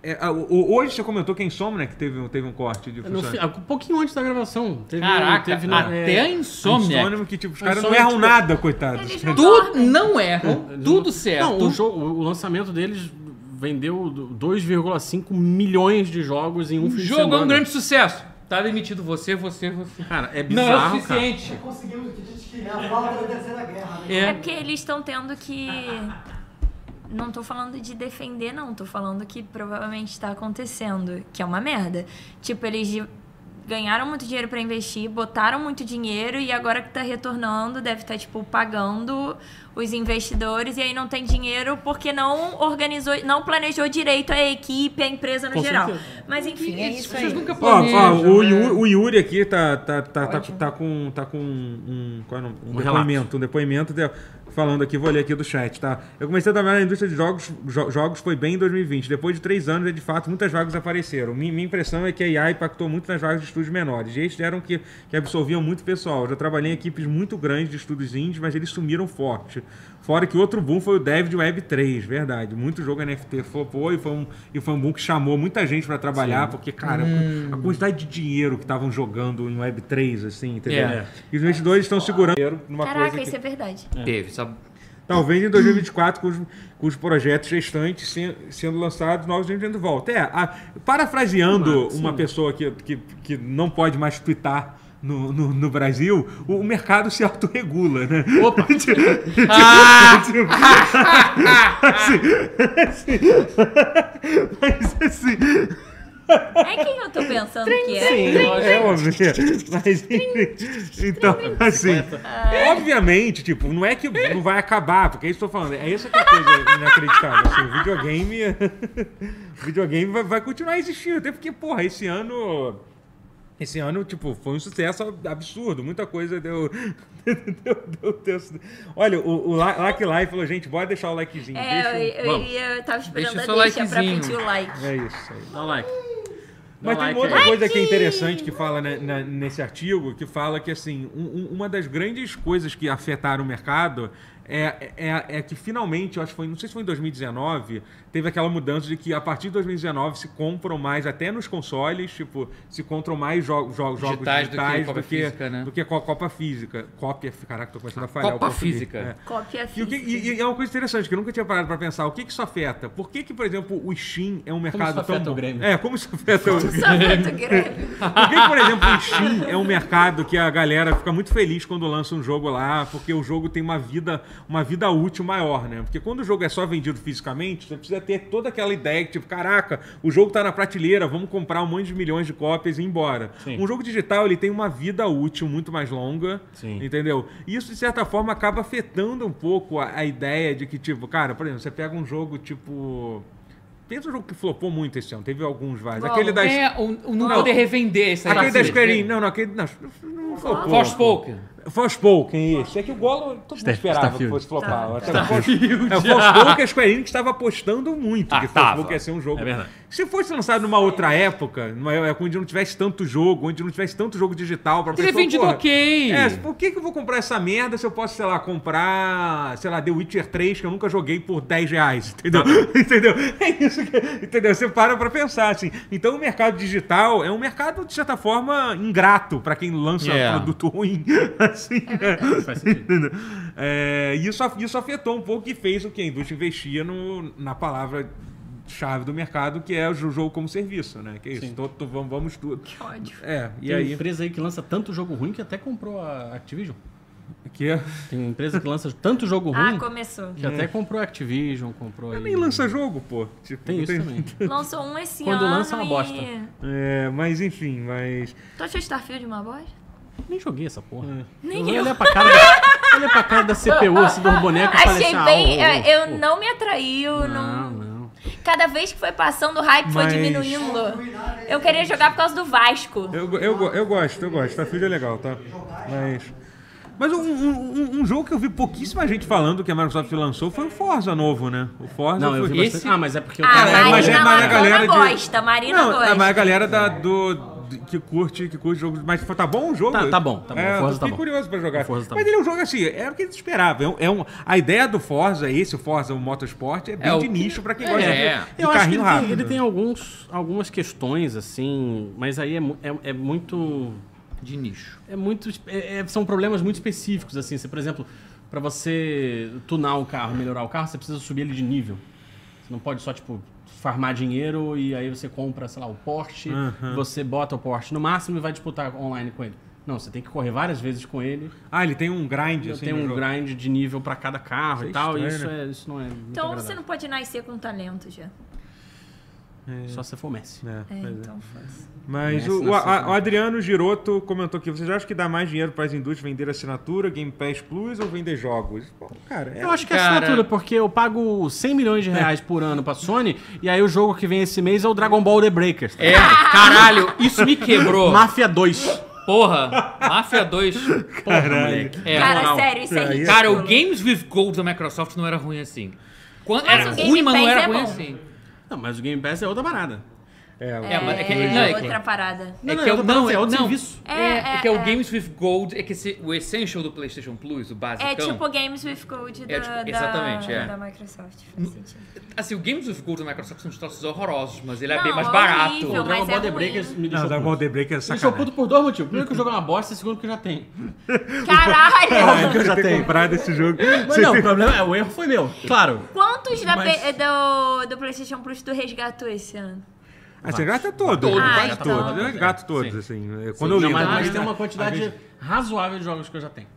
Speaker 1: é- é- o- o- hoje você comentou quem some, né? Que teve, um- teve um corte de
Speaker 2: No
Speaker 1: funcionário.
Speaker 2: fi- um pouquinho antes da gravação. Teve,
Speaker 4: Caraca,
Speaker 2: teve no-
Speaker 4: até
Speaker 2: é,
Speaker 4: a Insomniac.
Speaker 1: Insônia, que, tipo, os caras não
Speaker 2: Insônia,
Speaker 1: erram
Speaker 2: tipo,
Speaker 1: nada, coitados.
Speaker 3: eles não
Speaker 4: Tudo não erram,
Speaker 2: Eles
Speaker 4: tudo
Speaker 2: não-
Speaker 4: certo.
Speaker 2: É. Não, o, jogo- o lançamento deles vendeu do- 2,5 milhões de jogos em um
Speaker 4: o
Speaker 2: fim de
Speaker 4: jogo é
Speaker 2: semana.
Speaker 4: um grande sucesso. Tá demitido você, você, você.
Speaker 2: Cara,
Speaker 4: não
Speaker 2: é
Speaker 4: é
Speaker 2: bizarro,
Speaker 4: o suficiente.
Speaker 5: que conseguimos o que a gente queria. A volta da Terceira Guerra, né?
Speaker 3: é
Speaker 4: É.
Speaker 3: porque eles estão tendo que. Não tô falando de defender, não. Tô falando que provavelmente está acontecendo, que é uma merda. Tipo, eles de- ganharam muito dinheiro para investir, botaram muito dinheiro e agora que tá retornando, deve estar, tipo, pagando os investidores e aí não tem dinheiro porque não organizou, não planejou direito a equipe, a empresa no
Speaker 2: Com
Speaker 3: geral.
Speaker 2: certeza.
Speaker 3: Mas enfim, é isso aí.
Speaker 4: Vocês nunca
Speaker 1: Ó, ó,
Speaker 4: planejam.
Speaker 1: o,
Speaker 4: né?
Speaker 1: Yuri, o Yuri aqui tá, tá, tá, tá,
Speaker 3: Ótimo.
Speaker 1: tá com, tá com um, qual é o nome? um
Speaker 2: Um relato.
Speaker 1: depoimento. Um depoimento de- falando aqui, vou ler aqui do chat, tá? Eu comecei a trabalhar na indústria de jogos, jo- jogos foi bem em 2020. Depois de três anos, é de fato, muitas vagas apareceram. Mi- Minha, impressão é que a IA impactou muito nas vagas de estúdios menores. E eles eram que, que absorviam muito pessoal. Eu já trabalhei em equipes muito grandes de estúdios indies, mas eles sumiram forte. Fora que outro boom foi o dev de Web 3, verdade. Muito jogo NFT flopou e foi um, e foi um boom que chamou muita gente pra trabalhar, porque, cara, a quantidade de dinheiro que estavam jogando em Web 3, assim, entendeu?
Speaker 4: É.
Speaker 1: E os 22 estão segurando dinheiro numa
Speaker 3: Caraca,
Speaker 1: coisa
Speaker 3: isso
Speaker 1: que...
Speaker 3: é verdade.
Speaker 4: Teve, sabe?
Speaker 1: Talvez em 2024, com os, com os projetos gestantes se- sendo lançados, novos gente de volta. É, a- parafraseando uma pessoa que, que, que não pode mais twittar no, no, no Brasil, o, o mercado se autorregula, né? Tipo,
Speaker 2: Opa!
Speaker 4: Ah!
Speaker 1: assim, Mas assim,
Speaker 3: É quem eu tô pensando que é.
Speaker 2: Sim, lógico.
Speaker 1: é óbvio. Mas, enfim, então, assim, obviamente, tipo, não é que não vai acabar, porque é isso que eu tô falando. É isso que é a coisa inacreditável. Assim, o videogame. o videogame vai, vai continuar existindo. Até porque, porra, esse ano. Esse ano, tipo, foi um sucesso absurdo. Muita coisa deu. deu, deu, deu- Olha, o, o La- Lack Life falou, gente, bora deixar o likezinho. deixa eu-
Speaker 3: É, eu, eu,
Speaker 2: Vamos.
Speaker 3: iria, eu tava esperando
Speaker 4: Deixa o
Speaker 3: a
Speaker 4: seu
Speaker 3: deixa pra
Speaker 4: likezinho.
Speaker 3: pedir o like.
Speaker 1: É isso, é isso.
Speaker 2: Dá um like.
Speaker 1: Mas
Speaker 2: Dá
Speaker 1: tem
Speaker 2: like
Speaker 1: uma outra
Speaker 2: aí.
Speaker 1: coisa que é interessante que fala né, na- nesse artigo, que fala que assim, um- um- uma das grandes coisas que afetaram o mercado é, é, é que finalmente, eu acho que foi, não sei se foi em 2019, teve aquela mudança de que a partir de 2019 se compram mais, até nos consoles, tipo, se compram mais jo jo jogos
Speaker 4: Digitais
Speaker 1: digitais,
Speaker 4: do que cópia
Speaker 1: do que,
Speaker 4: física, né?
Speaker 1: do que co- Copa Física. Cópia, caraca, tô começando a falhar. o
Speaker 4: Copa
Speaker 1: português.
Speaker 4: Física.
Speaker 1: É.
Speaker 3: Cópia
Speaker 1: E, o que-
Speaker 3: física.
Speaker 1: e- e é uma coisa interessante, que eu nunca tinha parado pra pensar. O que, que isso afeta? Por que, que, por exemplo, o Steam é um mercado
Speaker 2: isso
Speaker 1: tão
Speaker 2: afeta o
Speaker 1: bom?
Speaker 2: Grêmio?
Speaker 1: É, como isso afeta o
Speaker 3: Só muito grande.
Speaker 1: por que, por exemplo, o Steam é um mercado que a galera fica muito feliz quando lança um jogo lá, porque o jogo tem uma vida, uma vida útil maior, né? Porque quando o jogo é só vendido fisicamente, você precisa ter toda aquela ideia que, tipo, caraca, o jogo tá na prateleira, vamos comprar um monte de milhões de cópias e ir embora.
Speaker 2: Sim.
Speaker 1: Um jogo digital, ele tem uma vida útil muito mais longa,
Speaker 2: Sim.
Speaker 1: entendeu? E isso, de certa forma, acaba afetando um pouco a, a ideia de que, tipo, cara, por exemplo, você pega um jogo, tipo... Pensa um jogo que flopou muito esse ano, teve alguns vários.
Speaker 3: Qual?
Speaker 1: Aquele da
Speaker 4: É, o, o não
Speaker 1: Não.
Speaker 4: poder revender essa
Speaker 1: Aquele da
Speaker 4: ideia.
Speaker 1: Square Enix. Não, não, aquele. Não, não flopou.
Speaker 4: Forspoken.
Speaker 1: Forspoken, isso. É que o Golo todo mundo
Speaker 2: Está-
Speaker 1: esperava que
Speaker 2: Starfield.
Speaker 1: fosse flopar.
Speaker 3: Tá,
Speaker 1: Até o Fors- É, o Forspoken, a Square Enix estava apostando muito
Speaker 2: Ah,
Speaker 1: que
Speaker 2: tava.
Speaker 1: Forspoken ia ser um jogo.
Speaker 2: É verdade.
Speaker 1: Se fosse lançado numa outra época, numa época onde não tivesse tanto jogo, onde não tivesse tanto jogo digital pra
Speaker 4: Ele é
Speaker 1: pessoa,
Speaker 4: vendido
Speaker 1: porra,
Speaker 4: ok.
Speaker 1: é, por que, que eu vou comprar essa merda se eu posso, sei lá, comprar, sei lá, The Witcher 3 que eu nunca joguei por 10 reais, entendeu? entendeu? É isso que. Entendeu? Você para pra pensar, assim. Então o mercado digital é um mercado, de certa forma, ingrato pra quem lança
Speaker 4: É.
Speaker 1: produto ruim. Assim, né?
Speaker 2: É, Faz sentido.
Speaker 1: Entendeu? É, isso, af- isso afetou um pouco e fez o que a indústria investia no- na palavra chave do mercado, que é o jo- jogo como serviço, né? Que é isso,
Speaker 2: Sim.
Speaker 1: tô- tô- vamos, vamos tudo.
Speaker 3: Que ódio.
Speaker 1: É, e
Speaker 2: Tem
Speaker 1: aí...
Speaker 2: empresa aí que lança tanto jogo ruim que até comprou a Activision.
Speaker 1: Que...
Speaker 2: Tem empresa que lança tanto jogo
Speaker 3: Ah,
Speaker 2: ruim
Speaker 3: começou.
Speaker 2: que até comprou a Activision, comprou
Speaker 1: Mas
Speaker 2: aí-
Speaker 1: nem lança jogo, pô. Tipo,
Speaker 2: Tem
Speaker 1: não
Speaker 2: isso também.
Speaker 3: Lançou um esse
Speaker 2: Quando
Speaker 3: ano
Speaker 2: lança é uma bosta.
Speaker 3: e...
Speaker 1: É, mas enfim, mas.
Speaker 3: Tu achou Starfield uma bosta?
Speaker 2: Nem joguei essa porra.
Speaker 3: Nem
Speaker 2: eu.
Speaker 3: eu.
Speaker 2: Olha pra cara da, olha pra cara da CPU, assim, do boneco e falei
Speaker 3: Achei
Speaker 2: assim, ah,
Speaker 3: bem...
Speaker 2: ô,
Speaker 3: é,
Speaker 2: ô,
Speaker 3: eu
Speaker 2: ô.
Speaker 3: não me atraiu. Não,
Speaker 2: Não, não.
Speaker 3: Cada vez que foi passando, o hype foi
Speaker 1: Mas-
Speaker 3: diminuindo. Eu queria jogar por causa do Vasco.
Speaker 1: Eu, eu, go- eu gosto, eu gosto. Starfield é legal, tá? Mas. Mas um, um- um- um jogo que eu vi pouquíssima gente falando que a Microsoft lançou foi o Forza novo, né? O Forza
Speaker 2: Não, eu
Speaker 1: foi.
Speaker 2: vi
Speaker 4: Esse-
Speaker 2: bastante. Ah, mas é porque eu
Speaker 3: Ah,
Speaker 1: É, mas é
Speaker 3: Marina
Speaker 1: mais a
Speaker 3: Lagoa
Speaker 1: galera de-
Speaker 3: gosta, Marina
Speaker 1: Não,
Speaker 3: gosta.
Speaker 1: é, mas a galera da, do. de- Que curte, que curte jogos. Mas tá bom o jogo?
Speaker 2: Tá- tá bom, tá bom.
Speaker 1: É, eu
Speaker 2: Forza tá
Speaker 1: fiquei
Speaker 2: bom.
Speaker 1: curioso pra jogar.
Speaker 2: O Forza tá
Speaker 1: mas
Speaker 2: bom.
Speaker 1: ele é um jogo assim, era o que eles esperavam. É um, é um- a ideia do Forza, esse, o Forza, o Motorsport, é bem
Speaker 4: É o
Speaker 1: de
Speaker 4: que-
Speaker 1: nicho pra quem
Speaker 4: É.
Speaker 1: gosta de-
Speaker 4: Eu
Speaker 1: de,
Speaker 2: Eu acho que
Speaker 1: carrinho
Speaker 2: ele
Speaker 1: rápido.
Speaker 2: tem, ele tem um- alguns, algumas questões, assim, mas aí é, mu- é, é muito.
Speaker 4: De nicho.
Speaker 2: É muito es- é- é- são problemas muito específicos, assim. Você, por exemplo, pra você tunar o carro, melhorar o carro, você precisa subir ele de nível. Você não pode só, tipo, farmar dinheiro e aí você compra, sei lá, o Porsche,
Speaker 1: Aham.
Speaker 2: você bota o Porsche no máximo e vai disputar online com ele. Não, você tem que correr várias vezes com ele.
Speaker 1: Ah, ele tem um grind, assim.
Speaker 2: tem
Speaker 1: no
Speaker 2: um
Speaker 1: jogo.
Speaker 2: grind de nível pra cada carro
Speaker 1: Isso é
Speaker 2: e tal. e
Speaker 1: estranho,
Speaker 2: isso,
Speaker 1: né?
Speaker 2: é, isso não é. muito
Speaker 3: Então
Speaker 2: agradável.
Speaker 3: você não pode nascer com talento já.
Speaker 2: Só se você for Messi.
Speaker 1: É,
Speaker 3: É,
Speaker 1: pois é.
Speaker 3: então faz.
Speaker 1: Mas
Speaker 2: Messi
Speaker 1: o,
Speaker 2: na
Speaker 1: o- a-
Speaker 2: sua-
Speaker 1: o Adriano Giroto comentou aqui: vocês acham que dá mais dinheiro para as indústrias vender assinatura, Game Pass Plus ou vender jogos? Bom, cara, é,
Speaker 2: Eu acho que é
Speaker 4: Cara-
Speaker 2: assinatura, porque eu pago 100 milhões de reais por ano pra Sony, e aí o jogo que vem esse mês é o Dragon Ball The Breakers. tá?
Speaker 4: É, caralho, isso me quebrou.
Speaker 2: Máfia 2.
Speaker 4: Porra, Máfia 2.
Speaker 2: Porra, moleque.
Speaker 4: É,
Speaker 3: Cara,
Speaker 4: moral.
Speaker 3: sério, isso é
Speaker 1: Aí é
Speaker 3: ridículo.
Speaker 4: Cara, o Games with Gold da Microsoft não era ruim assim. Quando,
Speaker 3: Mas
Speaker 4: era
Speaker 3: o Game
Speaker 4: ruim, mas não
Speaker 3: Pass
Speaker 4: era
Speaker 3: é
Speaker 4: ruim
Speaker 3: bom.
Speaker 4: assim.
Speaker 2: Não, mas o Game Pass é outra parada.
Speaker 1: é, o-
Speaker 4: É, mas é que-
Speaker 3: É
Speaker 4: não, é que-
Speaker 3: outra parada.
Speaker 2: Não,
Speaker 4: É
Speaker 2: não,
Speaker 4: que
Speaker 2: eu
Speaker 4: é
Speaker 2: tô
Speaker 4: o
Speaker 2: falando
Speaker 4: não,
Speaker 2: assim,
Speaker 4: é
Speaker 2: é
Speaker 4: o
Speaker 2: outro
Speaker 4: não.
Speaker 2: serviço.
Speaker 4: É,
Speaker 3: É,
Speaker 4: é que é o
Speaker 3: é.
Speaker 4: Games with Gold, é que esse, o Essential do PlayStation Plus, o basicão.
Speaker 3: É tipo Games with Gold da,
Speaker 4: Tá É tipo-
Speaker 3: da-
Speaker 4: exatamente, é.
Speaker 3: da Microsoft. Faz sentido.
Speaker 4: Assim, o Games with Gold da Microsoft são uns troços horrorosos, mas ele é
Speaker 3: Não,
Speaker 4: bem mais
Speaker 3: é
Speaker 4: barato.
Speaker 3: horrível,
Speaker 2: O Dragon
Speaker 3: mas é
Speaker 2: Ball The
Speaker 3: ruim.
Speaker 2: Breakers me
Speaker 1: Não,
Speaker 2: deixou
Speaker 1: Dragon Ball
Speaker 2: puto.
Speaker 1: The Break é
Speaker 2: Me deixou
Speaker 1: sacanagem.
Speaker 2: puto por dois motivos. Primeiro que o jogo é uma bosta, e segundo que eu já tenho.
Speaker 3: Caralho!
Speaker 4: É,
Speaker 1: que eu já tenho comprado esse jogo.
Speaker 2: Mas não, o problema é, o erro foi meu, claro.
Speaker 3: Quantos da
Speaker 2: Mas-
Speaker 3: P- eh, do, do PlayStation Plus tu resgatou esse ano?
Speaker 1: Ah, você gasta todo.
Speaker 4: Todo,
Speaker 1: eu
Speaker 3: Ah,
Speaker 1: gasto
Speaker 3: então.
Speaker 1: todos. Eu gasto todos, assim. é, Quando eu
Speaker 2: Não,
Speaker 1: ligo.
Speaker 2: mas,
Speaker 1: eu
Speaker 2: mas
Speaker 1: ligo,
Speaker 2: tem uma
Speaker 1: às
Speaker 2: quantidade
Speaker 1: vezes-
Speaker 2: razoável de jogos que eu já tenho.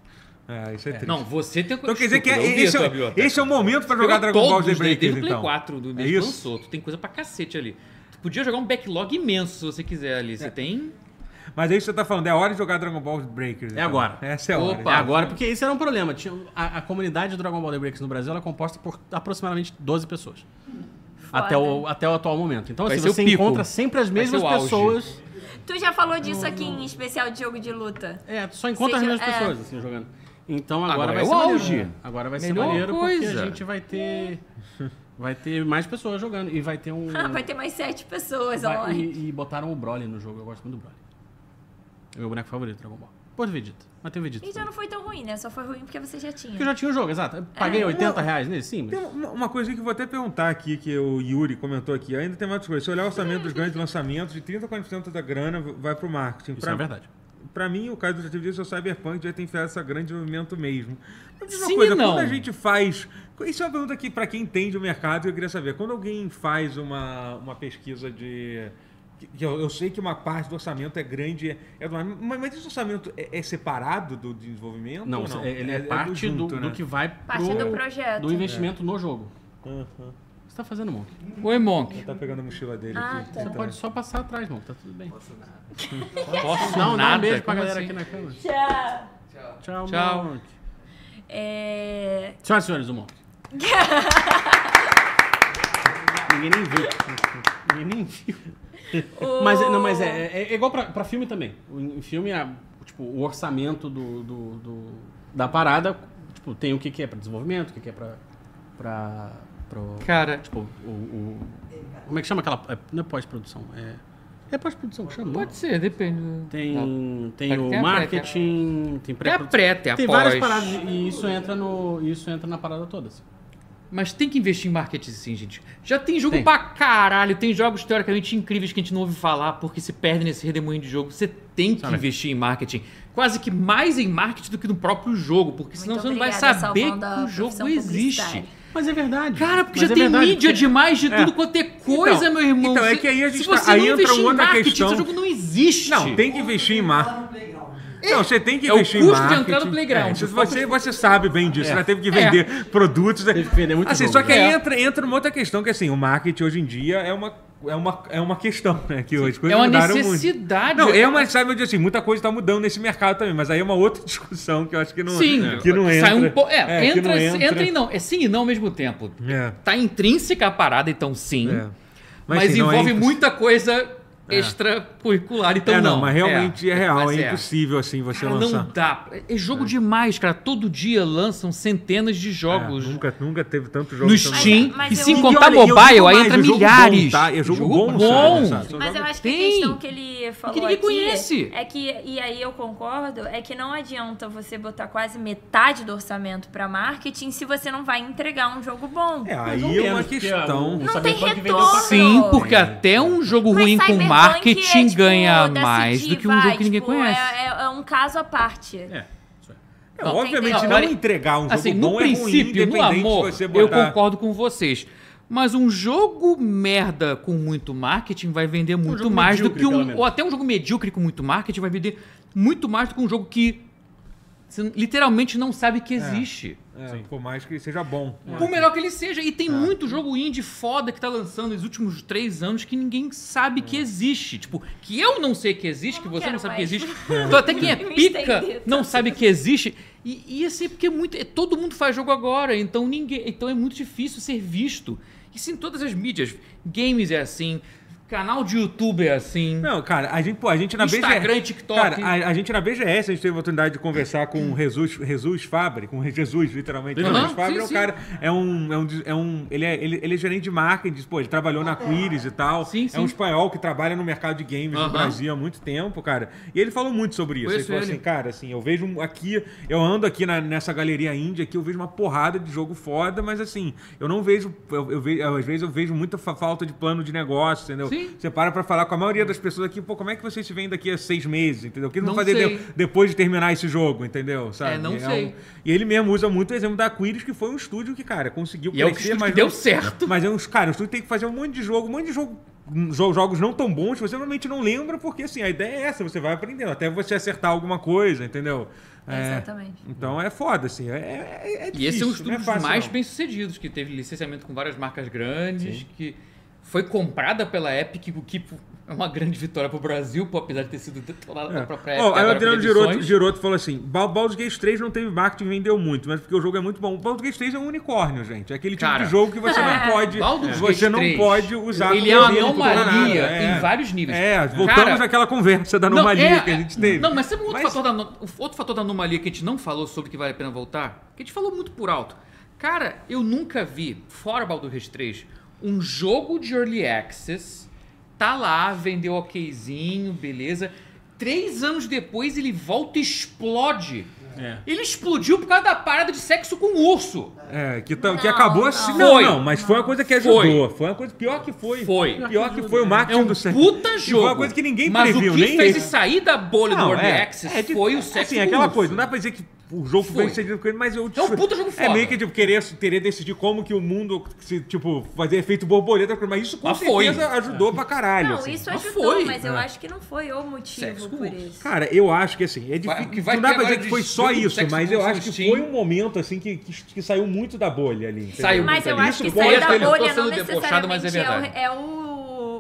Speaker 1: Ah, isso é triste.
Speaker 4: Não, você tem...
Speaker 1: Então quer dizer que é-
Speaker 4: Desculpa, eu vi
Speaker 1: esse,
Speaker 4: a tua
Speaker 1: é,
Speaker 4: biblioteca.
Speaker 1: esse é o momento pra jogar
Speaker 4: Pegou
Speaker 1: Dragon Ball
Speaker 4: todos
Speaker 1: Z
Speaker 4: os desde
Speaker 1: Breakers,
Speaker 4: o Play
Speaker 1: então.
Speaker 4: 4 do
Speaker 1: É
Speaker 4: mês
Speaker 1: isso.
Speaker 4: lançou. Tu tem coisa pra cacete ali. Tu podia jogar um backlog imenso se você quiser ali.
Speaker 2: É.
Speaker 4: Você tem.
Speaker 1: Mas é isso que você tá falando, é hora de jogar Dragon Ball Breakers. então.
Speaker 2: agora.
Speaker 1: Essa é a hora.
Speaker 4: Opa.
Speaker 2: É agora, porque esse era um problema. Tinha- a, a comunidade do Dragon Ball The Breakers no Brasil ela é composta por aproximadamente 12 pessoas. Até o, até o atual momento. Então,
Speaker 4: Vai
Speaker 2: assim,
Speaker 4: ser o
Speaker 2: você
Speaker 4: pico.
Speaker 2: encontra sempre as
Speaker 4: Vai ser
Speaker 2: mesmas
Speaker 4: o auge.
Speaker 2: pessoas.
Speaker 3: Tu já falou disso aqui em especial de jogo de luta.
Speaker 2: É, tu só encontra
Speaker 3: Seja-
Speaker 2: as mesmas
Speaker 3: é.
Speaker 2: pessoas, assim, jogando. Então agora,
Speaker 4: Agora
Speaker 2: vai
Speaker 4: é
Speaker 2: ser
Speaker 4: o
Speaker 2: maneiro,
Speaker 4: auge.
Speaker 2: né? Agora vai
Speaker 4: Melhor
Speaker 2: ser maneiro porque
Speaker 4: coisa.
Speaker 2: a gente vai ter. Vai ter mais pessoas jogando. E vai ter um.
Speaker 4: Hum.
Speaker 3: Ah, vai ter né? mais sete pessoas
Speaker 2: vai-
Speaker 3: online.
Speaker 2: e, e botaram o Broly no jogo. Eu gosto muito do Broly. É o meu boneco favorito, Dragon Ball. Pô, do Vegeta. Mas tem o Vegeta.
Speaker 3: E já
Speaker 2: também.
Speaker 3: não É, foi tão ruim, né? Só foi ruim porque você já tinha.
Speaker 2: Porque eu já tinha o jogo, exato. Eu paguei 80 reais nele, sim.
Speaker 1: Tem
Speaker 3: um
Speaker 1: um,
Speaker 2: Mas...
Speaker 1: uma, uma coisa que eu vou até perguntar aqui, que o Yuri comentou aqui. Ainda tem mais outras coisas. Se olhar o orçamento dos grandes lançamentos, de 30% a 40% da grana vai pro marketing.
Speaker 2: Isso
Speaker 1: Pra-
Speaker 2: é verdade.
Speaker 1: Pra mim, o caso do Objetivo disso é o Cyberpunk já tem enfiado essa grande movimento mesmo. Mas diz uma
Speaker 4: Sim e
Speaker 1: coisa,
Speaker 4: não.
Speaker 1: quando a gente faz. Isso é uma pergunta que, pra quem entende o mercado, eu queria saber. Quando alguém faz uma, uma pesquisa de. que- que Eu, eu sei que uma parte do orçamento é grande, é, é do- mas, mas esse orçamento é, é separado do desenvolvimento?
Speaker 2: Não,
Speaker 1: ou não?
Speaker 2: ele é, parte do,
Speaker 1: junto, né?
Speaker 2: do que vai
Speaker 3: um Parte
Speaker 2: pro-
Speaker 3: do projeto.
Speaker 2: do investimento no jogo.
Speaker 1: Uhum.
Speaker 2: Você tá fazendo, Monk?
Speaker 4: Oi, Monk.
Speaker 1: Ele tá pegando a mochila dele
Speaker 3: Ah,
Speaker 1: aqui.
Speaker 3: tá.
Speaker 2: Você pode só passar atrás, Monk, tá tudo bem.
Speaker 4: Posso
Speaker 2: Não, dá
Speaker 4: nada.
Speaker 2: um beijo pra
Speaker 4: Como
Speaker 2: galera
Speaker 4: assim?
Speaker 2: aqui na câmera.
Speaker 3: Tchau.
Speaker 2: Tchau,
Speaker 4: Tchau.
Speaker 2: Monk.
Speaker 3: É...
Speaker 2: Senhoras e senhores, o Monk. Ninguém nem viu. Ninguém nem viu.
Speaker 3: o-
Speaker 2: Mas, é- não, mas é, é- é igual pra, pra filme também. O- Em filme, a- tipo, o orçamento do, do- do- da parada, tipo, tem o que, que é pra desenvolvimento, o que, que é pra... pra pro,
Speaker 4: Cara,
Speaker 2: Tipo, o, o- Como é que chama aquela. é, Não é pós-produção. É, é pós-produção que chama?
Speaker 4: pode ser, depende. do-
Speaker 2: Tem, tem
Speaker 4: Tem a pré, tem
Speaker 2: o
Speaker 4: a
Speaker 2: marketing, tem
Speaker 4: Tá. Tem a
Speaker 2: pré-produção.
Speaker 4: pré, tem a
Speaker 2: Tem
Speaker 4: pós.
Speaker 2: várias paradas e isso entra, no, isso entra na parada toda. assim.
Speaker 4: Mas tem que investir em marketing sim, gente. Já tem jogo
Speaker 2: Tem.
Speaker 4: pra caralho, tem jogos teoricamente incríveis que a gente não ouve falar porque se perde nesse redemoinho de jogo. Você tem que
Speaker 2: Sabe?
Speaker 4: investir em marketing. Quase que mais em marketing do que no próprio jogo, porque senão
Speaker 3: Muito
Speaker 4: você não vai
Speaker 3: obrigada,
Speaker 4: saber
Speaker 3: Salvão, da
Speaker 4: que o jogo
Speaker 3: profissão
Speaker 4: existe.
Speaker 3: publicitária.
Speaker 2: Mas é verdade.
Speaker 4: Cara, porque
Speaker 2: Mas
Speaker 4: já
Speaker 2: é
Speaker 4: tem
Speaker 2: verdade,
Speaker 4: mídia
Speaker 2: porque-
Speaker 4: demais de
Speaker 2: é.
Speaker 4: tudo quanto é coisa, meu irmão.
Speaker 1: então, é
Speaker 4: Se-
Speaker 1: que aí a gente
Speaker 4: se
Speaker 1: tá-
Speaker 4: você
Speaker 1: aí
Speaker 4: não
Speaker 1: entra
Speaker 4: investir em
Speaker 1: outra
Speaker 4: marketing,
Speaker 1: questão.
Speaker 4: seu jogo não existe.
Speaker 1: Não, tem que investir em marketing.
Speaker 5: Lá no playground.
Speaker 1: Não, você tem que
Speaker 4: É o
Speaker 1: investir em
Speaker 4: custo de
Speaker 1: marketing.
Speaker 4: entrar no playground.
Speaker 1: É, se você, você sabe bem disso. Ela teve que vender
Speaker 4: É.
Speaker 1: produtos.
Speaker 2: É. Teve que vender muito
Speaker 1: assim,
Speaker 2: jogo,
Speaker 1: Só que aí
Speaker 4: né?
Speaker 1: entra, entra numa outra questão que assim, o marketing hoje em dia é uma, é uma, é uma questão, né? Que hoje
Speaker 4: É
Speaker 1: coisas
Speaker 4: uma
Speaker 1: mudaram muito.
Speaker 4: necessidade.
Speaker 1: Não, é uma, sabe, eu digo assim, muita coisa está mudando nesse mercado também, mas aí é uma outra discussão que eu acho que não,
Speaker 4: Sim,
Speaker 1: que não entra.
Speaker 4: Sai um po... é,
Speaker 1: que
Speaker 4: entra,
Speaker 1: não
Speaker 4: entra. e não. É sim e não ao mesmo tempo.
Speaker 1: É,
Speaker 4: Tá intrínseca a parada, então sim.
Speaker 1: é.
Speaker 4: Mas,
Speaker 1: assim, não é
Speaker 4: envolve
Speaker 1: imposs-
Speaker 4: muita coisa extracurricular, então
Speaker 1: é,
Speaker 4: não.
Speaker 1: não, mas realmente é, real,
Speaker 4: mas
Speaker 1: é, impossível assim você
Speaker 4: Cara,
Speaker 1: lançar.
Speaker 4: não dá. É jogo demais, cara. Todo dia lançam centenas de jogos.
Speaker 1: É, nunca, nunca teve tanto jogo.
Speaker 4: No
Speaker 1: tão-
Speaker 4: Steam,
Speaker 3: Mas- mas
Speaker 4: e
Speaker 3: eu-
Speaker 4: sem
Speaker 3: E
Speaker 4: contar
Speaker 1: olha, e eu digo
Speaker 4: mobile, aí
Speaker 1: mais,
Speaker 4: entra
Speaker 1: é jogo bom,
Speaker 4: milhares.
Speaker 1: tá? É jogo bom, sabe, sabe?
Speaker 3: Mas eu acho que
Speaker 4: Tem.
Speaker 3: a questão que ele falou
Speaker 4: ninguém
Speaker 3: aqui
Speaker 4: conhece.
Speaker 3: é que, e aí eu concordo, é que não adianta você botar quase metade do orçamento pra marketing se você não vai entregar um jogo bom.
Speaker 1: É,
Speaker 2: Mais ou
Speaker 1: aí é uma
Speaker 2: menos, porque, ah,
Speaker 1: questão.
Speaker 2: o
Speaker 3: Não
Speaker 2: Cyberpunk
Speaker 3: tem
Speaker 2: vendeu
Speaker 3: retorno.
Speaker 2: pra
Speaker 4: Sim,
Speaker 3: Claro.
Speaker 4: porque até um jogo
Speaker 3: Mas
Speaker 4: ruim com
Speaker 3: Cyberpunk
Speaker 4: marketing
Speaker 3: é, tipo,
Speaker 4: ganha
Speaker 3: da
Speaker 4: mais
Speaker 3: City,
Speaker 4: do que um jogo
Speaker 3: vai,
Speaker 4: que ninguém
Speaker 3: tipo,
Speaker 4: conhece.
Speaker 3: É, é- é um caso à parte.
Speaker 2: É, isso é.
Speaker 1: É,
Speaker 4: Não,
Speaker 1: obviamente,
Speaker 4: tem-
Speaker 1: não
Speaker 4: não,
Speaker 1: entregar um jogo
Speaker 4: Assim,
Speaker 1: bom
Speaker 4: no
Speaker 1: é ruim,
Speaker 4: princípio, no
Speaker 1: independente
Speaker 4: amor,
Speaker 1: se você
Speaker 4: eu
Speaker 1: botar...
Speaker 4: concordo com vocês. Mas um jogo merda com muito marketing vai vender muito
Speaker 2: Um jogo
Speaker 4: mais do
Speaker 2: medíocre,
Speaker 4: que
Speaker 2: pelo
Speaker 4: um.
Speaker 2: menos.
Speaker 4: Ou até um jogo medíocre com muito marketing vai vender muito mais do que um jogo que Você literalmente não sabe que existe.
Speaker 1: É, por mais que seja bom.
Speaker 4: Por melhor que ele seja. E
Speaker 1: É.
Speaker 4: tem muito jogo indie foda que tá lançando nos últimos três anos que ninguém sabe
Speaker 1: É.
Speaker 4: que existe. Tipo, que eu não sei que existe,
Speaker 3: Eu
Speaker 4: que
Speaker 3: não
Speaker 4: você não
Speaker 3: quero
Speaker 4: sabe
Speaker 3: mais.
Speaker 4: que existe. Então, até quem é
Speaker 3: Me tá?
Speaker 4: pica
Speaker 3: estender
Speaker 4: não
Speaker 3: tanto.
Speaker 4: sabe que existe. E, e assim, porque é muito, é- todo mundo faz jogo agora, então ninguém. Então é muito difícil ser visto. Isso em todas as mídias. Games é assim, canal de YouTube é assim.
Speaker 1: Não, cara, a gente, pô, a gente na
Speaker 4: Instagram,
Speaker 1: BGS.
Speaker 4: TikTok.
Speaker 1: Cara, a, a gente na BGS, a gente teve a oportunidade de conversar com o Jesus, Jesus Fabre, com o Jesus, literalmente.
Speaker 4: Aham,
Speaker 1: Jesus Fabre
Speaker 4: sim,
Speaker 1: é um
Speaker 4: sim.
Speaker 1: cara, é um, é um, é um ele, é, ele, ele é gerente de marketing, diz, pô, ele trabalhou na Quiris e tal.
Speaker 4: Sim, sim.
Speaker 1: É um espanhol que trabalha no mercado de games no
Speaker 4: Aham.
Speaker 1: Brasil há muito tempo, cara. E ele falou muito sobre isso. Ele
Speaker 4: Conheço
Speaker 1: falou
Speaker 4: ele.
Speaker 1: assim, cara, assim, eu vejo aqui, eu ando aqui na- nessa galeria índia aqui, eu vejo uma porrada de jogo foda, mas assim, eu não vejo, eu, eu vejo às vezes eu vejo muita fa- falta de plano de negócio, entendeu?
Speaker 4: Sim.
Speaker 1: Você para pra falar com a maioria das pessoas aqui, pô, como é que vocês se veem daqui a seis meses, entendeu? O que eles vão
Speaker 4: Não
Speaker 1: fazer
Speaker 4: sei.
Speaker 1: de- depois de terminar esse jogo, entendeu? Sabe? um,
Speaker 4: É, não sei.
Speaker 1: E ele mesmo usa muito o exemplo da Aquiris, que foi um estúdio que, cara, conseguiu
Speaker 4: E é o
Speaker 1: crescer,
Speaker 4: estúdio
Speaker 1: mas
Speaker 4: que deu
Speaker 1: não-
Speaker 4: certo.
Speaker 1: Mas é uns, cara, o estúdio tem que fazer um monte de jogo, um monte de jogo. jo- Jogos não tão bons, você realmente não lembra, porque assim, a ideia é essa, você vai aprendendo, até você acertar alguma coisa, entendeu? É,
Speaker 3: Exatamente.
Speaker 1: Então é foda, assim. É, é, é
Speaker 4: E esse é
Speaker 1: difícil,
Speaker 4: um
Speaker 1: não
Speaker 4: estúdio dos
Speaker 1: fácil,
Speaker 4: mais
Speaker 1: não.
Speaker 4: bem sucedidos, que teve licenciamento com várias marcas grandes, que foi comprada pela Epic, o que pô, é uma grande vitória pro Brasil, pô, apesar de ter sido detonada
Speaker 1: É.
Speaker 4: da própria Epic.
Speaker 1: Ó, aí o
Speaker 4: agora
Speaker 1: Adriano
Speaker 4: por
Speaker 1: Giroto,
Speaker 4: edições.
Speaker 1: Giroto falou assim: "Bal- Baldur's Gate 3 não teve marketing, vendeu muito, mas porque o jogo é muito bom. O Baldur's Gate 3 é um unicórnio, gente. É aquele tipo
Speaker 4: Cara, é.
Speaker 1: de jogo que você não pode,
Speaker 4: Baldur's
Speaker 1: você
Speaker 4: Gate
Speaker 1: não
Speaker 4: 3,
Speaker 1: pode usar
Speaker 4: ele
Speaker 1: como
Speaker 4: é uma
Speaker 1: exemplo pra
Speaker 4: anomalia
Speaker 1: nada,
Speaker 4: em vários níveis.
Speaker 1: É, voltamos
Speaker 4: Cara,
Speaker 1: àquela conversa da anomalia
Speaker 4: é,
Speaker 1: que a gente teve.
Speaker 4: Não, mas sabe um outro,
Speaker 1: Mas-
Speaker 4: fator da, ano- outro fator da anomalia que a gente não falou sobre que vale a pena voltar? Que a gente falou muito por alto. Cara, eu nunca vi, fora Baldur's Gate 3, um jogo de Early Access, tá lá, vendeu okzinho, beleza. Três anos depois ele volta e explode.
Speaker 2: É.
Speaker 4: Ele explodiu por causa da parada de sexo com um urso.
Speaker 1: É, que, tá- que
Speaker 3: Não,
Speaker 1: acabou
Speaker 3: não.
Speaker 1: assim. Não,
Speaker 4: Foi.
Speaker 1: não, mas foi uma coisa que
Speaker 4: Foi.
Speaker 1: ajudou. Foi uma coisa pior que foi.
Speaker 4: Foi.
Speaker 1: Pior que foi o marketing
Speaker 4: É um
Speaker 1: do sexo.
Speaker 4: puta
Speaker 1: E Foi
Speaker 4: jogo.
Speaker 1: uma coisa que ninguém
Speaker 4: Mas
Speaker 1: previu,
Speaker 4: o que
Speaker 1: nem
Speaker 4: fez ele
Speaker 1: ele.
Speaker 4: sair da bolha
Speaker 1: Não,
Speaker 4: do Early
Speaker 1: é.
Speaker 4: Access
Speaker 1: É, tipo,
Speaker 4: foi o sexo
Speaker 1: Assim, é
Speaker 4: com
Speaker 1: aquela
Speaker 4: urso.
Speaker 1: coisa, não dá pra dizer que o jogo foi
Speaker 4: Foi.
Speaker 1: bem sucedido com ele, mas eu...
Speaker 4: É um puta jogo
Speaker 1: É
Speaker 4: foda.
Speaker 1: meio que tipo, querer, querer decidir como que o mundo, se, tipo, fazer efeito borboleta, mas isso com
Speaker 4: Mas foi. É.
Speaker 1: certeza ajudou pra caralho.
Speaker 3: Não,
Speaker 1: assim.
Speaker 3: isso
Speaker 4: Mas
Speaker 3: ajudou,
Speaker 4: foi.
Speaker 3: mas eu
Speaker 1: É.
Speaker 3: acho que não foi o motivo
Speaker 4: Sexo com
Speaker 3: por
Speaker 4: urso.
Speaker 3: isso.
Speaker 1: Cara, eu acho que assim, é
Speaker 4: Vai-
Speaker 1: difícil.
Speaker 4: que vai
Speaker 1: não dá
Speaker 4: ter
Speaker 1: pra dizer
Speaker 4: agora
Speaker 1: que foi
Speaker 4: de
Speaker 1: só
Speaker 4: jogo do
Speaker 1: isso,
Speaker 4: sexo
Speaker 1: mas
Speaker 4: com
Speaker 1: eu
Speaker 4: urso
Speaker 1: acho
Speaker 4: no
Speaker 1: que
Speaker 4: Steam.
Speaker 1: foi um momento assim que, que, que saiu muito da bolha ali. entendeu?
Speaker 4: Saiu
Speaker 3: Mas eu
Speaker 4: Isso
Speaker 3: acho que
Speaker 4: pode
Speaker 3: sair da
Speaker 4: ter- eu tô
Speaker 3: bolha
Speaker 4: sendo
Speaker 3: não
Speaker 4: debochado, mas é
Speaker 3: necessariamente
Speaker 4: verdade.
Speaker 3: é, o, é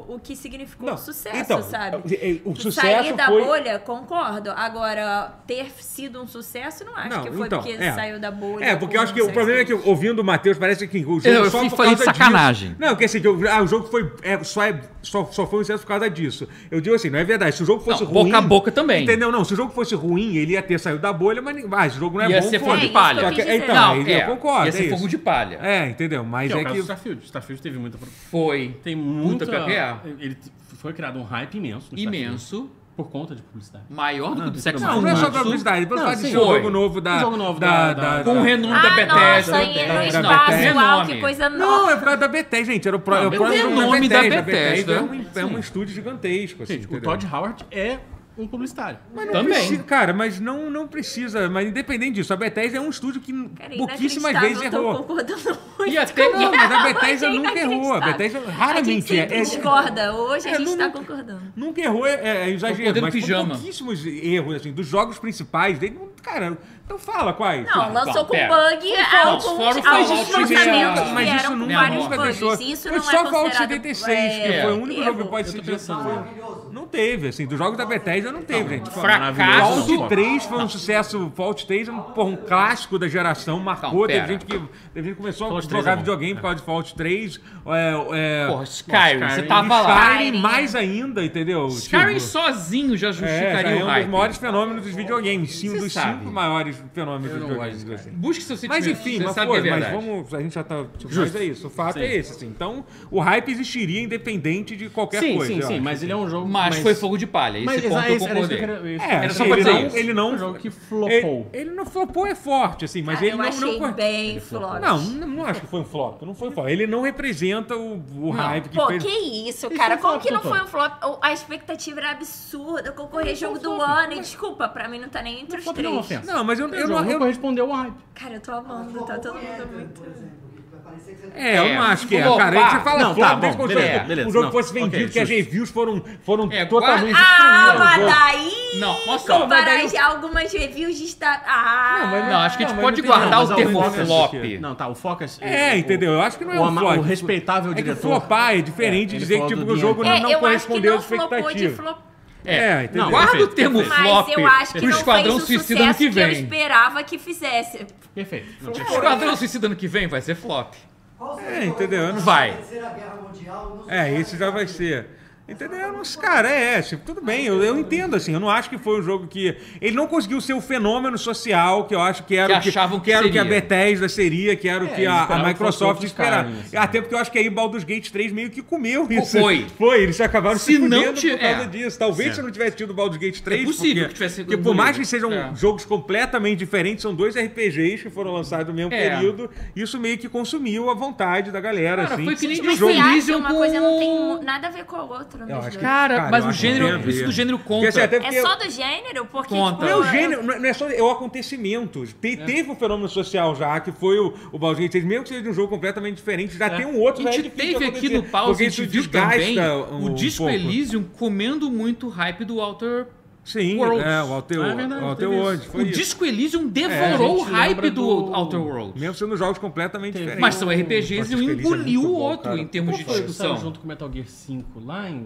Speaker 3: o, o que significou
Speaker 1: Não,
Speaker 3: o sucesso,
Speaker 1: então,
Speaker 3: sabe?
Speaker 1: é, é, o
Speaker 3: Que
Speaker 1: sucesso
Speaker 3: sair da
Speaker 1: foi-
Speaker 3: bolha, concordo. Agora, ter sido um sucesso, não acho
Speaker 1: Não,
Speaker 3: que foi
Speaker 1: então,
Speaker 3: porque
Speaker 1: é.
Speaker 3: saiu da bolha.
Speaker 1: É, porque eu
Speaker 3: com
Speaker 1: acho que o
Speaker 3: sexo.
Speaker 1: problema é que, ouvindo o Matheus, parece que o jogo
Speaker 4: Eu- eu
Speaker 1: só
Speaker 4: fui-
Speaker 1: por
Speaker 4: falei
Speaker 1: causa
Speaker 4: sacanagem.
Speaker 1: disso. Não, que assim, que o, ah, o jogo foi, é, só, é- só, só foi um sucesso por causa disso. Eu digo assim, não é verdade. Se o jogo fosse
Speaker 4: Não,
Speaker 1: ruim...
Speaker 4: boca a boca também.
Speaker 1: Entendeu? Não, se o jogo fosse ruim, ele ia ter saído da bolha, mas nem- ah, esse jogo não é
Speaker 4: Ia
Speaker 1: bom,
Speaker 4: ser
Speaker 1: foda-se.
Speaker 4: fogo de
Speaker 3: É, isso
Speaker 4: palha.
Speaker 3: que eu quis dizer.
Speaker 1: Então,
Speaker 4: Não,
Speaker 1: aí eu concordo,
Speaker 4: Ia
Speaker 1: é
Speaker 4: ser fogo
Speaker 1: isso.
Speaker 4: de palha.
Speaker 1: É, entendeu? Mas
Speaker 2: Que é o
Speaker 1: é
Speaker 2: caso
Speaker 1: que...
Speaker 2: do Starfield. Starfield teve muita. pro-
Speaker 4: Foi.
Speaker 2: Tem muita.
Speaker 4: pior que é.
Speaker 2: Ele t- foi criado um hype imenso. no Starfield,
Speaker 4: Imenso.
Speaker 2: Por conta de publicidade.
Speaker 4: Maior do que o do sexo
Speaker 1: Não, não é só pra publicidade. Pra
Speaker 2: um Não,
Speaker 1: falar de
Speaker 2: sim.
Speaker 1: ser um
Speaker 4: Foi.
Speaker 1: jogo novo da...
Speaker 2: Um jogo novo da- da-
Speaker 4: Com o renome da
Speaker 1: é
Speaker 3: Ah,
Speaker 4: Bethesda.
Speaker 3: nossa, aí
Speaker 1: da-
Speaker 3: no
Speaker 1: da
Speaker 3: espaço,
Speaker 1: Bethesda.
Speaker 3: uau, que coisa
Speaker 1: né? Não,
Speaker 3: nova.
Speaker 1: é por causa da Bethesda, gente. Era o pró-
Speaker 2: Não,
Speaker 1: é o próprio
Speaker 4: é o
Speaker 1: jogo da
Speaker 4: nome da
Speaker 1: Bethesda.
Speaker 4: Bethesda.
Speaker 1: é um, é um estúdio gigantesco, assim,
Speaker 2: Gente, o
Speaker 1: entendeu?
Speaker 2: Todd Howard é um publicitário.
Speaker 4: Também.
Speaker 1: Precisa- cara, mas não, não precisa. Mas independente disso, a Bethesda é um estúdio que
Speaker 3: Cara,
Speaker 1: pouquíssimas
Speaker 3: inacreditável,
Speaker 1: vezes
Speaker 3: eu tô
Speaker 1: errou.
Speaker 3: concordando muito
Speaker 4: E até-
Speaker 3: com
Speaker 4: Não,
Speaker 1: mas a
Speaker 3: ela,
Speaker 1: Bethesda
Speaker 3: mas é
Speaker 1: nunca errou, a
Speaker 3: inacreditável.
Speaker 1: Bethesda
Speaker 3: A
Speaker 1: raramente
Speaker 3: gente sempre
Speaker 1: é- é-
Speaker 3: discorda, hoje
Speaker 1: É,
Speaker 3: a gente
Speaker 1: não-
Speaker 3: tá concordando.
Speaker 1: Nunca errou, é, é exagero,
Speaker 4: poder do
Speaker 1: mas foram
Speaker 4: pijama.
Speaker 1: pouquíssimos erros, assim, dos jogos principais dele. não- Cara, então fala quais.
Speaker 3: Não, lançou com
Speaker 4: pera.
Speaker 3: bug, é, alguns,
Speaker 4: fora o
Speaker 3: alguns
Speaker 4: Fallout,
Speaker 3: lançamentos
Speaker 4: é,
Speaker 1: mas isso
Speaker 3: vieram com
Speaker 1: nunca-
Speaker 3: vários
Speaker 1: nunca
Speaker 3: bugs.
Speaker 1: deixou.
Speaker 3: Isso
Speaker 1: Foi
Speaker 3: não
Speaker 1: só
Speaker 3: é
Speaker 1: o Fallout
Speaker 3: considerado,
Speaker 1: 76, que
Speaker 3: é,
Speaker 1: foi o único jogo que
Speaker 3: erro.
Speaker 1: pode
Speaker 2: Eu
Speaker 1: ser
Speaker 2: tô
Speaker 1: dito.
Speaker 2: pensando.
Speaker 1: Não teve, assim, dos jogos da Bethesda não teve, gente.
Speaker 4: Então, Fracasso.
Speaker 2: Maravilhoso.
Speaker 1: Fallout 3 foi um sucesso. Fallout 3 é um, porra, um clássico da geração, marcou.
Speaker 4: Não,
Speaker 1: teve,
Speaker 4: pera.
Speaker 1: gente que, teve gente que começou a
Speaker 2: Fallout 3
Speaker 1: jogar
Speaker 2: é bom.
Speaker 1: videogame por causa de Fallout 3. É, é,
Speaker 4: Porra, Skyrim,
Speaker 2: Skyrim.
Speaker 4: você tava lá.
Speaker 1: Skyrim
Speaker 3: Skyrim.
Speaker 1: mais ainda, entendeu?
Speaker 4: Skyrim
Speaker 1: Tipo,
Speaker 4: sozinho já
Speaker 1: é,
Speaker 4: justificaria
Speaker 1: Skyrim é
Speaker 4: o
Speaker 1: um dos
Speaker 4: hype.
Speaker 1: maiores fenômenos dos videogames. Sim, um
Speaker 4: Você
Speaker 1: dos
Speaker 4: sabe.
Speaker 1: cinco maiores fenômenos dos videogames. assim.
Speaker 4: Busque seu sentimento.
Speaker 1: Mas enfim,
Speaker 4: você
Speaker 1: mas,
Speaker 4: sabe
Speaker 1: foi,
Speaker 4: que é
Speaker 1: mas
Speaker 4: verdade.
Speaker 1: vamos. A gente já tá. Tipo, mas é isso. O fato é esse, assim. Então, o hype existiria independente de qualquer
Speaker 2: Sim,
Speaker 1: coisa.
Speaker 2: sim,
Speaker 1: eu
Speaker 2: sim.
Speaker 1: acho.
Speaker 2: Mas ele é um jogo.
Speaker 4: Mas foi fogo de palha. Esse
Speaker 2: Mas
Speaker 4: ponto
Speaker 2: exa-
Speaker 4: eu
Speaker 2: esse- era isso que
Speaker 4: concordei.
Speaker 2: eu quero- isso que eu
Speaker 1: É,
Speaker 2: quero
Speaker 4: só
Speaker 1: assim,
Speaker 4: pra
Speaker 1: ele,
Speaker 4: dizer
Speaker 1: não,
Speaker 4: isso.
Speaker 1: ele não.
Speaker 2: Um jogo que
Speaker 1: Ele,
Speaker 2: flopou.
Speaker 1: ele não flopou, é forte, assim, mas
Speaker 3: Cara,
Speaker 1: ele
Speaker 3: eu
Speaker 1: não.
Speaker 3: achei
Speaker 1: não,
Speaker 3: bem flop.
Speaker 1: Não, não, não acho que foi um flop. Não foi um flop. Ele não representa o, o hype que
Speaker 3: Pô,
Speaker 1: fez. é
Speaker 3: que isso, cara.
Speaker 2: foi um
Speaker 3: Como
Speaker 2: flop,
Speaker 3: que não
Speaker 2: flop.
Speaker 3: foi um flop? O- A expectativa era absurda.
Speaker 1: é
Speaker 3: Concorrer jogo do ano. E desculpa, pra mim não tá nem entre os
Speaker 2: Flop não é
Speaker 3: três.
Speaker 2: ofensa.
Speaker 1: Não, mas eu,
Speaker 2: O
Speaker 1: eu
Speaker 2: jogo
Speaker 1: não.
Speaker 2: não
Speaker 1: eu-
Speaker 2: correspondeu ao hype.
Speaker 5: é
Speaker 3: Cara, eu tô amando. Tá todo mundo muito.
Speaker 5: Por exemplo, que vai parecer que você
Speaker 1: É, eu
Speaker 4: É,
Speaker 1: não acho que é.
Speaker 4: flopar.
Speaker 1: Cara, a gente fala
Speaker 2: Não,
Speaker 1: flop
Speaker 2: tá
Speaker 1: desde
Speaker 2: bom,
Speaker 1: quando
Speaker 2: beleza,
Speaker 1: foi-
Speaker 2: beleza,
Speaker 1: o jogo
Speaker 2: não,
Speaker 1: fosse vendido,
Speaker 2: ok,
Speaker 1: que as
Speaker 2: justo.
Speaker 1: reviews foram, foram
Speaker 4: É,
Speaker 1: totalmente...
Speaker 4: guarda-
Speaker 1: destruídas
Speaker 3: Ah,
Speaker 1: do
Speaker 3: mas
Speaker 1: jogo.
Speaker 3: daí...
Speaker 4: Não, mas só.
Speaker 3: comparar
Speaker 1: é Não, mas daí
Speaker 3: algumas reviews de... Esta... Ah,
Speaker 1: Não, mas
Speaker 4: Não, acho que a
Speaker 1: Não,
Speaker 4: gente
Speaker 1: mas
Speaker 4: pode
Speaker 1: não tem
Speaker 4: guardar
Speaker 1: nada,
Speaker 2: Mas é um
Speaker 1: mas
Speaker 4: o termo
Speaker 1: algum
Speaker 2: Focus-
Speaker 4: flop.
Speaker 1: aqui.
Speaker 2: Não, tá, o Focus...
Speaker 1: É, entendeu? Eu acho que não é
Speaker 2: O
Speaker 1: um
Speaker 2: ama-
Speaker 1: flop.
Speaker 2: o respeitável
Speaker 1: é
Speaker 2: diretor.
Speaker 1: Que flopar é diferente
Speaker 2: É,
Speaker 1: de
Speaker 2: ele
Speaker 1: dizer que,
Speaker 2: falou
Speaker 1: tipo,
Speaker 2: do
Speaker 1: o jogo
Speaker 2: dinheiro.
Speaker 1: não,
Speaker 3: é, eu acho que
Speaker 1: correspondeu
Speaker 3: não
Speaker 1: às
Speaker 3: flopou de
Speaker 1: expectativas.
Speaker 3: flop...
Speaker 1: É, entendeu?
Speaker 2: não,
Speaker 4: Guarda o
Speaker 2: perfeito,
Speaker 4: termo
Speaker 2: perfeito.
Speaker 4: flop
Speaker 3: Mas eu acho que
Speaker 4: pro
Speaker 3: não
Speaker 4: Esquadrão
Speaker 3: fez o
Speaker 4: Suicida ano
Speaker 3: sucesso
Speaker 4: que
Speaker 3: que, eu
Speaker 4: vem.
Speaker 3: esperava que fizesse.
Speaker 2: Perfeito. Não,
Speaker 4: O Esquadrão Suicida ano que vem vai ser flop.
Speaker 5: Qual seria
Speaker 1: É,
Speaker 5: o
Speaker 1: entendeu? Eu não-
Speaker 4: Vai.
Speaker 5: da Terceira Guerra Mundial nos
Speaker 1: É, esse já vai ser. Entendeu? Mas, cara, é, é, tipo, tudo bem, eu, eu entendo, assim, eu não acho que foi um jogo que... Ele não conseguiu ser o fenômeno social que eu acho que era
Speaker 4: Que
Speaker 1: o que,
Speaker 4: achavam que
Speaker 1: era o que a
Speaker 4: seria. É,
Speaker 1: Bethesda seria, que era o que
Speaker 2: eles
Speaker 1: a, a
Speaker 2: esperavam que
Speaker 1: Microsoft
Speaker 2: fosse outros
Speaker 1: esperava.
Speaker 2: caras, assim.
Speaker 1: Até porque eu acho que aí Baldur's Gate 3 meio que comeu isso.
Speaker 4: Foi.
Speaker 1: Foi, eles acabaram se,
Speaker 4: Se não
Speaker 1: fudendo
Speaker 4: ti-
Speaker 1: por causa
Speaker 4: é.
Speaker 1: disso. Talvez se não tivesse tido Baldur's Gate 3...
Speaker 4: possível
Speaker 1: porque,
Speaker 4: que tivesse
Speaker 1: Porque por mais que
Speaker 4: engolido.
Speaker 1: sejam
Speaker 4: É.
Speaker 1: jogos completamente diferentes, são dois RPGs que foram lançados no mesmo
Speaker 4: É.
Speaker 1: período, isso meio que consumiu a vontade da galera,
Speaker 4: Cara,
Speaker 1: assim.
Speaker 4: foi que nem
Speaker 1: de
Speaker 4: Mas
Speaker 3: Mas
Speaker 4: jogo.
Speaker 3: você acha que
Speaker 4: Elysium
Speaker 3: uma coisa não tem
Speaker 4: com-
Speaker 3: mu- nada a ver com a outra.
Speaker 1: Eu
Speaker 3: nos
Speaker 1: acho que-
Speaker 3: dois.
Speaker 4: Cara, mas
Speaker 1: eu
Speaker 4: o
Speaker 1: acho que
Speaker 4: gênero-
Speaker 1: tem a ver.
Speaker 4: isso do gênero conta.
Speaker 1: Porque, assim, até porque
Speaker 3: É só do gênero? Porque,
Speaker 4: Conta.
Speaker 3: tipo...
Speaker 1: Não, o
Speaker 3: eu-
Speaker 1: gênero, não é só, é o acontecimento. Te-
Speaker 4: É.
Speaker 1: Teve o fenômeno social já, que foi o, o Baldur's Gate 3, mesmo que seja de um jogo completamente diferente, já tem um outro
Speaker 4: A
Speaker 1: já é
Speaker 4: gente
Speaker 1: difícil
Speaker 4: teve aqui
Speaker 1: acontecer,
Speaker 4: no assim, pause,
Speaker 1: porque
Speaker 4: a gente
Speaker 1: isso
Speaker 4: viu
Speaker 1: desgasta
Speaker 4: também
Speaker 1: um-
Speaker 4: o Disco
Speaker 1: um pouco.
Speaker 4: Elysium comendo muito o hype do Walter.
Speaker 1: Sim,
Speaker 4: Worlds.
Speaker 1: é, o Alter,
Speaker 2: Ah, é
Speaker 1: é
Speaker 2: verdade,
Speaker 1: o Alter
Speaker 2: teve
Speaker 1: World,
Speaker 4: O
Speaker 1: foi isso.
Speaker 4: Disco Elysium
Speaker 2: a
Speaker 4: devorou o
Speaker 2: gente lembra
Speaker 4: hype do,
Speaker 2: do-
Speaker 4: Outer World.
Speaker 1: Mesmo sendo jogos completamente diferentes.
Speaker 4: Mas são RPGs
Speaker 1: Nossa,
Speaker 4: e um
Speaker 1: Feliz é
Speaker 4: engoliu
Speaker 1: muito
Speaker 4: o
Speaker 1: bom,
Speaker 4: outro
Speaker 1: cara.
Speaker 4: em termos
Speaker 2: Qual
Speaker 4: de
Speaker 2: foi o que saiu
Speaker 4: discussão.
Speaker 2: junto com Metal Gear 5 lá em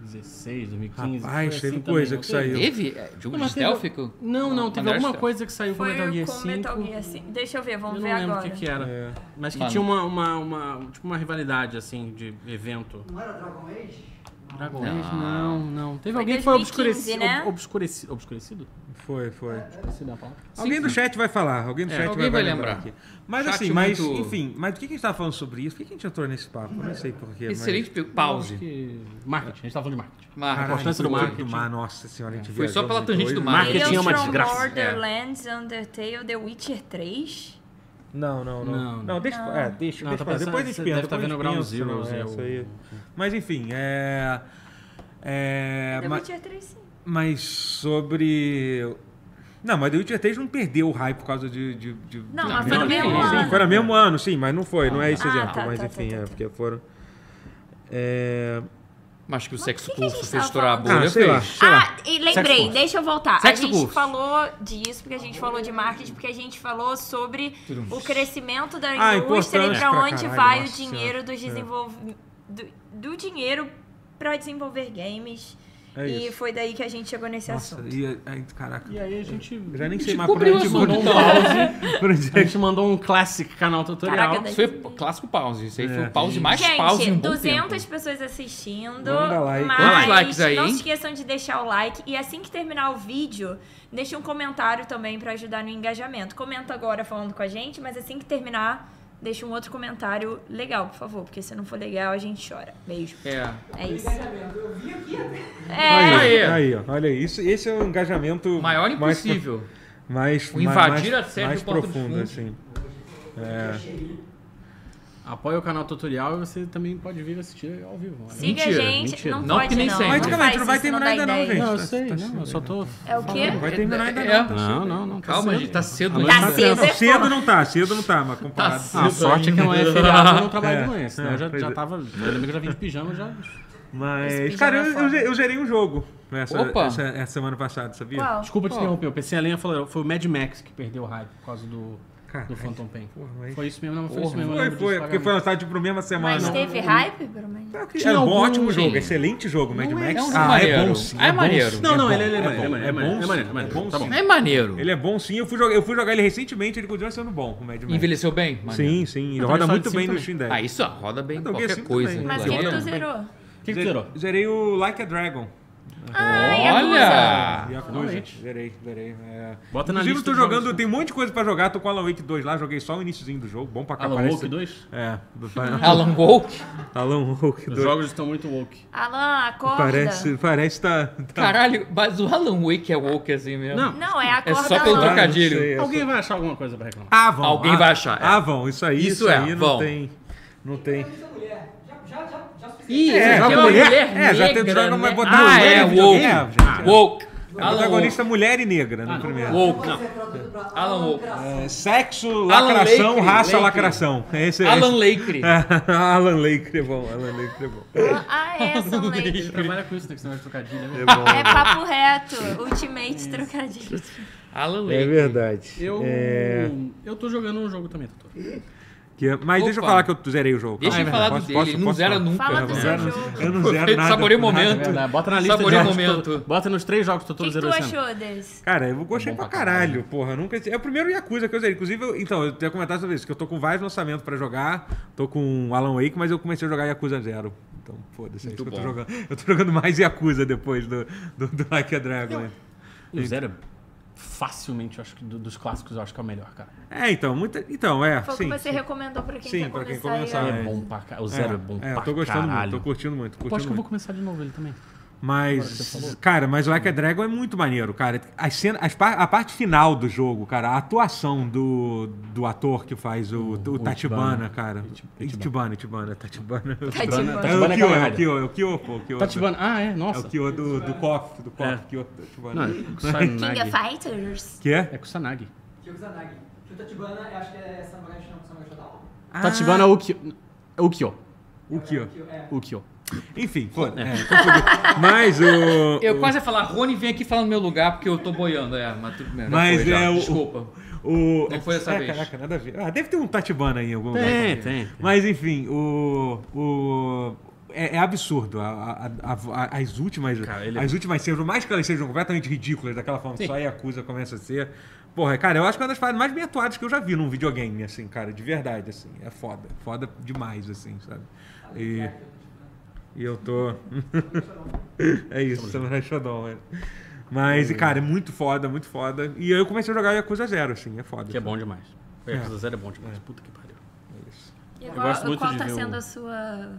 Speaker 2: 2016, 2015?
Speaker 1: Rapaz,
Speaker 2: foi
Speaker 1: teve
Speaker 2: assim
Speaker 1: coisa
Speaker 2: também, não
Speaker 1: que saiu.
Speaker 2: teve?
Speaker 4: Teve? É, Jogo
Speaker 2: Não,
Speaker 4: de
Speaker 2: mas teve-
Speaker 4: stealth? com-
Speaker 2: Não, não, teve
Speaker 4: Mandar
Speaker 2: alguma
Speaker 4: Stealth.
Speaker 2: coisa que saiu com
Speaker 3: Foi
Speaker 2: Metal Gear
Speaker 3: com
Speaker 2: 5.
Speaker 3: Metal Gear 5. Deixa eu ver,
Speaker 2: Eu
Speaker 3: vamos
Speaker 2: não
Speaker 3: ver
Speaker 2: lembro o
Speaker 3: agora.
Speaker 2: que, que era.
Speaker 1: É.
Speaker 2: Mas que
Speaker 4: Mano.
Speaker 2: tinha uma, uma, uma- tipo uma rivalidade, assim, de evento.
Speaker 5: Não era Dragon Age?
Speaker 2: Dragon
Speaker 4: Não.
Speaker 2: Age? Não, não. Teve
Speaker 3: Foi
Speaker 2: alguém que foi
Speaker 3: 2015,
Speaker 2: obscurecido.
Speaker 3: né?
Speaker 2: Obscurecido? Obscurecido?
Speaker 1: Foi, foi.
Speaker 2: Obscurecido é a palavra?
Speaker 1: alguém do chat vai falar, alguém do
Speaker 4: É,
Speaker 1: chat
Speaker 4: alguém
Speaker 1: vai,
Speaker 4: vai lembrar.
Speaker 1: aqui. Mas
Speaker 4: Chat
Speaker 1: assim, mas,
Speaker 4: muito-
Speaker 1: enfim, mas do que que a gente tava falando sobre isso? Por que que a gente entrou nesse papo? Eu não sei porquê, mas...
Speaker 4: Excelente pe-
Speaker 2: Acho
Speaker 4: pause.
Speaker 2: que... Marketing, a gente tava falando de marketing.
Speaker 1: Caralho,
Speaker 4: Marca.
Speaker 2: importância do
Speaker 1: foi
Speaker 2: marketing.
Speaker 1: tudo mar, Nossa senhora, a gente
Speaker 4: Foi só
Speaker 1: viajou
Speaker 4: pela
Speaker 1: muito
Speaker 4: tangente
Speaker 1: hoje.
Speaker 4: do marketing.
Speaker 2: Marketing
Speaker 3: Tales
Speaker 2: é uma
Speaker 3: from
Speaker 2: desgraça.
Speaker 3: Borderlands,
Speaker 2: É.
Speaker 3: Undertale, The Witcher 3.
Speaker 1: Não, não, não.
Speaker 2: Não,
Speaker 1: Não,
Speaker 2: não.
Speaker 1: deixa. É, deixa.
Speaker 2: Não,
Speaker 1: deixa
Speaker 2: tá
Speaker 1: pra-
Speaker 2: pensando-
Speaker 1: depois a gente
Speaker 2: você
Speaker 1: pensa.
Speaker 2: deve tá
Speaker 1: depois
Speaker 2: vendo
Speaker 1: a gente
Speaker 2: Ground
Speaker 1: pensa,
Speaker 2: Zeroes,
Speaker 1: é,
Speaker 2: eu-
Speaker 1: isso aí. Mas enfim, é. É.
Speaker 3: The
Speaker 1: ma-
Speaker 3: Witcher 3, sim.
Speaker 1: Mas sobre. Não, mas The Witcher 3 não perdeu o hype por causa de. de, de
Speaker 3: Não,
Speaker 1: de-
Speaker 3: mas
Speaker 2: foi no mesmo
Speaker 1: sim,
Speaker 2: ano.
Speaker 1: foi no mesmo ano, sim, mas não foi, não é esse
Speaker 3: Ah,
Speaker 1: exemplo.
Speaker 3: tá,
Speaker 1: mas
Speaker 3: tá,
Speaker 1: enfim,
Speaker 3: tá,
Speaker 1: é,
Speaker 3: tá, tá.
Speaker 1: porque foram. É.
Speaker 4: Mas que o sexo
Speaker 3: que que a
Speaker 4: pulso
Speaker 3: gente
Speaker 4: fez
Speaker 3: tava
Speaker 4: estourar a
Speaker 3: falando?
Speaker 4: bolha.
Speaker 1: Ah, sei lá,
Speaker 4: fez.
Speaker 1: sei lá.
Speaker 3: Ah, e lembrei,
Speaker 2: Pulse.
Speaker 3: deixa eu voltar.
Speaker 4: Sexo
Speaker 3: a gente
Speaker 4: Pulse.
Speaker 3: falou disso, porque a gente falou de marketing, porque a gente falou sobre o crescimento da
Speaker 1: Ah,
Speaker 3: indústria
Speaker 1: importante
Speaker 3: e pra
Speaker 1: pra
Speaker 3: onde
Speaker 1: caralho,
Speaker 3: vai o
Speaker 1: nossa
Speaker 3: dinheiro
Speaker 1: senhora. É.
Speaker 3: dos desenvolv... do, do dinheiro pra desenvolver games.
Speaker 1: É
Speaker 3: e
Speaker 1: isso.
Speaker 3: foi daí que a gente chegou nesse
Speaker 1: Nossa,
Speaker 3: assunto.
Speaker 1: e, aí, caraca.
Speaker 2: E aí a gente...
Speaker 1: Eu já nem
Speaker 4: gente
Speaker 1: sei mais por onde
Speaker 2: é
Speaker 4: cobriu
Speaker 1: a gente
Speaker 4: o assunto,
Speaker 1: mandou um
Speaker 4: então.
Speaker 1: pause. Por onde
Speaker 2: A
Speaker 1: é
Speaker 2: gente mandou um classic canal tutorial.
Speaker 3: Caraca, daí-
Speaker 4: Isso foi p- clássico pause. Isso aí foi
Speaker 1: É.
Speaker 4: o pause mais pause
Speaker 3: Gente,
Speaker 4: em um bom
Speaker 3: 200
Speaker 4: tempo.
Speaker 3: pessoas
Speaker 1: Vamos
Speaker 3: assistindo.
Speaker 1: dar like.
Speaker 3: Mas
Speaker 4: Quantos likes aí,
Speaker 3: não
Speaker 4: hein?
Speaker 3: se esqueçam de deixar o like. E assim que terminar o vídeo, deixa um comentário também pra ajudar no engajamento. Comenta agora falando com a gente, mas assim que terminar, deixa um outro comentário legal, por favor. Porque se não for legal, a gente chora. Beijo.
Speaker 4: É.
Speaker 3: É isso.
Speaker 5: Eu vi aqui até.
Speaker 3: É.
Speaker 1: Aí,
Speaker 4: Aí.
Speaker 1: aí, ó, olha aí. Isso, esse é o engajamento
Speaker 4: Maior
Speaker 1: mais-
Speaker 4: impossível.
Speaker 1: Mais,
Speaker 4: O
Speaker 1: ma-
Speaker 4: invadir
Speaker 1: mais,
Speaker 4: a sede
Speaker 1: mais
Speaker 4: do Porto do
Speaker 1: profundo,
Speaker 4: Fundo.
Speaker 1: assim.
Speaker 2: Apoia o canal tutorial e você também pode vir assistir ao vivo. né? Olha.
Speaker 3: Siga
Speaker 4: Mentira,
Speaker 3: a gente.
Speaker 2: mentira.
Speaker 3: Não,
Speaker 4: Não,
Speaker 3: pode
Speaker 4: que nem
Speaker 3: não.
Speaker 4: sempre. né?
Speaker 1: Mas,
Speaker 3: não
Speaker 1: calma, a
Speaker 3: faz
Speaker 1: gente não vai
Speaker 3: isso,
Speaker 1: terminar
Speaker 3: dá
Speaker 1: ainda, não,
Speaker 3: ideia.
Speaker 1: gente.
Speaker 2: Não, eu
Speaker 1: Tá-
Speaker 2: sei,
Speaker 1: tá
Speaker 2: não, eu
Speaker 1: cedo
Speaker 2: só tô...
Speaker 3: É o quê?
Speaker 1: Não vai terminar ainda, não. tá
Speaker 2: Não,
Speaker 1: cedo.
Speaker 2: não, não.
Speaker 4: É. Calma, gente, tá cedo
Speaker 2: Amanhã
Speaker 3: Tá
Speaker 2: vai-
Speaker 1: Não,
Speaker 3: cedo, é
Speaker 1: cedo
Speaker 3: foda.
Speaker 1: não tá, cedo não tá, mas comparado.
Speaker 4: Tá
Speaker 2: A
Speaker 4: cedo.
Speaker 2: sorte é que não é feriado, eu não trabalho de manhã. Senão
Speaker 1: é,
Speaker 2: eu já,
Speaker 1: pois
Speaker 2: já
Speaker 1: é.
Speaker 2: tava. Eu lembro que eu já vim de pijama, já.
Speaker 3: Esse
Speaker 1: Ah, Mas,
Speaker 3: pijama
Speaker 1: cara,
Speaker 3: é
Speaker 1: eu, eu,
Speaker 3: foda.
Speaker 1: ge- eu gerei um jogo essa,
Speaker 4: Opa.
Speaker 1: essa, essa semana passada, sabia?
Speaker 3: Qual?
Speaker 2: Desculpa te
Speaker 4: Ó.
Speaker 2: interromper, eu pensei a lenha falou, foi o Mad Max que perdeu o hype por causa do,
Speaker 1: Caralho.
Speaker 2: do Phantom Pain.
Speaker 1: Porra, mas-
Speaker 2: Foi isso mesmo, não, foi
Speaker 4: Porra,
Speaker 2: isso mesmo. eu
Speaker 1: Foi,
Speaker 2: lembro
Speaker 1: foi,
Speaker 2: disso
Speaker 1: é porque foi
Speaker 2: vagamente.
Speaker 1: lançado de primeira semana.
Speaker 3: Mas
Speaker 1: né?
Speaker 3: teve hype, pelo menos?
Speaker 1: É um
Speaker 2: Tinha
Speaker 1: bom,
Speaker 2: algum-
Speaker 1: ótimo jogo,
Speaker 4: Sim.
Speaker 1: excelente jogo, Mad Max.
Speaker 4: é um
Speaker 1: ah, é bom
Speaker 4: maneiro.
Speaker 1: sim.
Speaker 4: Ah, é maneiro.
Speaker 1: bom sim,
Speaker 2: Não, não,
Speaker 1: bom,
Speaker 2: ele- ele- ele-
Speaker 1: bom,
Speaker 2: ele-
Speaker 1: bom
Speaker 2: ele-
Speaker 1: sim,
Speaker 2: ele- ele- ele- tá bom.
Speaker 1: sim.
Speaker 4: É maneiro.
Speaker 1: Ele é bom sim, eu fui, jogar, eu fui jogar ele recentemente, ele continua sendo bom, o Mad Max.
Speaker 4: Envelheceu bem? Maneiro.
Speaker 1: Sim, é. sim, ele
Speaker 2: Eu
Speaker 1: roda
Speaker 2: também
Speaker 1: muito
Speaker 2: sou
Speaker 1: bem no
Speaker 2: assim
Speaker 1: Steam Deck.
Speaker 4: Ah, isso ó, roda bem
Speaker 1: Então,
Speaker 4: qualquer
Speaker 1: assim
Speaker 4: coisa. né?
Speaker 1: também,
Speaker 3: Mas o
Speaker 1: Olha.
Speaker 3: que que tu
Speaker 1: Olha.
Speaker 3: zerou?
Speaker 2: O que que tirou?
Speaker 1: Zerei o Like a Dragon.
Speaker 4: Olha!
Speaker 1: Yakuza. Zerei, zerei. É...
Speaker 2: Bota Tá na
Speaker 1: Inclusive,
Speaker 2: lista
Speaker 1: eu
Speaker 2: de
Speaker 1: tô jogando,
Speaker 2: jogos. né?
Speaker 1: tem um monte de coisa pra jogar. Tô com Alan Wake 2 lá, joguei só o iniciozinho do jogo. Bom pra cá,
Speaker 2: Alan
Speaker 1: parece-
Speaker 2: Woke 2?
Speaker 1: É, do-
Speaker 4: Alan Woke?
Speaker 1: Alan Wake
Speaker 2: Os
Speaker 1: 2.
Speaker 2: jogos estão muito woke.
Speaker 3: Alan, acorda.
Speaker 1: Parece, parece tá. tá...
Speaker 4: Caralho, mas o Alan Wake é woke assim mesmo.
Speaker 2: Não.
Speaker 3: Não, é
Speaker 4: É
Speaker 3: acorda
Speaker 4: só pelo
Speaker 1: Ah, não
Speaker 3: Alan.
Speaker 4: trocadilho.
Speaker 1: sei, é
Speaker 2: Alguém vai achar alguma coisa pra reclamar.
Speaker 1: Ah, vão.
Speaker 4: Alguém
Speaker 1: Ah,
Speaker 4: vai achar, é.
Speaker 1: Ah, vão. Isso aí,
Speaker 4: Isso
Speaker 1: isso,
Speaker 4: é,
Speaker 1: aí
Speaker 4: vão.
Speaker 1: não tem. Não tem.
Speaker 5: Essa mulher. Já, já, já, já
Speaker 4: Ih,
Speaker 5: suficiente.
Speaker 1: É,
Speaker 4: é,
Speaker 1: já
Speaker 4: uma
Speaker 1: mulher-
Speaker 4: mulher
Speaker 1: é, já
Speaker 4: negra,
Speaker 1: tenta jogar uma-
Speaker 4: né?
Speaker 1: botar
Speaker 4: Ah,
Speaker 1: mulher
Speaker 4: é,
Speaker 1: no videogame,
Speaker 4: woke.
Speaker 1: gente, é.
Speaker 4: Woke.
Speaker 1: A protagonista mulher e negra né,
Speaker 4: Ah,
Speaker 1: no primeiro.
Speaker 4: Woke, não.
Speaker 5: Você é traduzido pra
Speaker 4: Alan Walker.
Speaker 1: É, Sexo, lacração,
Speaker 4: Alan Lake,
Speaker 1: raça,
Speaker 4: Lake.
Speaker 1: lacração. É Esse,
Speaker 4: Alan Lake.
Speaker 1: Lake. Alan Lake é bom, Alan Lake é bom.
Speaker 3: Ah, é, são leis.
Speaker 2: Trabalha com isso, né? Que você vai trocadilho, né?
Speaker 1: É bom.
Speaker 3: É papo reto, ultimate trocadilho.
Speaker 4: Alan Lake.
Speaker 1: É verdade.
Speaker 2: Eu,
Speaker 1: É,
Speaker 2: eu tô jogando um jogo também, Totoro.
Speaker 1: que- é- Mas deixa eu
Speaker 4: Opa.
Speaker 1: falar que eu zerei o jogo.
Speaker 4: Deixa eu
Speaker 1: calma.
Speaker 4: falar
Speaker 1: Posso-
Speaker 4: do dele,
Speaker 1: posso-
Speaker 4: não
Speaker 1: posso
Speaker 4: zera
Speaker 1: falar?
Speaker 4: nunca. né,
Speaker 3: Fala do
Speaker 1: Eu não
Speaker 3: seu
Speaker 1: zero-
Speaker 3: jogo.
Speaker 1: Eu não zero nada.
Speaker 4: Saboreia o
Speaker 1: nada.
Speaker 4: momento.
Speaker 2: É Verdade, Bota na lista
Speaker 4: Saboreia
Speaker 2: de
Speaker 4: o
Speaker 2: jogos que
Speaker 4: momento.
Speaker 2: Totoro- Bota nos três jogos que
Speaker 3: O
Speaker 2: Totoro
Speaker 3: que, que
Speaker 2: zerou
Speaker 3: tu
Speaker 2: esse ano.
Speaker 3: achou desse?
Speaker 1: Cara, eu gostei
Speaker 4: Tá
Speaker 2: É bom
Speaker 1: pra
Speaker 2: pra caralho.
Speaker 1: caralho, porra. Nunca... É o primeiro Yakuza que eu zerei. Inclusive, eu... então, eu tenho comentado sobre isso, que eu tô com vários lançamentos pra jogar. Tô com Alan Wake, mas eu comecei a jogar Yakuza Zero. Então, foda-se, é isso que eu tô
Speaker 4: bom.
Speaker 1: jogando. Eu tô jogando mais Yakuza depois do, do, do Like a Dragon. né?
Speaker 2: O zero é facilmente, eu acho que do- dos clássicos, eu acho que é o melhor, cara.
Speaker 1: É, então, muita... Então, é,
Speaker 3: Foi o
Speaker 1: sim.
Speaker 3: que você recomendou pra quem
Speaker 1: Sim,
Speaker 3: quer
Speaker 1: pra quem
Speaker 3: começar.
Speaker 1: começar,
Speaker 3: aí, ó.
Speaker 1: É.
Speaker 2: É bom pra caralho. O zero é, bom pra
Speaker 1: É, eu
Speaker 2: caralho.
Speaker 1: tô gostando muito, tô curtindo muito.
Speaker 2: Eu acho
Speaker 1: Curtindo
Speaker 2: que eu vou
Speaker 1: muito.
Speaker 2: começar de novo ele também.
Speaker 1: Mas, cara, mas Like a Dragon é muito maneiro, cara. As cenas, as par- a parte final do jogo, cara, a atuação do, do ator que faz o, o, Tatibana,
Speaker 2: Itibana.
Speaker 1: cara. Itibana, Itibana, Tatibana.
Speaker 3: Tá de boa.
Speaker 1: É o
Speaker 2: Tatibana é
Speaker 1: Kyo, é o
Speaker 2: caralho.
Speaker 1: Kyo, é o Kyo, pô, o Kyo.
Speaker 2: Tatibana. Ah, é?
Speaker 1: É
Speaker 2: Nossa.
Speaker 1: o Kyo do, do KOF, do KOF,
Speaker 2: É.
Speaker 1: Kyo, Tatibana.
Speaker 2: Não, é com o
Speaker 3: King of
Speaker 2: Sanagi.
Speaker 3: Fighters.
Speaker 1: Que é?
Speaker 2: É com o Sanagi.
Speaker 5: Tio Zanagi. Tio Tatibana, eu acho que é Samurai Shodown, Samurai Shodown.
Speaker 3: Ah.
Speaker 2: Tatibana Ukyo. Ukyo.
Speaker 1: O Kyo.
Speaker 5: Tio- é.
Speaker 2: Ukyo.
Speaker 1: Enfim, pô, é, confundi. Mas o...
Speaker 4: Eu quase ia falar, Rony, vem aqui falar no meu lugar porque eu tô boiando. É, mas tudo bem. já
Speaker 1: Mas
Speaker 4: foi, já.
Speaker 1: é o-
Speaker 4: Desculpa.
Speaker 1: o...
Speaker 4: Não foi dessa
Speaker 1: é,
Speaker 4: vez.
Speaker 1: Caraca, nada a ver. Ah, deve ter um Tatibana aí em algum lugar.
Speaker 2: Tem, tem.
Speaker 1: Mas enfim, o. o é, é absurdo. A- a- a- a- as últimas.
Speaker 2: Cara, ele- é
Speaker 1: As últimas cenas, por mais que elas sejam completamente ridículas, daquela forma que só a Yakuza começa a ser. Porra, cara, eu acho que é uma das paradas mais bem atuadas que eu já vi num videogame, assim, cara, de verdade, assim. É foda. Foda demais, assim, sabe? E. E eu tô. é isso, Samurai Shodown, é. Mas, e, cara, é muito foda, muito foda. E eu comecei a jogar Yakuza Zero, assim, é foda.
Speaker 2: Que é bom demais. O Yakuza Zero é bom demais. Puta que pariu.
Speaker 3: E
Speaker 2: Eu
Speaker 3: qual,
Speaker 2: gosto muito
Speaker 3: qual
Speaker 2: de
Speaker 3: tá
Speaker 2: ver o-
Speaker 3: sendo a sua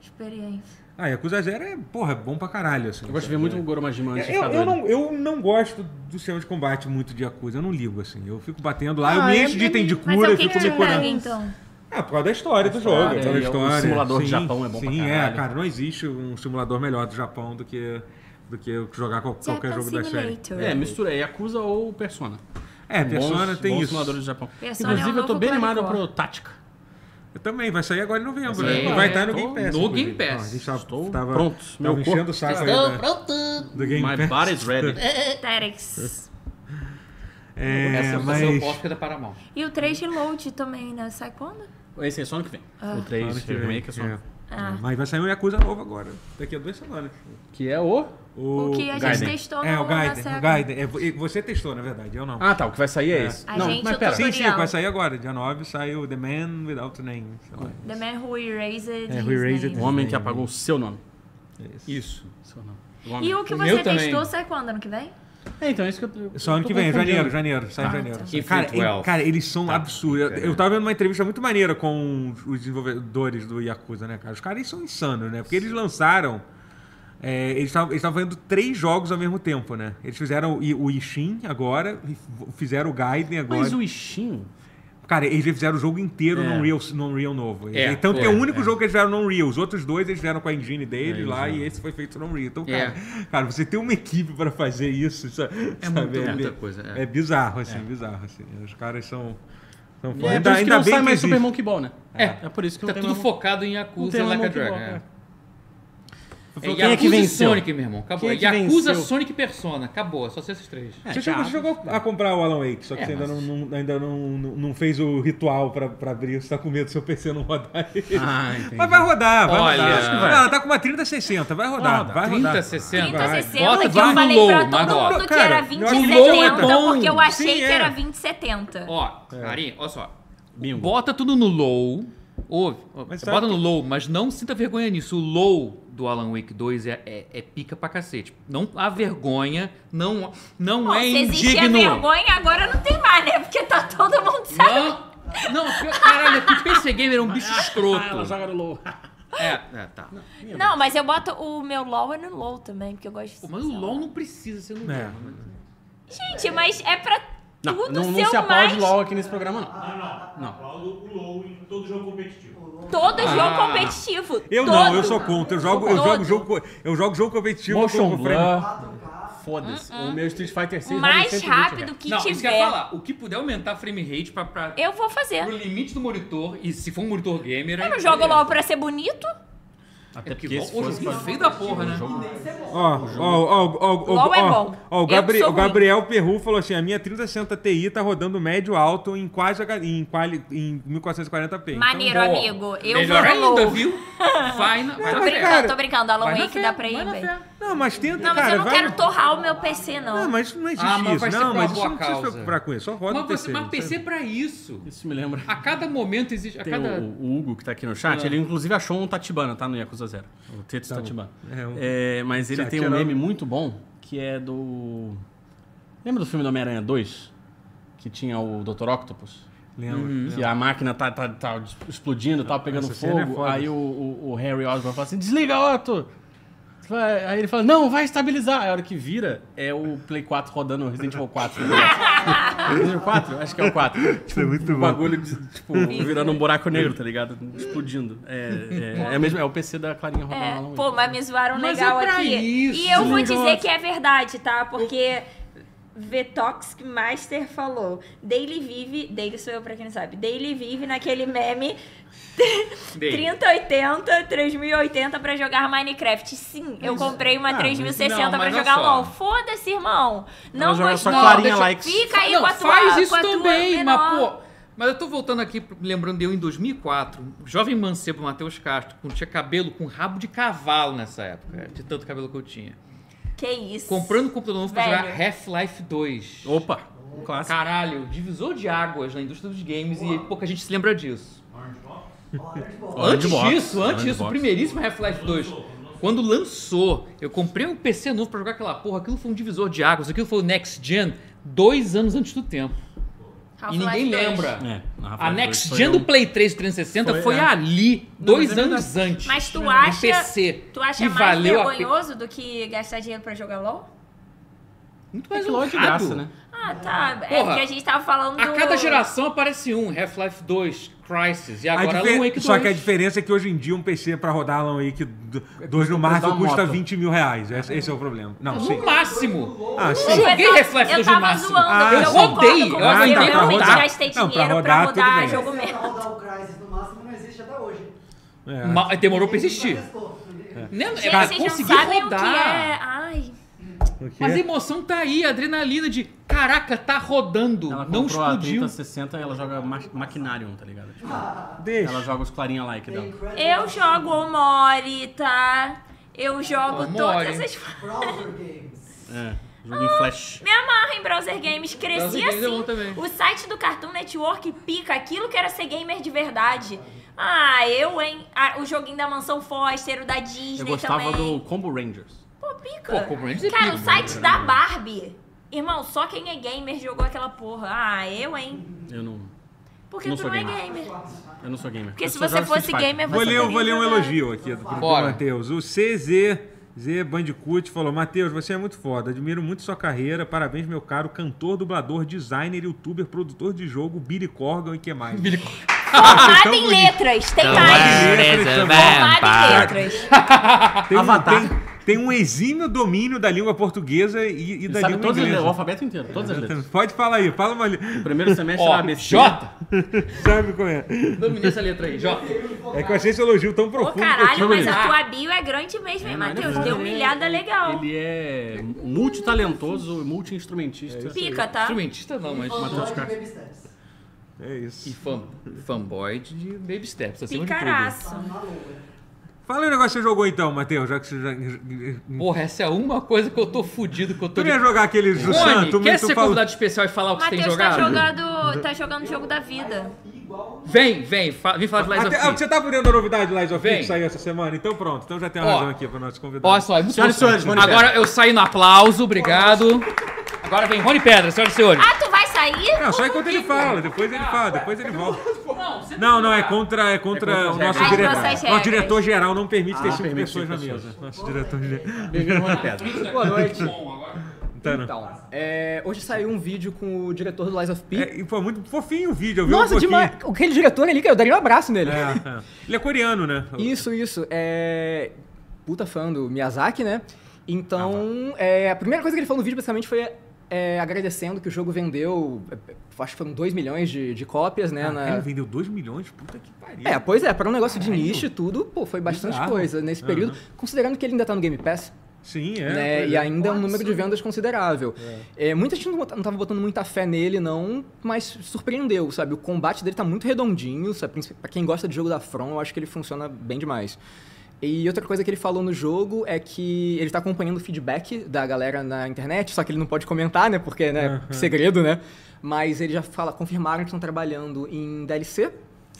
Speaker 3: experiência?
Speaker 1: Ah, Yakuza Zero é, porra, é bom pra caralho, assim.
Speaker 2: Eu gosto de ver
Speaker 1: sabe?
Speaker 2: muito o Goromajima antes de
Speaker 1: Eu,
Speaker 2: ficar
Speaker 1: eu,
Speaker 2: doido.
Speaker 1: não, eu não gosto do sistema de combate muito de Yakuza, eu não ligo assim. Eu fico batendo lá, eu
Speaker 2: Ah,
Speaker 1: me
Speaker 2: é
Speaker 1: encho de item de
Speaker 3: Mas é
Speaker 1: cura,
Speaker 3: o
Speaker 1: eu
Speaker 3: que,
Speaker 1: fico
Speaker 3: que te
Speaker 1: me
Speaker 3: pega,
Speaker 1: curando.
Speaker 3: então?
Speaker 1: É, por causa da história do jogo,
Speaker 2: história, né?
Speaker 1: aquela
Speaker 2: e o
Speaker 1: história.
Speaker 2: simulador de Japão é bom pra
Speaker 1: Sim, é,
Speaker 2: caralho.
Speaker 1: cara, não existe um simulador melhor do Japão do que, do que jogar qual- qualquer
Speaker 3: Japan
Speaker 1: jogo da série.
Speaker 3: Simulator.
Speaker 2: É, mistura. É Yakuza ou Persona.
Speaker 1: É, Persona
Speaker 2: bons,
Speaker 1: tem
Speaker 2: bons
Speaker 1: isso.
Speaker 2: simuladores do Japão.
Speaker 3: Persona é
Speaker 2: Inclusive,
Speaker 3: o
Speaker 2: eu tô
Speaker 3: novo
Speaker 2: bem
Speaker 3: God of
Speaker 2: animado
Speaker 3: War.
Speaker 2: pro Tática.
Speaker 1: Eu também, vai sair agora em novembro,
Speaker 4: Vai
Speaker 1: né?
Speaker 4: sair
Speaker 1: E vai
Speaker 4: agora,
Speaker 1: estar no
Speaker 4: né?
Speaker 1: Game Pass.
Speaker 4: No
Speaker 1: inclusive.
Speaker 4: Game Pass.
Speaker 1: Ah, a gente tá,
Speaker 2: Estou
Speaker 1: tava,
Speaker 2: pronto. Meu
Speaker 1: tava enchendo
Speaker 2: corpo
Speaker 1: o saco aí
Speaker 4: Estou
Speaker 1: da,
Speaker 4: pronto.
Speaker 1: do Game
Speaker 2: My
Speaker 1: Pass.
Speaker 2: body's ready.
Speaker 3: É. Terex.
Speaker 1: É,
Speaker 4: Essa vai ser o
Speaker 1: mas...
Speaker 4: Oscar da Paramount.
Speaker 3: E o 3 de load também, né? Sai quando?
Speaker 2: Esse é só ano que vem. O
Speaker 1: Ano
Speaker 2: 3
Speaker 1: que vem,
Speaker 2: remake é só.
Speaker 1: é.
Speaker 3: Ah.
Speaker 1: Mas vai sair um Yakuza novo agora, daqui a duas semanas.
Speaker 2: Que é o...
Speaker 3: O que a gente
Speaker 2: Gaiden.
Speaker 3: testou
Speaker 1: É,
Speaker 3: no,
Speaker 1: o Gaiden.
Speaker 3: na
Speaker 1: O Gaiden. É, vo- e você testou, na verdade, eu não.
Speaker 2: Ah, tá. O que vai sair é, esse.
Speaker 3: A
Speaker 2: não,
Speaker 3: gente,
Speaker 2: mas
Speaker 3: eu tô
Speaker 2: pera.
Speaker 1: sim, sim, é que vai
Speaker 3: tutorial.
Speaker 1: sair agora. Dia 9 sai o The Man Without Name. sei lá.
Speaker 3: The Man Who Erased
Speaker 1: É,
Speaker 3: His
Speaker 1: Who Erased
Speaker 2: O
Speaker 1: His
Speaker 3: Name.
Speaker 2: homem que apagou o seu nome.
Speaker 1: é
Speaker 2: Isso. Seu nome. homem.
Speaker 3: E o que
Speaker 4: O
Speaker 3: você
Speaker 4: meu também.
Speaker 3: testou sai quando? Ano que vem?
Speaker 2: É, então, é isso que eu... eu
Speaker 1: Só ano
Speaker 2: tô
Speaker 1: que vem,
Speaker 2: confundindo.
Speaker 1: janeiro, janeiro, sai em
Speaker 2: Ah,
Speaker 1: janeiro.
Speaker 4: tá.
Speaker 1: Cara,
Speaker 4: Infinite Wealth.
Speaker 1: e- cara, eles são absurdos. Eu, eu tava vendo uma entrevista muito maneira com os desenvolvedores do Yakuza, né, cara? Os caras eles são insanos, né? Porque eles lançaram. é, eles estavam eles tavam fazendo três jogos ao mesmo tempo, né? Eles fizeram o I- o Ishin agora, e f- fizeram o Gaiden agora.
Speaker 2: Mas o Ishin...
Speaker 1: Cara, eles fizeram o jogo inteiro
Speaker 2: É.
Speaker 1: no Unreal, no Unreal novo.
Speaker 4: É,
Speaker 1: então,
Speaker 4: foi,
Speaker 1: é o único
Speaker 4: é.
Speaker 1: jogo que eles fizeram no Unreal. Os outros dois eles fizeram com a engine dele lá e esse foi feito no Unreal. Então, cara, cara você tem uma equipe pra fazer isso, sa- sabe? É
Speaker 4: muita- muita coisa, é.
Speaker 1: bizarro, assim, bizarro, assim. Os caras são... são
Speaker 2: É,
Speaker 1: foda.
Speaker 2: por isso que não sai mais
Speaker 1: existe.
Speaker 2: Super Monkey Ball, né?
Speaker 4: É.
Speaker 2: É por isso
Speaker 4: Tá
Speaker 2: que não tem
Speaker 4: tudo
Speaker 2: mais-
Speaker 4: focado em
Speaker 2: Não
Speaker 4: Yakuza
Speaker 2: tem
Speaker 4: e
Speaker 2: mais
Speaker 4: Like a
Speaker 2: Monkey
Speaker 4: Dragon.
Speaker 2: Ball,
Speaker 4: é.
Speaker 2: é.
Speaker 4: É
Speaker 2: Quem é que
Speaker 4: Yakuza e
Speaker 2: venceu?
Speaker 4: Sonic, meu irmão. Acabou.
Speaker 2: Quem é que
Speaker 4: Yakuza,
Speaker 2: venceu?
Speaker 4: Sonic e Persona. Acabou. É só ser esses três.
Speaker 1: Você chegou, você chegou a comprar o Alan Wake, só que
Speaker 4: É,
Speaker 1: você ainda,
Speaker 4: mas-
Speaker 1: não, não- ainda não, não, não fez o ritual pra, pra abrir. Você tá com medo do seu PC não rodar ele.
Speaker 2: Ah, entendi.
Speaker 1: Mas vai rodar, vai
Speaker 4: Olha.
Speaker 1: rodar.
Speaker 4: Acho que vai.
Speaker 1: Não, ela tá com uma 3060, vai rodar, vai rodar.
Speaker 4: 30, 60.
Speaker 3: 30,
Speaker 1: Vai.
Speaker 3: 60, que
Speaker 4: vai
Speaker 3: Então, eu
Speaker 4: no
Speaker 3: falei
Speaker 4: low,
Speaker 3: pra todo
Speaker 4: Magota.
Speaker 3: mundo que
Speaker 1: Cara,
Speaker 3: era
Speaker 1: o
Speaker 3: 20
Speaker 4: low é
Speaker 3: 70,
Speaker 4: bom.
Speaker 3: porque eu achei
Speaker 1: Sim,
Speaker 3: que
Speaker 1: é.
Speaker 3: era 20 70.
Speaker 4: Ó, Marinho, olha só.
Speaker 2: É. Bingo. tá
Speaker 4: Bota tudo no low. Ouve. ó,
Speaker 1: Mas sabe
Speaker 4: bota no
Speaker 1: que-
Speaker 4: low, mas não sinta vergonha nisso. O low do Alan Wake 2 é, é- é pica pra cacete. Não há vergonha, não, não
Speaker 3: Bom,
Speaker 4: é
Speaker 3: se existia
Speaker 4: indigno.
Speaker 3: vergonha, agora não tem mais, né? Porque tá todo mundo sabendo.
Speaker 4: Não, não, caralho, que PC Gamer é um bicho
Speaker 2: Ah, ela
Speaker 4: escroto.
Speaker 2: joga no low.
Speaker 4: É, é, tá.
Speaker 3: Não, mas eu boto o meu LOL é no LOL também, porque eu gosto de.
Speaker 4: Pô, mas o LOL não precisa ser no
Speaker 1: É.
Speaker 4: low. né?
Speaker 3: Gente, mas é pra
Speaker 2: Não,
Speaker 3: tudo
Speaker 2: não, não
Speaker 3: seu
Speaker 2: se aplaude
Speaker 3: mais.
Speaker 2: LOL aqui nesse programa, não.
Speaker 6: Aplaudo o LoL em todo jogo competitivo.
Speaker 3: Todo jogo
Speaker 4: Ah.
Speaker 3: competitivo.
Speaker 1: Eu
Speaker 3: todo.
Speaker 1: não, eu sou contra. Eu jogo, eu
Speaker 3: Todo.
Speaker 1: jogo, jogo, co- eu jogo jogo competitivo. eu
Speaker 2: Motion
Speaker 1: jogo frame.
Speaker 2: Blur. foda-se. O meu Street Fighter 6
Speaker 3: O
Speaker 2: roda em
Speaker 3: mais
Speaker 2: 120
Speaker 3: rápido
Speaker 2: Hz.
Speaker 3: que
Speaker 4: não, isso que eu ia
Speaker 3: tiver.
Speaker 4: falar. O que puder aumentar frame rate pra, pra,
Speaker 3: Eu vou fazer.
Speaker 4: pro limite do monitor, e se for um monitor gamer...
Speaker 3: Eu
Speaker 4: aí
Speaker 3: não jogo
Speaker 4: beleza.
Speaker 3: LOL pra ser bonito.
Speaker 2: Até
Speaker 4: Que
Speaker 2: porque
Speaker 4: bom,
Speaker 2: se
Speaker 4: hoje o
Speaker 2: fosse
Speaker 4: jogo é
Speaker 2: pra...
Speaker 4: feio da porra, né?
Speaker 1: Ó, ó, ó, ó, ó, ó,
Speaker 3: LOL é
Speaker 1: ó,
Speaker 3: bom.
Speaker 1: ó, o,
Speaker 3: Eu
Speaker 1: Gabri-
Speaker 3: que sou
Speaker 1: o Gabriel Perru falou assim: a minha 3060 Ti tá rodando médio alto em quase H- em, quali- em 1440p.
Speaker 3: Maneiro,
Speaker 4: Boa.
Speaker 3: amigo. Eu
Speaker 4: Melhor
Speaker 3: vou no
Speaker 4: ainda,
Speaker 3: LOL.
Speaker 4: viu? Vai na...
Speaker 1: mas,
Speaker 3: Tô
Speaker 4: vai na fé.
Speaker 1: cara,
Speaker 3: brincando, tô brincando. Alan
Speaker 4: é, Vai na
Speaker 3: Wake
Speaker 4: fé,
Speaker 3: dá pra ir
Speaker 4: vai na
Speaker 3: bem.
Speaker 4: fé.
Speaker 1: Então, não, mas tenta,
Speaker 3: Não, mas
Speaker 1: cara.
Speaker 3: eu não
Speaker 1: vai...
Speaker 3: quero torrar o meu PC, não.
Speaker 1: Não, mas não existe
Speaker 4: Ah, mas
Speaker 1: isso.
Speaker 4: vai ser
Speaker 1: Não,
Speaker 4: pra
Speaker 1: mas isso
Speaker 4: boa
Speaker 1: não precisa se
Speaker 4: causa.
Speaker 1: preocupar com isso. Só roda
Speaker 4: Mas,
Speaker 1: o
Speaker 4: você,
Speaker 1: PC.
Speaker 4: mas
Speaker 1: não precisa-
Speaker 4: PC é pra isso.
Speaker 2: Isso me lembra.
Speaker 4: A cada momento existe... A
Speaker 2: Tem
Speaker 4: cada...
Speaker 2: o, o Hugo que tá aqui no chat, ele inclusive achou um Tatibana, tá? No Yakuza Zero. O Tetsu Tatibana.
Speaker 1: É, o-
Speaker 2: É, mas ele
Speaker 1: Já
Speaker 2: tem um
Speaker 1: tirando-
Speaker 2: meme muito bom que é do. Lembra do filme do Homem-Aranha 2? Que tinha o Dr. Octopus?
Speaker 1: Lembro.
Speaker 4: Uhum.
Speaker 2: Que a máquina tá, tá, tá explodindo, tá pegando
Speaker 1: essa cena é
Speaker 2: fogo.
Speaker 1: foda.
Speaker 2: aí o, o- o Harry Osborn fala assim: desliga, Otto! Vai- Aí ele fala: não, vai estabilizar. Aí a hora que vira, é o Play 4 rodando o Resident Evil 4. Resident Evil 4? Acho que é o 4. Tipo,
Speaker 1: é muito
Speaker 2: o bagulho de, tipo, virando um buraco negro, tá ligado? Explodindo. É, é, é, mesmo, é o PC da Clarinha rodando lá
Speaker 3: É,
Speaker 2: no-
Speaker 3: pô, mas me zoaram
Speaker 4: Mas
Speaker 3: legal
Speaker 4: é pra
Speaker 3: aqui.
Speaker 4: isso.
Speaker 3: E eu vou
Speaker 2: Legal.
Speaker 3: dizer que é verdade, tá? Porque Vetoxic Master falou. Daily vive. Daily sou eu pra quem não sabe. Daily vive naquele meme.
Speaker 4: Daily.
Speaker 3: 3080, 3080 pra jogar Minecraft. Sim, eu comprei uma
Speaker 2: ah,
Speaker 3: 3060
Speaker 4: não,
Speaker 3: pra
Speaker 4: mas
Speaker 3: jogar
Speaker 4: olha só.
Speaker 3: LOL. Foda-se, irmão. Não
Speaker 2: Ela joga só
Speaker 3: gostou.
Speaker 2: Clarinha
Speaker 3: deixa-
Speaker 2: Likes.
Speaker 3: Fica aí
Speaker 4: Não,
Speaker 3: com a tua
Speaker 4: faz isso
Speaker 3: com a tua
Speaker 4: também, mas
Speaker 3: menor.
Speaker 4: pô. Mas eu tô voltando aqui, lembrando de eu em 2004, um jovem mancebo Matheus Castro, com tinha cabelo com rabo de cavalo nessa época, é, de tanto cabelo que eu tinha.
Speaker 3: Que isso.
Speaker 4: Comprando um computador novo pra
Speaker 3: Velho.
Speaker 4: jogar Half-Life 2.
Speaker 2: Opa! Um clássico.
Speaker 4: Caralho, divisor de águas na indústria dos games e pouca gente se lembra disso.
Speaker 2: Orange
Speaker 4: Antes
Speaker 2: Box,
Speaker 4: disso, antes
Speaker 2: Orange
Speaker 4: disso, o
Speaker 2: Box.
Speaker 4: primeiríssimo Half-Life 2. Quando lançou, eu comprei um PC novo pra jogar aquela porra, aquilo foi um divisor de águas, aquilo foi o Next Gen, dois anos antes do tempo. E
Speaker 3: Half-Life
Speaker 4: ninguém
Speaker 3: 2.
Speaker 4: lembra.
Speaker 2: É, na
Speaker 4: A
Speaker 2: Half-Life dois
Speaker 4: Next
Speaker 2: foi
Speaker 4: Gen do
Speaker 2: um-
Speaker 4: Play 3 360 foi,
Speaker 2: Foi, é.
Speaker 4: ali, dois anos antes.
Speaker 3: é Mas tu
Speaker 4: No
Speaker 3: acha-
Speaker 4: PC.
Speaker 3: Tu acha
Speaker 4: e
Speaker 3: mais
Speaker 4: valeu a pena.
Speaker 3: vergonhoso do que gastar dinheiro pra jogar LOL?
Speaker 4: Muito
Speaker 2: É
Speaker 4: mais
Speaker 2: que LOL é de
Speaker 4: honrado.
Speaker 2: graça, né?
Speaker 3: Ah, tá. É
Speaker 4: Porra.
Speaker 3: porque a gente tava falando.
Speaker 4: A cada geração aparece um, Half-Life 2, Crisis, e
Speaker 1: A
Speaker 4: agora um
Speaker 1: difer-
Speaker 4: Alan Wake 2.
Speaker 1: Só que a diferença é que hoje em dia um PC pra rodar Alan Wake
Speaker 4: É
Speaker 1: 2 no
Speaker 2: comprar
Speaker 1: máximo
Speaker 2: uma
Speaker 1: custa
Speaker 2: moto.
Speaker 1: 20 mil reais. Esse, esse é o problema.
Speaker 3: Uhum.
Speaker 1: Não, sim.
Speaker 4: No máximo.
Speaker 1: Ah,
Speaker 3: Mas
Speaker 1: sim.
Speaker 4: Joguei
Speaker 3: eu tava-
Speaker 4: Half-Life
Speaker 3: eu
Speaker 4: 2 no
Speaker 3: tava
Speaker 4: máximo.
Speaker 3: Zoando,
Speaker 1: Ah,
Speaker 3: eu
Speaker 1: eu
Speaker 3: concordo
Speaker 4: odeio.
Speaker 3: com
Speaker 4: Eu
Speaker 3: você,
Speaker 1: ainda pra
Speaker 3: eu realmente
Speaker 1: rodar.
Speaker 3: gastei
Speaker 1: Não, pra
Speaker 3: dinheiro pra
Speaker 1: rodar,
Speaker 3: rodar,
Speaker 1: tudo bem.
Speaker 3: jogo mesmo.
Speaker 5: Pra rodar é o Crysis no máximo não existe até hoje.
Speaker 1: É.
Speaker 4: Ma- Demorou pra
Speaker 5: Ninguém
Speaker 4: existir.
Speaker 5: nunca testou. Ninguém-
Speaker 4: Né? É
Speaker 3: Gente,
Speaker 4: pra
Speaker 3: vocês não
Speaker 4: conseguir
Speaker 3: sabem
Speaker 4: rodar.
Speaker 3: o que é. Ai.
Speaker 1: O quê?
Speaker 4: Mas a emoção tá aí, a adrenalina de caraca, tá rodando,
Speaker 2: Ela
Speaker 4: não
Speaker 2: comprou a
Speaker 4: explodiu.
Speaker 2: 3060 e ela joga ma Maquinarium, tá ligado? Tipo,
Speaker 1: Deixa.
Speaker 2: ela joga os clarinha like dela.
Speaker 3: Eu jogo Omori, tá? Eu jogo
Speaker 4: Omori.
Speaker 3: todas essas.
Speaker 5: Browser games.
Speaker 2: É, jogo
Speaker 3: Ah,
Speaker 2: em flash.
Speaker 3: Me amarra em Browser Games, cresci
Speaker 4: Browser Games é bom
Speaker 3: assim.
Speaker 4: também.
Speaker 3: o site do Cartoon Network pica aquilo que era ser gamer de verdade. Ah, eu, hein? Ah, o joguinho da Mansão Foster, o da Disney
Speaker 2: Eu gostava
Speaker 3: também.
Speaker 2: do Combo Rangers.
Speaker 3: Pô, pica.
Speaker 4: Pô, Combo Rangers é
Speaker 3: Cara,
Speaker 4: pica,
Speaker 3: o
Speaker 2: né?
Speaker 3: site da Barbie. Irmão, só quem é gamer jogou aquela porra. Ah, eu, hein?
Speaker 2: Eu não,
Speaker 3: Porque
Speaker 2: Não
Speaker 3: tu
Speaker 2: sou
Speaker 3: não é
Speaker 2: gamer.
Speaker 3: gamer.
Speaker 2: eu não sou gamer.
Speaker 3: Porque
Speaker 2: Eu
Speaker 3: se
Speaker 2: só
Speaker 3: você
Speaker 2: jogo
Speaker 3: fosse
Speaker 2: Street Fighter.
Speaker 3: gamer, você é
Speaker 1: Vou ler,
Speaker 3: teria
Speaker 1: vou ler um
Speaker 3: jogado.
Speaker 1: elogio aqui do, do
Speaker 4: Bora.
Speaker 1: Matheus. O CZ Z Bandicoot falou: Matheus, você é muito foda, admiro muito sua carreira, parabéns, meu caro cantor, dublador, designer, youtuber, produtor de jogo, Billy Corgan e que mais? Billy
Speaker 3: Formado
Speaker 1: um
Speaker 3: em letras, Ah, tem
Speaker 1: é.
Speaker 3: mais. Formado em letras.
Speaker 1: Tem, um,
Speaker 2: Avatar.
Speaker 1: tem, tem um exímio domínio da língua portuguesa e, e
Speaker 2: Ele um
Speaker 1: da
Speaker 2: sabe
Speaker 1: língua
Speaker 2: todas as letras, o
Speaker 1: inglesa.
Speaker 2: alfabeto inteiro, todas as letras.
Speaker 1: Pode falar aí, fala uma li-
Speaker 2: Primeiro semestre da
Speaker 4: Ó,
Speaker 2: ABC.
Speaker 4: Jota,
Speaker 1: Sabe qual é?
Speaker 4: dominei essa letra aí, Jota.
Speaker 3: Tá.
Speaker 1: É que eu achei esse elogio tão
Speaker 3: Ô,
Speaker 1: profundo. que
Speaker 3: caralho,
Speaker 1: eu
Speaker 3: mas
Speaker 1: tive-
Speaker 3: a tua bio é grande mesmo, hein,
Speaker 2: mas ele é
Speaker 3: Matheus?
Speaker 2: foda,
Speaker 3: Deu
Speaker 2: ele é-
Speaker 3: humilhada legal.
Speaker 2: Ele é multitalentoso, multi-instrumentista.
Speaker 3: Pica, tá?
Speaker 4: Instrumentista não, mas.
Speaker 5: Android
Speaker 2: Crack.
Speaker 5: Baby Steps.
Speaker 1: É isso.
Speaker 4: E fã, fanboy de Baby Steps, acima de
Speaker 3: Picaraço.
Speaker 5: Na lua.
Speaker 1: Fala aí o negócio que você jogou então, Matheus, já que você já.
Speaker 4: tudo. Porra, essa é uma coisa que eu tô fudido, que eu tô
Speaker 1: Tu
Speaker 4: de...
Speaker 1: não ia jogar aquele do
Speaker 4: Rony,
Speaker 1: Santo,
Speaker 4: quer
Speaker 1: mas tu
Speaker 4: ser
Speaker 1: falou-
Speaker 4: convidado especial e falar o que você tem
Speaker 3: Matheus tá
Speaker 4: jogado?
Speaker 3: jogando, tá jogando o jogo da vida.
Speaker 4: Vem, vem, fa- vem falar assim. de Lies
Speaker 1: Até- ah,
Speaker 4: of P.
Speaker 1: você tá por dentro da novidade Lies of P
Speaker 4: Vem.
Speaker 1: que saiu essa semana? Então pronto, então já tem a
Speaker 4: Ó.
Speaker 1: razão aqui pro nosso convidado.
Speaker 4: Olha só, é muito
Speaker 2: Senhoras e senhores, Rony
Speaker 4: Agora eu saio no aplauso, obrigado. Agora vem Rony Pedra, senhoras e senhores.
Speaker 3: Ah, tu vai sair?
Speaker 1: Não, só enquanto ele
Speaker 4: é?
Speaker 1: fala, depois ele fala, depois ele volta. Não, não, é contra, é contra
Speaker 2: É
Speaker 1: o
Speaker 2: contra as
Speaker 1: nosso
Speaker 3: regras.
Speaker 1: diretor.
Speaker 3: As nossas
Speaker 1: Nosso
Speaker 3: regras.
Speaker 1: diretor geral não permite ter
Speaker 2: Ah,
Speaker 1: cinco
Speaker 2: permite
Speaker 1: pessoas na
Speaker 2: cinco
Speaker 1: mesa. Nosso diretor geral.
Speaker 2: Bem-vindo,
Speaker 3: É
Speaker 2: Rony Pedra.
Speaker 7: Boa noite.
Speaker 1: Tá, não.
Speaker 7: Então, é, hoje saiu um vídeo com o diretor do Lies of P.
Speaker 1: É, e foi muito fofinho o vídeo, eu vi um
Speaker 7: Nossa,
Speaker 1: pouquinho.
Speaker 7: demais! Aquele diretor ali, cara, eu daria um abraço nele.
Speaker 1: É, é. Ele é coreano, né?
Speaker 7: Isso, isso. É. Puta fã do Miyazaki, né? Então,
Speaker 1: Ah, tá.
Speaker 7: é, a primeira coisa que ele falou no vídeo basicamente foi é, agradecendo que o jogo vendeu, é, acho que foram 2 milhões de, de cópias, né? na-
Speaker 1: Caralho, vendeu 2 milhões? Puta que pariu.
Speaker 7: É, pois é, para um negócio de nicho e tudo, pô, foi bastante
Speaker 1: Bizarro.
Speaker 7: coisa nesse período, considerando que ele ainda tá no Game Pass,
Speaker 1: Sim, é.
Speaker 7: né?
Speaker 1: pois
Speaker 7: E
Speaker 1: é.
Speaker 7: ainda é um número de vendas considerável. É, muita gente não bota- não tava botando muita fé nele, não, mas surpreendeu, sabe? O combate dele tá muito redondinho, sabe? Princip- Pra quem gosta de jogo da From, eu acho que ele funciona bem demais. E outra coisa que ele falou no jogo é que ele tá acompanhando o feedback da galera na internet, só que ele não pode comentar, né? Porque, né,
Speaker 1: Aham.
Speaker 7: segredo, né? Mas ele já fala, confirmaram que estão trabalhando em DLC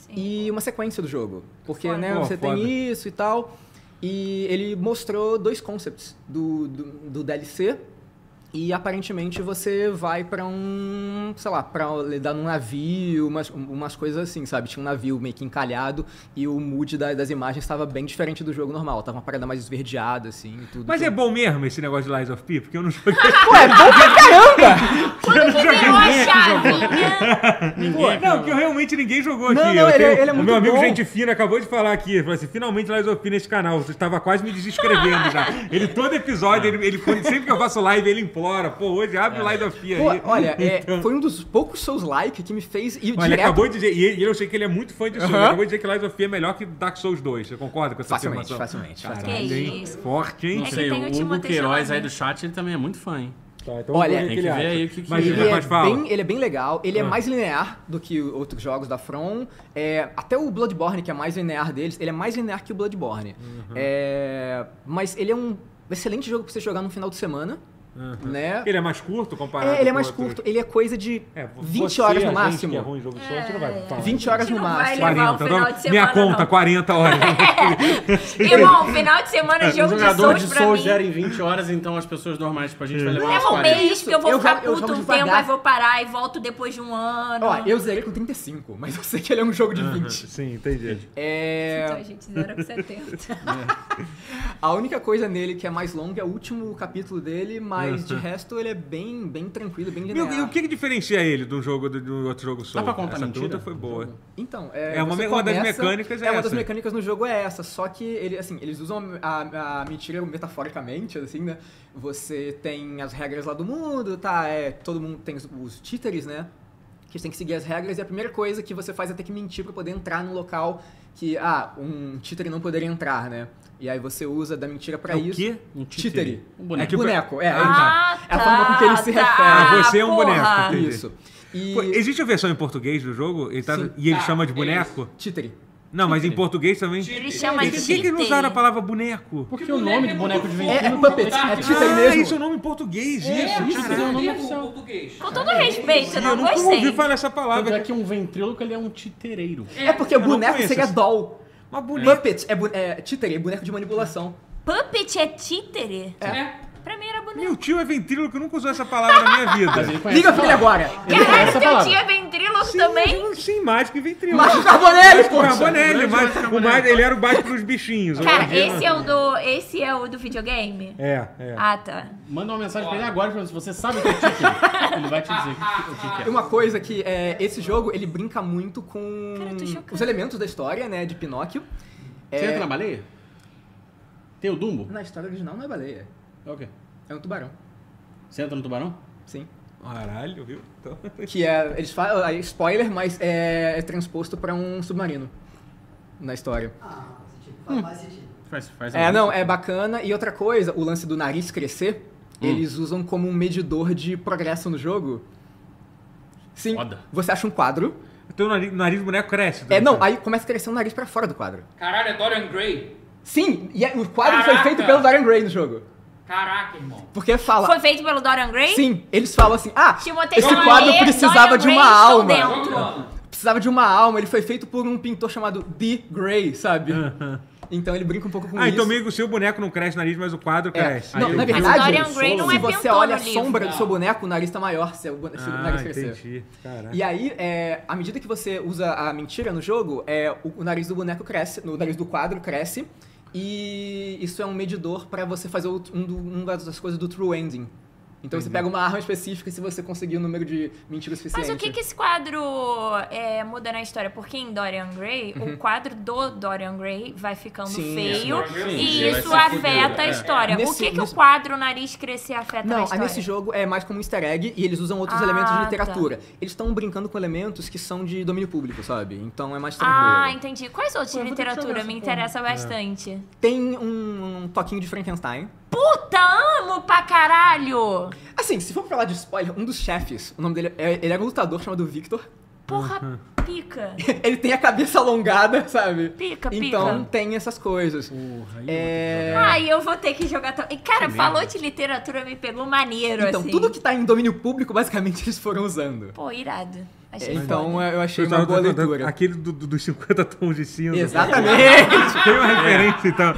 Speaker 7: e uma sequência do jogo. Porque,
Speaker 3: Foda.
Speaker 7: né,
Speaker 1: Pô,
Speaker 7: você
Speaker 1: foda.
Speaker 7: tem isso e tal. E ele mostrou dois concepts do, do, do DLC. E aparentemente você vai pra um, sei lá, pra lidar num navio, umas, umas coisas assim, sabe? Tinha um navio meio que encalhado e o mood da- das imagens estava bem diferente do jogo normal. Tava uma parada mais esverdeada, assim, e tudo.
Speaker 1: Mas é bom mesmo esse negócio de Lies of P? Porque eu não joguei.
Speaker 3: Quando você virou a chavinha,
Speaker 1: não, porque eu realmente ninguém jogou
Speaker 7: Não,
Speaker 1: aqui.
Speaker 7: não,
Speaker 1: Eu
Speaker 7: ele-
Speaker 1: tenho-
Speaker 7: ele é
Speaker 1: o
Speaker 7: muito
Speaker 1: meu amigo
Speaker 7: bom.
Speaker 1: Gente Fina acabou de falar aqui. Falou assim, finalmente Lies of P nesse canal. Você estava quase me desescrevendo já. Ele, todo episódio, ele, ele- quando- sempre que eu faço live, ele implora. Pô, hoje
Speaker 2: É.
Speaker 1: abre o Lies of P aí. então.
Speaker 7: Pô, olha, é, foi um dos poucos seus like que me fez ir
Speaker 1: Olha, ele
Speaker 7: direto
Speaker 1: acabou de dizer, e ele- eu sei que ele é muito fã disso,
Speaker 7: Aham.
Speaker 1: ele acabou de dizer que Lies of P é melhor que Dark Souls 2. Você concorda com essa
Speaker 7: Facilmente,
Speaker 1: afirmação?
Speaker 7: facilmente,
Speaker 1: Caralho,
Speaker 3: facilmente.
Speaker 1: hein?
Speaker 3: Que isso.
Speaker 1: Forte, hein?
Speaker 2: Não
Speaker 3: É que
Speaker 2: sei,
Speaker 3: tem o
Speaker 2: o Hugo
Speaker 3: Timothée
Speaker 2: Queiroz aí
Speaker 3: Chalamet.
Speaker 2: do chat, ele também é muito fã, hein?
Speaker 1: Tá, então
Speaker 7: Olha,
Speaker 1: vamos
Speaker 2: tem que
Speaker 1: ele
Speaker 2: ver
Speaker 1: acha.
Speaker 2: aí o que que-
Speaker 1: Mas,
Speaker 2: Ele
Speaker 7: Ele é,
Speaker 1: mas fala. Ah.
Speaker 7: bem, ele é bem legal, ele é mais linear do que o- outros jogos da From. É, até o Bloodborne, que é mais linear deles, ele é mais linear que o Bloodborne.
Speaker 1: Uhum.
Speaker 7: É, mas ele é um excelente jogo pra você jogar no final de semana, né?
Speaker 1: Ele é mais curto comparado
Speaker 7: É, ele é
Speaker 1: com
Speaker 7: mais
Speaker 1: outros.
Speaker 7: curto, ele é coisa de
Speaker 1: É,
Speaker 7: 20
Speaker 1: você,
Speaker 7: horas
Speaker 1: a gente
Speaker 7: no
Speaker 1: que é
Speaker 7: máximo.
Speaker 1: ruim em jogo de sorte, não vai
Speaker 2: É.
Speaker 1: falar.
Speaker 7: 20 horas no
Speaker 3: não É, vai
Speaker 7: máximo.
Speaker 3: levar o
Speaker 1: 40,
Speaker 3: final de
Speaker 1: tá? minha
Speaker 3: semana,
Speaker 1: conta,
Speaker 3: não.
Speaker 1: 40 horas.
Speaker 3: Irmão, final de
Speaker 7: É,
Speaker 3: semana,
Speaker 2: Um
Speaker 3: jogo de
Speaker 2: jogador
Speaker 3: Souls
Speaker 2: de
Speaker 3: pra
Speaker 2: Souls
Speaker 3: mim.
Speaker 2: zera em 20 horas, então as pessoas normais, tipo, a gente vai levar umas
Speaker 3: Leva um
Speaker 2: 40.
Speaker 3: mês, porque eu vou
Speaker 7: Eu
Speaker 3: ficar
Speaker 7: jogo- eu
Speaker 3: puto
Speaker 7: jogo
Speaker 3: um tempo,
Speaker 7: devagar.
Speaker 3: aí vou parar e volto depois de um ano.
Speaker 7: Ó, eu zerei com 35, mas eu sei que ele é um jogo de
Speaker 1: Uhum.
Speaker 7: 20.
Speaker 1: Sim, entendi.
Speaker 7: É,
Speaker 3: Então, gente, zero com 70.
Speaker 7: a única coisa nele que é mais longa é o último capítulo dele, mas
Speaker 1: Uhum.
Speaker 7: de resto ele é bem, bem tranquilo, bem
Speaker 1: E
Speaker 7: linear.
Speaker 1: o- e o que, que diferencia ele de um jogo do- de um outro jogo só?
Speaker 2: pra contar
Speaker 1: Essa
Speaker 2: mentira?
Speaker 1: pergunta foi boa.
Speaker 7: Então, é,
Speaker 1: É, uma
Speaker 7: você
Speaker 1: me- uma das
Speaker 7: começa-
Speaker 1: mecânicas é
Speaker 7: uma das
Speaker 1: essa.
Speaker 7: mecânicas no jogo é essa, só que ele, assim, eles usam a, a mentira metaforicamente, assim, né? Você tem as regras lá do mundo, tá? É, todo mundo tem os, os títeres, né? Que você tem que seguir as regras e a primeira coisa que você faz é ter que mentir pra poder entrar num local que, ah, um títere não poderia entrar, né? E aí você usa da mentira pra
Speaker 1: É o
Speaker 7: isso.
Speaker 1: quê?
Speaker 2: Um
Speaker 7: Títere.
Speaker 2: títere. Um boneco.
Speaker 1: É que-
Speaker 7: boneco, é.
Speaker 3: Ah,
Speaker 7: é a forma com que ele se
Speaker 3: tá,
Speaker 7: refere.
Speaker 1: Ah, você é um
Speaker 3: porra.
Speaker 1: boneco, entendi.
Speaker 7: Isso. E...
Speaker 1: Pô, Existe a versão em português do jogo? Ele tá-
Speaker 7: Sim.
Speaker 1: e ele
Speaker 4: Ah,
Speaker 1: chama de
Speaker 4: é
Speaker 1: boneco?
Speaker 7: Títere.
Speaker 1: Não, mas em português também?
Speaker 3: Ele chama
Speaker 1: Por
Speaker 3: de
Speaker 1: que, que não usaram a
Speaker 3: títere.
Speaker 1: palavra boneco?
Speaker 2: Porque o um nome do boneco de 20
Speaker 7: É, é puppet, é títere
Speaker 1: ah,
Speaker 7: mesmo.
Speaker 1: isso é o nome em português, isso.
Speaker 2: isso,
Speaker 1: caralho.
Speaker 2: é o nome
Speaker 4: Vivo
Speaker 2: oficial.
Speaker 4: português.
Speaker 3: Com todo respeito,
Speaker 1: Eu
Speaker 3: eu não
Speaker 1: nunca ouvi
Speaker 3: gostei.
Speaker 1: falar essa
Speaker 2: Tanto é
Speaker 1: palavra.
Speaker 2: que um ventríloco, ele é um titereiro.
Speaker 7: É porque
Speaker 1: eu não
Speaker 7: boneco
Speaker 1: conheço
Speaker 7: seria
Speaker 1: esse-
Speaker 7: doll.
Speaker 1: Uma boneca.
Speaker 7: Muppet é, bu- é títere, é boneco de manipulação.
Speaker 3: Puppet é títere?
Speaker 4: É.
Speaker 3: Pra mim era boneco.
Speaker 1: Meu tio é ventríloco, eu nunca usou essa palavra na minha
Speaker 2: Mas ele
Speaker 1: vida.
Speaker 2: conhece
Speaker 7: Liga a
Speaker 2: essa
Speaker 7: filha agora.
Speaker 2: conhece
Speaker 3: Caralho,
Speaker 2: a
Speaker 3: teu
Speaker 2: palavra.
Speaker 3: tio é ventríloco
Speaker 1: Sim,
Speaker 3: também?
Speaker 1: mas- Sim, mágico e ventríloco.
Speaker 7: Marco Carbonelli,
Speaker 1: O
Speaker 7: poxa.
Speaker 1: Carbonelli,
Speaker 2: grande
Speaker 1: mas
Speaker 2: Márcio
Speaker 1: o
Speaker 2: Carbonelli.
Speaker 1: mais, ele era o bate pros bichinhos.
Speaker 3: Cara,
Speaker 1: eu-
Speaker 3: esse é o do. Esse é o do videogame?
Speaker 1: É, é.
Speaker 3: Ah, tá.
Speaker 2: Manda uma mensagem pra ele agora, perguntando se você sabe o que é títere. Ele vai te dizer o que- o que que é.
Speaker 7: Uma coisa que é, esse jogo, ele brinca muito com
Speaker 3: Cara, eu tô chocada.
Speaker 7: os elementos da história, né, de Pinóquio.
Speaker 2: Você
Speaker 7: É-
Speaker 2: entra na baleia? Tem o Dumbo?
Speaker 7: Na história original não é baleia,
Speaker 2: É o quê?
Speaker 7: é um tubarão.
Speaker 2: Você entra no tubarão?
Speaker 7: Sim.
Speaker 1: Ah, Caralho, viu? Então-
Speaker 7: Que é, eles falam, é spoiler, mas é, é transposto pra um submarino na história.
Speaker 5: Ah, faz sentido. Faz mais sentido.
Speaker 2: Faz, faz
Speaker 7: É, não, é bacana. E outra coisa, o lance do nariz crescer,
Speaker 2: Hum.
Speaker 7: eles usam como um medidor de progresso no jogo. Sim,
Speaker 2: Foda.
Speaker 7: você acha um quadro.
Speaker 1: Então o nariz, o nariz do boneco cresce.
Speaker 7: É,
Speaker 1: também.
Speaker 7: não, aí começa a crescer o nariz pra fora do quadro.
Speaker 4: Caralho, é Dorian Gray.
Speaker 7: Sim, e é- o quadro foi
Speaker 4: Caraca!
Speaker 7: feito pelo Dorian Gray no jogo.
Speaker 4: Caraca, irmão.
Speaker 7: Porque fala.
Speaker 3: Foi feito Tipo, pelo Dorian Gray?
Speaker 7: Sim, eles falam assim: ah,
Speaker 3: Timothée
Speaker 7: esse
Speaker 3: Chalamet,
Speaker 7: quadro precisava
Speaker 3: Dorian
Speaker 7: de uma
Speaker 3: Gray,
Speaker 7: alma.
Speaker 3: estou dentro.
Speaker 4: Jogo do ano.
Speaker 7: Precisava de uma alma, ele foi feito por um pintor chamado D. Gray, sabe? Então ele brinca um pouco com
Speaker 1: Ah,
Speaker 7: isso.
Speaker 1: então meio que o seu boneco não cresce o nariz, mas o quadro
Speaker 7: É.
Speaker 1: cresce.
Speaker 7: Não,
Speaker 1: Aí
Speaker 7: na
Speaker 1: eu-
Speaker 7: verdade,
Speaker 3: Mas Dorian Gray não
Speaker 7: se
Speaker 3: é
Speaker 7: você
Speaker 3: pintor
Speaker 7: olha a
Speaker 3: no livro.
Speaker 7: sombra do seu boneco, o nariz tá maior se o, bone- se o
Speaker 1: Ah,
Speaker 7: nariz crescer.
Speaker 1: entendi. Caralho.
Speaker 7: E aí, é, à medida que você usa a mentira no jogo, é, o, o nariz do boneco cresce, o nariz do quadro cresce, e isso é um medidor pra você fazer o- um, do- uma das coisas do True Ending. Então você pega uma arma específica e se você conseguir o número de mentiras suficiente.
Speaker 3: Mas o que, que esse quadro é, muda na história? Porque em Dorian Gray, o quadro do Dorian Gray vai ficando
Speaker 7: Sim,
Speaker 3: feio
Speaker 8: esse Dorian
Speaker 3: e
Speaker 8: Gray vai
Speaker 3: isso
Speaker 8: se fuder,
Speaker 3: afeta a
Speaker 8: é.
Speaker 3: história. o
Speaker 7: Nesse-
Speaker 3: que, que
Speaker 7: nesse-
Speaker 3: o quadro nariz crescer afeta na
Speaker 7: Não, aí
Speaker 3: história?
Speaker 7: nesse jogo é mais como um easter egg e eles usam outros
Speaker 3: Ah,
Speaker 7: elementos de
Speaker 3: tá.
Speaker 7: literatura. Eles estão brincando com elementos que são de domínio público, sabe? Então é mais tranquilo.
Speaker 3: Ah, entendi. Quais outras
Speaker 2: Pô, eu
Speaker 3: de
Speaker 2: vou ter que jogar
Speaker 3: literatura
Speaker 2: essa
Speaker 3: me
Speaker 2: porra.
Speaker 8: É.
Speaker 3: interessa bastante?
Speaker 7: Tem um, um toquinho de Frankenstein.
Speaker 3: Puta, amo pra caralho!
Speaker 7: Assim, se for pra falar de spoiler, um dos chefes, o nome dele é, ele era um lutador chamado Victor.
Speaker 3: Porra, pica.
Speaker 7: ele tem a cabeça alongada, sabe?
Speaker 3: Pica, pica.
Speaker 7: Então tem essas coisas.
Speaker 2: Porra, aí
Speaker 7: É,
Speaker 3: Ai, eu vou ter que jogar. tam- E, Cara, falou de literatura, me pegou maneiro,
Speaker 7: Então,
Speaker 3: assim.
Speaker 7: tudo que tá em domínio público, basicamente, eles foram usando.
Speaker 3: Pô, irado. Achei
Speaker 7: Então, eu achei
Speaker 1: Eu
Speaker 7: uma
Speaker 1: tava
Speaker 7: boa
Speaker 1: tentando-
Speaker 7: leitura.
Speaker 1: Aquele do- do- dos 50 tons de cinza.
Speaker 7: Exatamente! É.
Speaker 1: Tem uma referência, então.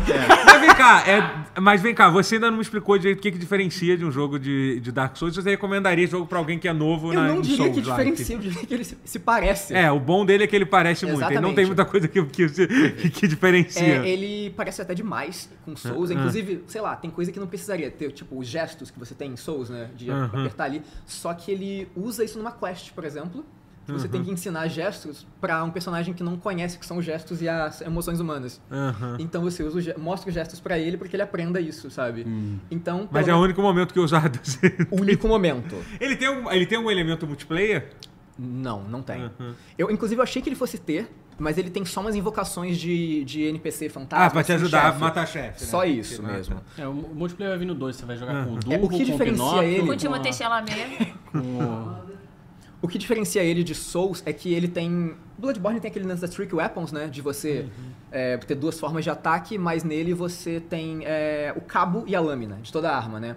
Speaker 1: Mas vem cá, é- mas vem cá, você ainda não me explicou direito o que, que diferencia de um jogo de, de Dark Souls. Você recomendaria esse jogo pra alguém que é novo
Speaker 7: Eu
Speaker 1: na,
Speaker 7: não
Speaker 1: em
Speaker 7: diria
Speaker 1: Souls,
Speaker 7: que
Speaker 1: like?
Speaker 7: diferencia, eu diria que ele se, se parece.
Speaker 1: É, o bom dele é que ele parece muito. Ele não tem
Speaker 7: Exatamente.
Speaker 1: muita coisa que, que, que diferencia.
Speaker 7: É, ele parece até demais com
Speaker 1: É,
Speaker 7: Souls. Inclusive, sei lá, tem coisa que não precisaria ter, tipo, os gestos que você tem em Souls, né? De
Speaker 1: Aham.
Speaker 7: apertar ali. Só que ele usa isso numa quest, por exemplo. que Você tem que ensinar gestos pra um personagem que não conhece o que são os gestos e as emoções humanas.
Speaker 1: Aham.
Speaker 7: Então você usa, os ge- mostra os gestos pra ele pra que ele aprenda isso, sabe? Então,
Speaker 1: Mas é um o
Speaker 7: pelo
Speaker 1: único momento que eu usava. desse-
Speaker 7: único momento.
Speaker 1: ele, tem algum, ele tem algum elemento multiplayer?
Speaker 7: Não, não tem. Eu, inclusive, eu achei que ele fosse ter, mas ele tem só umas invocações de, de NPC fantasma.
Speaker 1: Ah, pra te
Speaker 7: assim,
Speaker 1: ajudar a
Speaker 7: chefe.
Speaker 1: matar chefe. né?
Speaker 7: Só isso
Speaker 1: Porque-
Speaker 7: mesmo.
Speaker 2: É, o multiplayer vai vir no 2, você vai
Speaker 1: Ah.
Speaker 2: jogar com o Duo,
Speaker 7: É, o que
Speaker 2: com o
Speaker 7: diferencia
Speaker 2: Pinóquio,
Speaker 7: ele-
Speaker 2: com
Speaker 3: O
Speaker 2: a-
Speaker 3: último é- Teixeira
Speaker 2: com o-
Speaker 7: O que diferencia ele de Souls é que ele tem. Bloodborne tem aquele lance das Trick Weapons, né? De você é, ter duas formas de ataque, mas nele você tem é, o cabo e a lâmina de toda a arma, né?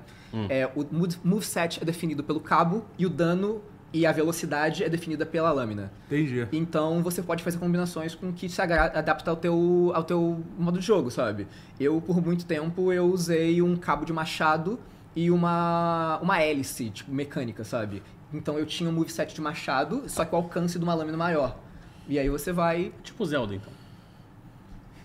Speaker 7: É, o move- moveset é definido pelo cabo e o dano e a velocidade é definida pela lâmina.
Speaker 1: Entendi.
Speaker 7: Então você pode fazer combinações com que se agra- adapta ao teu, ao teu modo de jogo, sabe? Eu, por muito tempo, eu usei um cabo de machado e uma, uma hélice, tipo, mecânica, sabe? Então eu tinha um moveset de machado, só que o alcance de uma lâmina maior. E aí você vai,
Speaker 2: Tipo Zelda, então.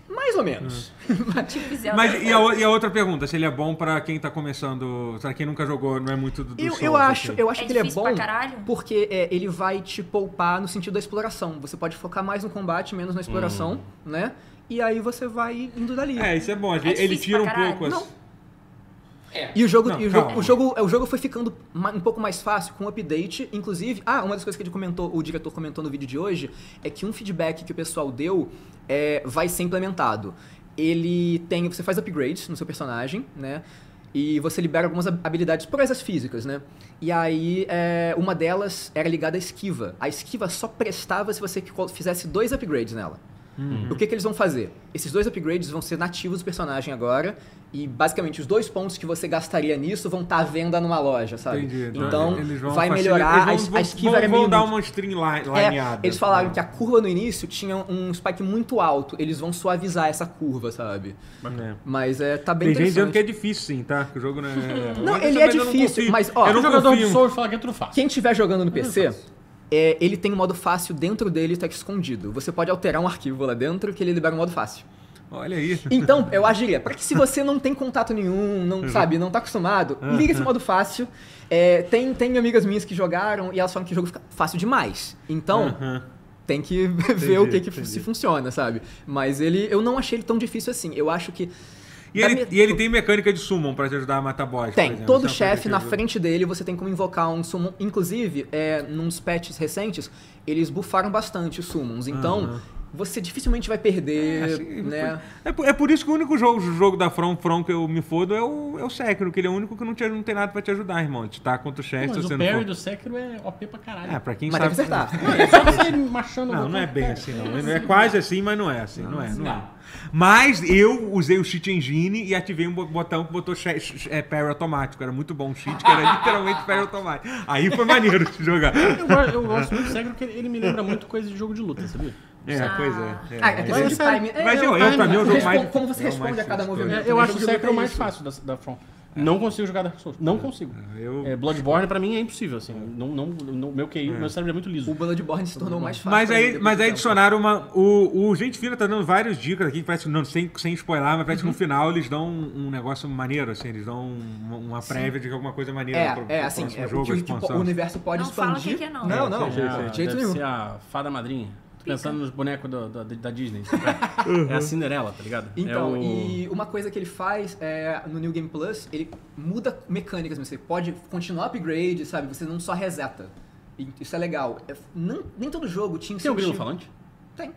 Speaker 7: mais ou menos.
Speaker 1: Hum,
Speaker 3: tipo
Speaker 1: Mas e a, o- e a outra pergunta, se ele é bom pra quem tá começando, pra quem nunca jogou, não é muito do, do
Speaker 7: Eu,
Speaker 1: Souls,
Speaker 7: eu acho,
Speaker 1: assim.
Speaker 7: eu acho
Speaker 3: É
Speaker 7: que ele é
Speaker 3: difícil
Speaker 7: bom
Speaker 3: pra caralho?
Speaker 7: porque é, ele vai te poupar no sentido da exploração. Você pode focar mais no combate, menos na exploração,
Speaker 1: Hum.
Speaker 7: né? E aí você vai indo dali.
Speaker 1: É, isso é bom. às
Speaker 3: É
Speaker 1: vezes ele
Speaker 3: difícil
Speaker 1: tira um
Speaker 3: pra caralho.
Speaker 1: pouco as...
Speaker 7: Não. E o jogo,
Speaker 1: Não,
Speaker 7: e o, jogo,
Speaker 1: calma.
Speaker 7: o, jogo, é, o jogo foi ficando ma- um pouco mais fácil com o update. Inclusive, ah, uma das coisas que ele comentou, o diretor comentou no vídeo de hoje, é que um feedback que o pessoal deu é, vai ser implementado. Ele tem. Você faz upgrades no seu personagem, né? E você libera algumas hab- habilidades proezas físicas, né? E aí, é, uma delas era ligada à esquiva. A esquiva só prestava se você co- fizesse dois upgrades nela.
Speaker 1: Uhum.
Speaker 7: O que, que eles vão fazer? Esses dois upgrades vão ser nativos do personagem agora. E basicamente os dois pontos que você gastaria nisso vão estar à venda numa loja, sabe?
Speaker 1: Entendi.
Speaker 7: Então
Speaker 1: eles vão
Speaker 7: vai
Speaker 1: facilitar-
Speaker 7: melhorar.
Speaker 1: eles
Speaker 7: a
Speaker 1: vão-
Speaker 7: es-
Speaker 1: vão-
Speaker 7: a esquiva
Speaker 1: vão,
Speaker 7: era
Speaker 1: vão
Speaker 7: meio
Speaker 1: dar uma né? string li-
Speaker 7: é,
Speaker 1: lineada.
Speaker 7: eles falaram que a curva no início tinha um spike muito alto. Eles vão suavizar essa curva, sabe?
Speaker 1: É.
Speaker 7: Mas é, tá bem
Speaker 1: Tem gente dizendo
Speaker 7: interessante.
Speaker 1: que é difícil, sim, tá? Que o jogo não é...
Speaker 7: Não,
Speaker 1: Mas
Speaker 7: ele
Speaker 1: eu
Speaker 7: é
Speaker 1: também não
Speaker 7: difícil,
Speaker 1: confio.
Speaker 7: mas, ó,
Speaker 1: Eu não
Speaker 2: O jogador
Speaker 1: confio.
Speaker 2: de Souls fala que é tudo fácil.
Speaker 7: Quem estiver jogando
Speaker 1: Hum,
Speaker 7: no PC, é, ele tem um modo fácil dentro dele e tá escondido. Você pode alterar um arquivo lá dentro que ele libera um modo fácil.
Speaker 1: Olha aí.
Speaker 7: Então, eu agiria. Para que se você não tem contato nenhum,
Speaker 1: Uhum.
Speaker 7: não sabe, não tá acostumado, liga esse modo fácil. É, tem, tem amigas minhas que jogaram e elas falam que o jogo fica fácil demais. Então,
Speaker 1: Uhum.
Speaker 7: tem que ver o que, que se funciona, sabe? Mas ele, eu não achei ele tão difícil assim. Eu acho que
Speaker 1: E
Speaker 7: da
Speaker 1: ele,
Speaker 7: minha-
Speaker 1: e ele tem mecânica de summon pra te ajudar a matar boss, por
Speaker 7: tem.
Speaker 1: exemplo.
Speaker 7: Todo
Speaker 1: Isso é uma coisa
Speaker 7: chefe,
Speaker 1: que
Speaker 7: na
Speaker 1: eu-
Speaker 7: frente dele, você tem como invocar um summon. Inclusive, é, nos patches recentes, eles bufaram bastante os summons. Então,
Speaker 1: Uhum.
Speaker 7: você dificilmente vai perder, né?
Speaker 1: É por, é por isso que o único jogo, jogo da From From que eu me fodo é o, é o Sekiro, que ele é o único que não, te, não tem nada pra te ajudar, irmão. Tu tá contra o chefe, se
Speaker 2: Mas
Speaker 1: você
Speaker 2: o
Speaker 1: não
Speaker 2: parry
Speaker 1: for...
Speaker 2: do Sekiro é OP pra caralho.
Speaker 1: É, pra quem
Speaker 7: Mas tem que
Speaker 1: sabe...
Speaker 7: acertar.
Speaker 2: Só pra sair machando
Speaker 1: Não,
Speaker 2: o
Speaker 1: não é
Speaker 2: botão.
Speaker 1: bem assim, não. É quase assim, mas não é assim. Não, é, não, é. Mas eu usei o cheat engine e ativei um bo- botão que botou che- che- é, parry automático. Era muito bom o cheat, que era literalmente parry automático. Aí foi maneiro de jogar.
Speaker 2: Eu, go- eu gosto muito do Sekiro porque ele me lembra muito coisa de jogo de luta, sabia?
Speaker 1: É, pois é. é.
Speaker 7: Ah, é
Speaker 1: Mas-
Speaker 7: questão de
Speaker 2: sério.
Speaker 7: time. É,
Speaker 1: mas
Speaker 7: é
Speaker 1: eu,
Speaker 7: o
Speaker 1: eu,
Speaker 7: time.
Speaker 1: pra mim, o jogo
Speaker 7: Responde-
Speaker 1: mais...
Speaker 7: Como você
Speaker 1: é o mais
Speaker 7: responde a cada
Speaker 1: difícil.
Speaker 7: movimento.
Speaker 2: eu
Speaker 7: né?
Speaker 2: acho
Speaker 7: O
Speaker 2: o
Speaker 7: jogo
Speaker 2: Sekiro
Speaker 7: é
Speaker 2: mais
Speaker 7: isso.
Speaker 2: fácil da, da From. Não consigo jogar Dark Souls. Não consigo.
Speaker 1: Eu-
Speaker 2: É, Bloodborne pra mim é impossível, assim. Não, não, não- meu QI, meu cérebro é muito liso.
Speaker 7: O Bloodborne se tornou mais fácil.
Speaker 1: Mas
Speaker 7: pra mim
Speaker 1: aí,
Speaker 7: depois
Speaker 1: mas
Speaker 7: do
Speaker 1: aí
Speaker 7: tempo.
Speaker 1: adicionaram uma. O, o Gente Fina tá dando várias dicas aqui, que parece que não, sem, sem spoiler, mas parece que no
Speaker 7: Uhum.
Speaker 1: final eles dão um um negócio maneiro, assim, eles dão uma, uma prévia de alguma coisa maneira pro, pro
Speaker 7: É, é assim,
Speaker 1: próximo
Speaker 7: é, o,
Speaker 1: jogo,
Speaker 7: que,
Speaker 1: a
Speaker 7: o que po-
Speaker 1: expansão.
Speaker 7: o universo pode
Speaker 3: Não fala o que
Speaker 7: expandir.
Speaker 3: que é, não.
Speaker 7: Não, não,
Speaker 2: É,
Speaker 7: de jeito
Speaker 2: deve
Speaker 7: nenhum.
Speaker 2: ser a fada madrinha. Tô pensando nos bonecos do- do- da Disney. É a Cinderela, tá ligado?
Speaker 7: Então,
Speaker 2: é o...
Speaker 7: e uma coisa que ele faz é, no New Game Plus, ele muda mecânicas, mas você pode continuar upgrade, sabe? Você não só reseta. E Isso é legal. É, não- nem todo jogo tinha
Speaker 2: Tem o grilo
Speaker 7: tipo-
Speaker 2: falante?
Speaker 7: Tem.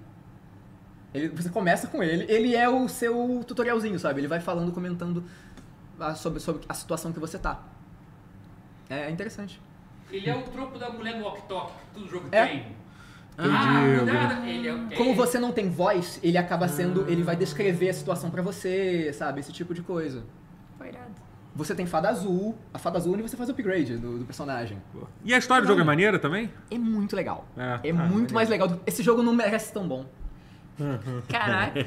Speaker 7: Ele- você começa com ele, ele é o seu tutorialzinho, sabe? Ele vai falando, comentando a- sobre, sobre a situação que você tá. É interessante.
Speaker 4: Ele é o tropo da mulher no walk-talk, que todo jogo
Speaker 7: É.
Speaker 4: tem.
Speaker 1: Entendi,
Speaker 4: Ah, nada. Ele é o que
Speaker 7: Como você não tem voz, ele acaba sendo. Ele vai descrever a situação pra você, sabe? Esse tipo de coisa.
Speaker 3: Foi irado.
Speaker 7: Você tem fada azul, a fada azul é onde você faz o upgrade do, do personagem.
Speaker 1: E a história do jogo é maneira também?
Speaker 7: É muito legal.
Speaker 1: É.
Speaker 7: É,
Speaker 1: Ah,
Speaker 7: muito mais legal. do- Esse jogo não merece tão bom.
Speaker 3: Caraca.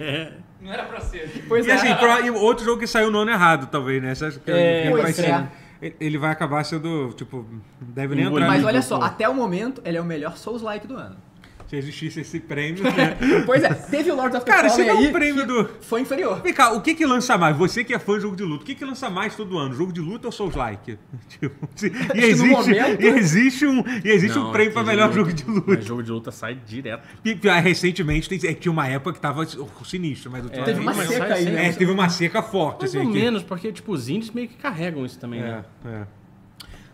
Speaker 4: Não era pra ser.
Speaker 7: Pois
Speaker 1: E
Speaker 7: é.
Speaker 1: assim, pro- e outro jogo que saiu no ano errado, talvez, né? Você acha que
Speaker 2: É,
Speaker 1: ele, vai
Speaker 7: pois é.
Speaker 1: ser- ele vai acabar sendo, tipo, deve nem entrar.
Speaker 2: Engolido.
Speaker 7: Mas
Speaker 1: no-
Speaker 7: olha só, até o momento, ele é o melhor Souls-like do ano.
Speaker 1: Se existisse esse prêmio. né?
Speaker 7: Pois é, teve o Lord of the
Speaker 1: Cara, se
Speaker 7: Fallen
Speaker 1: dá
Speaker 7: aí,
Speaker 1: um prêmio do.
Speaker 7: foi inferior.
Speaker 1: Vem cá, o que que lança mais? Você que é fã de jogo de luta, o que que lança mais todo ano? Jogo de luta ou Souls-like? Tipo, se- e existe,
Speaker 7: momento-
Speaker 1: e existe um, e existe
Speaker 2: Não,
Speaker 1: um prêmio pra
Speaker 2: tem
Speaker 1: melhor
Speaker 2: de
Speaker 1: jogo de luta.
Speaker 2: Mas jogo de luta sai direto.
Speaker 1: E, e, ah, recentemente, tem, é, tinha uma época que tava sinistro, mas ultimamente...
Speaker 7: É, Teve uma
Speaker 2: Mas
Speaker 7: seca um
Speaker 2: sai
Speaker 7: aí,
Speaker 2: sem-
Speaker 7: né?
Speaker 1: É, teve uma seca forte,
Speaker 2: Mais
Speaker 1: assim,
Speaker 2: ou
Speaker 1: aqui.
Speaker 2: menos, porque tipo, os indies meio que carregam isso também, né?
Speaker 1: É, é.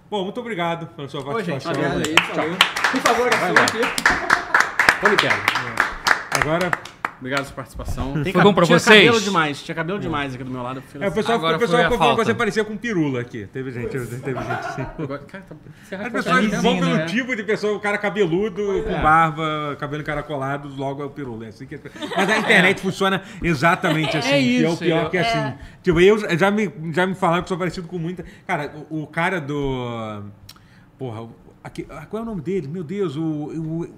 Speaker 1: Bom, muito obrigado pela sua
Speaker 7: Ô, gente,
Speaker 1: participação.
Speaker 7: obrigado aí, falou. Por favor, assuma
Speaker 2: lá.
Speaker 7: aqui.
Speaker 1: É.
Speaker 2: Como que era?
Speaker 1: Agora,
Speaker 2: Obrigado pela participação. Tem
Speaker 4: bom pra
Speaker 2: tinha
Speaker 4: vocês?
Speaker 2: cabelo demais, tinha cabelo demais aqui do meu lado. eu fiquei
Speaker 1: é, o pessoal,
Speaker 4: Agora
Speaker 1: o pessoal
Speaker 4: foi a
Speaker 1: ficou falando que
Speaker 4: falta.
Speaker 1: você parecia com pirula aqui. Teve gente, teve gente, sim.
Speaker 2: Agora- Cara, tá- você
Speaker 1: As
Speaker 2: arrancou
Speaker 1: pessoas
Speaker 2: a
Speaker 1: vão
Speaker 2: camisinha,
Speaker 1: pelo
Speaker 2: né?
Speaker 1: tipo de pessoa, o cara cabeludo, com
Speaker 4: é.
Speaker 1: barba, cabelo encaracolado, logo é o pirulê. Assim que... Mas a internet funciona exatamente assim. que é o
Speaker 4: É. isso,
Speaker 1: pior
Speaker 4: eu-
Speaker 1: que é assim. Tipo, eu já me, já me falaram que sou parecido com muita. Cara, o, o cara do. Porra, o- aque- ah, qual é o nome dele? Meu Deus, o. o-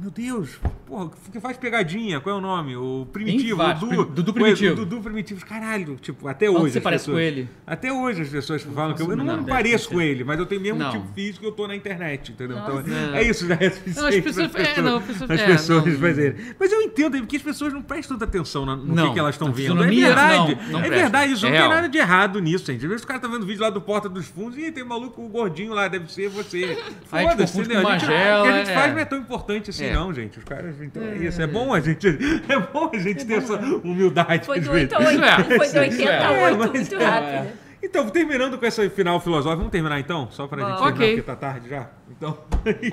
Speaker 1: meu Deus, porra, que faz pegadinha, qual é o nome? O Primitivo, o
Speaker 4: vários.
Speaker 1: Dudu.
Speaker 4: Prim- Dudu
Speaker 1: o-
Speaker 4: Primitivo.
Speaker 1: O Dudu Primitivo, caralho, tipo, até
Speaker 4: Quanto
Speaker 1: hoje.
Speaker 4: você
Speaker 1: as
Speaker 4: parece
Speaker 1: pessoas-
Speaker 4: com ele?
Speaker 1: Até hoje as pessoas falam que eu, eu não,
Speaker 2: Não,
Speaker 1: me
Speaker 2: deve
Speaker 1: pareço com ele, mas eu tenho mesmo
Speaker 4: é. Não.
Speaker 1: tipo físico eu tô na internet, entendeu? então,
Speaker 4: Nossa.
Speaker 1: é isso, já é suficiente.
Speaker 4: Não, as pessoas-
Speaker 1: pras
Speaker 4: é, não, as pessoas-
Speaker 1: pras
Speaker 4: é,
Speaker 1: pessoas
Speaker 4: não.
Speaker 1: fazerem. Mas eu entendo, porque as pessoas não prestam tanta atenção na- no que,
Speaker 4: Não.
Speaker 1: que elas estão
Speaker 4: Na
Speaker 1: vendo. É
Speaker 4: fisionomia,
Speaker 1: verdade.
Speaker 4: não, não
Speaker 1: é
Speaker 4: presta.
Speaker 1: verdade, isso
Speaker 4: É
Speaker 1: não tem
Speaker 4: real.
Speaker 1: nada de errado nisso, gente. Às vezes o cara tá vendo vídeo lá do Porta dos Fundos e tem um maluco gordinho lá, deve ser você.
Speaker 4: Aí a gente
Speaker 1: Foda-se,
Speaker 4: confunde
Speaker 1: entendeu?
Speaker 4: com
Speaker 1: A gente-
Speaker 4: Magela,
Speaker 1: O que a gente
Speaker 4: é.
Speaker 1: faz não é tão importante assim,
Speaker 4: É.
Speaker 1: não, gente. Os caras, então é isso. É bom a gente, é bom a gente ter essa
Speaker 4: né?
Speaker 1: humildade.
Speaker 3: Foi
Speaker 1: às
Speaker 3: do
Speaker 1: vezes.
Speaker 3: 8 a 8.
Speaker 4: Isso é,
Speaker 3: Foi
Speaker 4: isso
Speaker 3: do
Speaker 4: é.
Speaker 3: 80 a
Speaker 1: É,
Speaker 3: 8.
Speaker 1: mas-
Speaker 3: Muito rápido.
Speaker 1: Então, terminando com esse final filosófico, vamos terminar então? Só pra gente
Speaker 3: Vamos.
Speaker 1: terminar,
Speaker 4: Ok.
Speaker 1: porque tá tarde já. Então,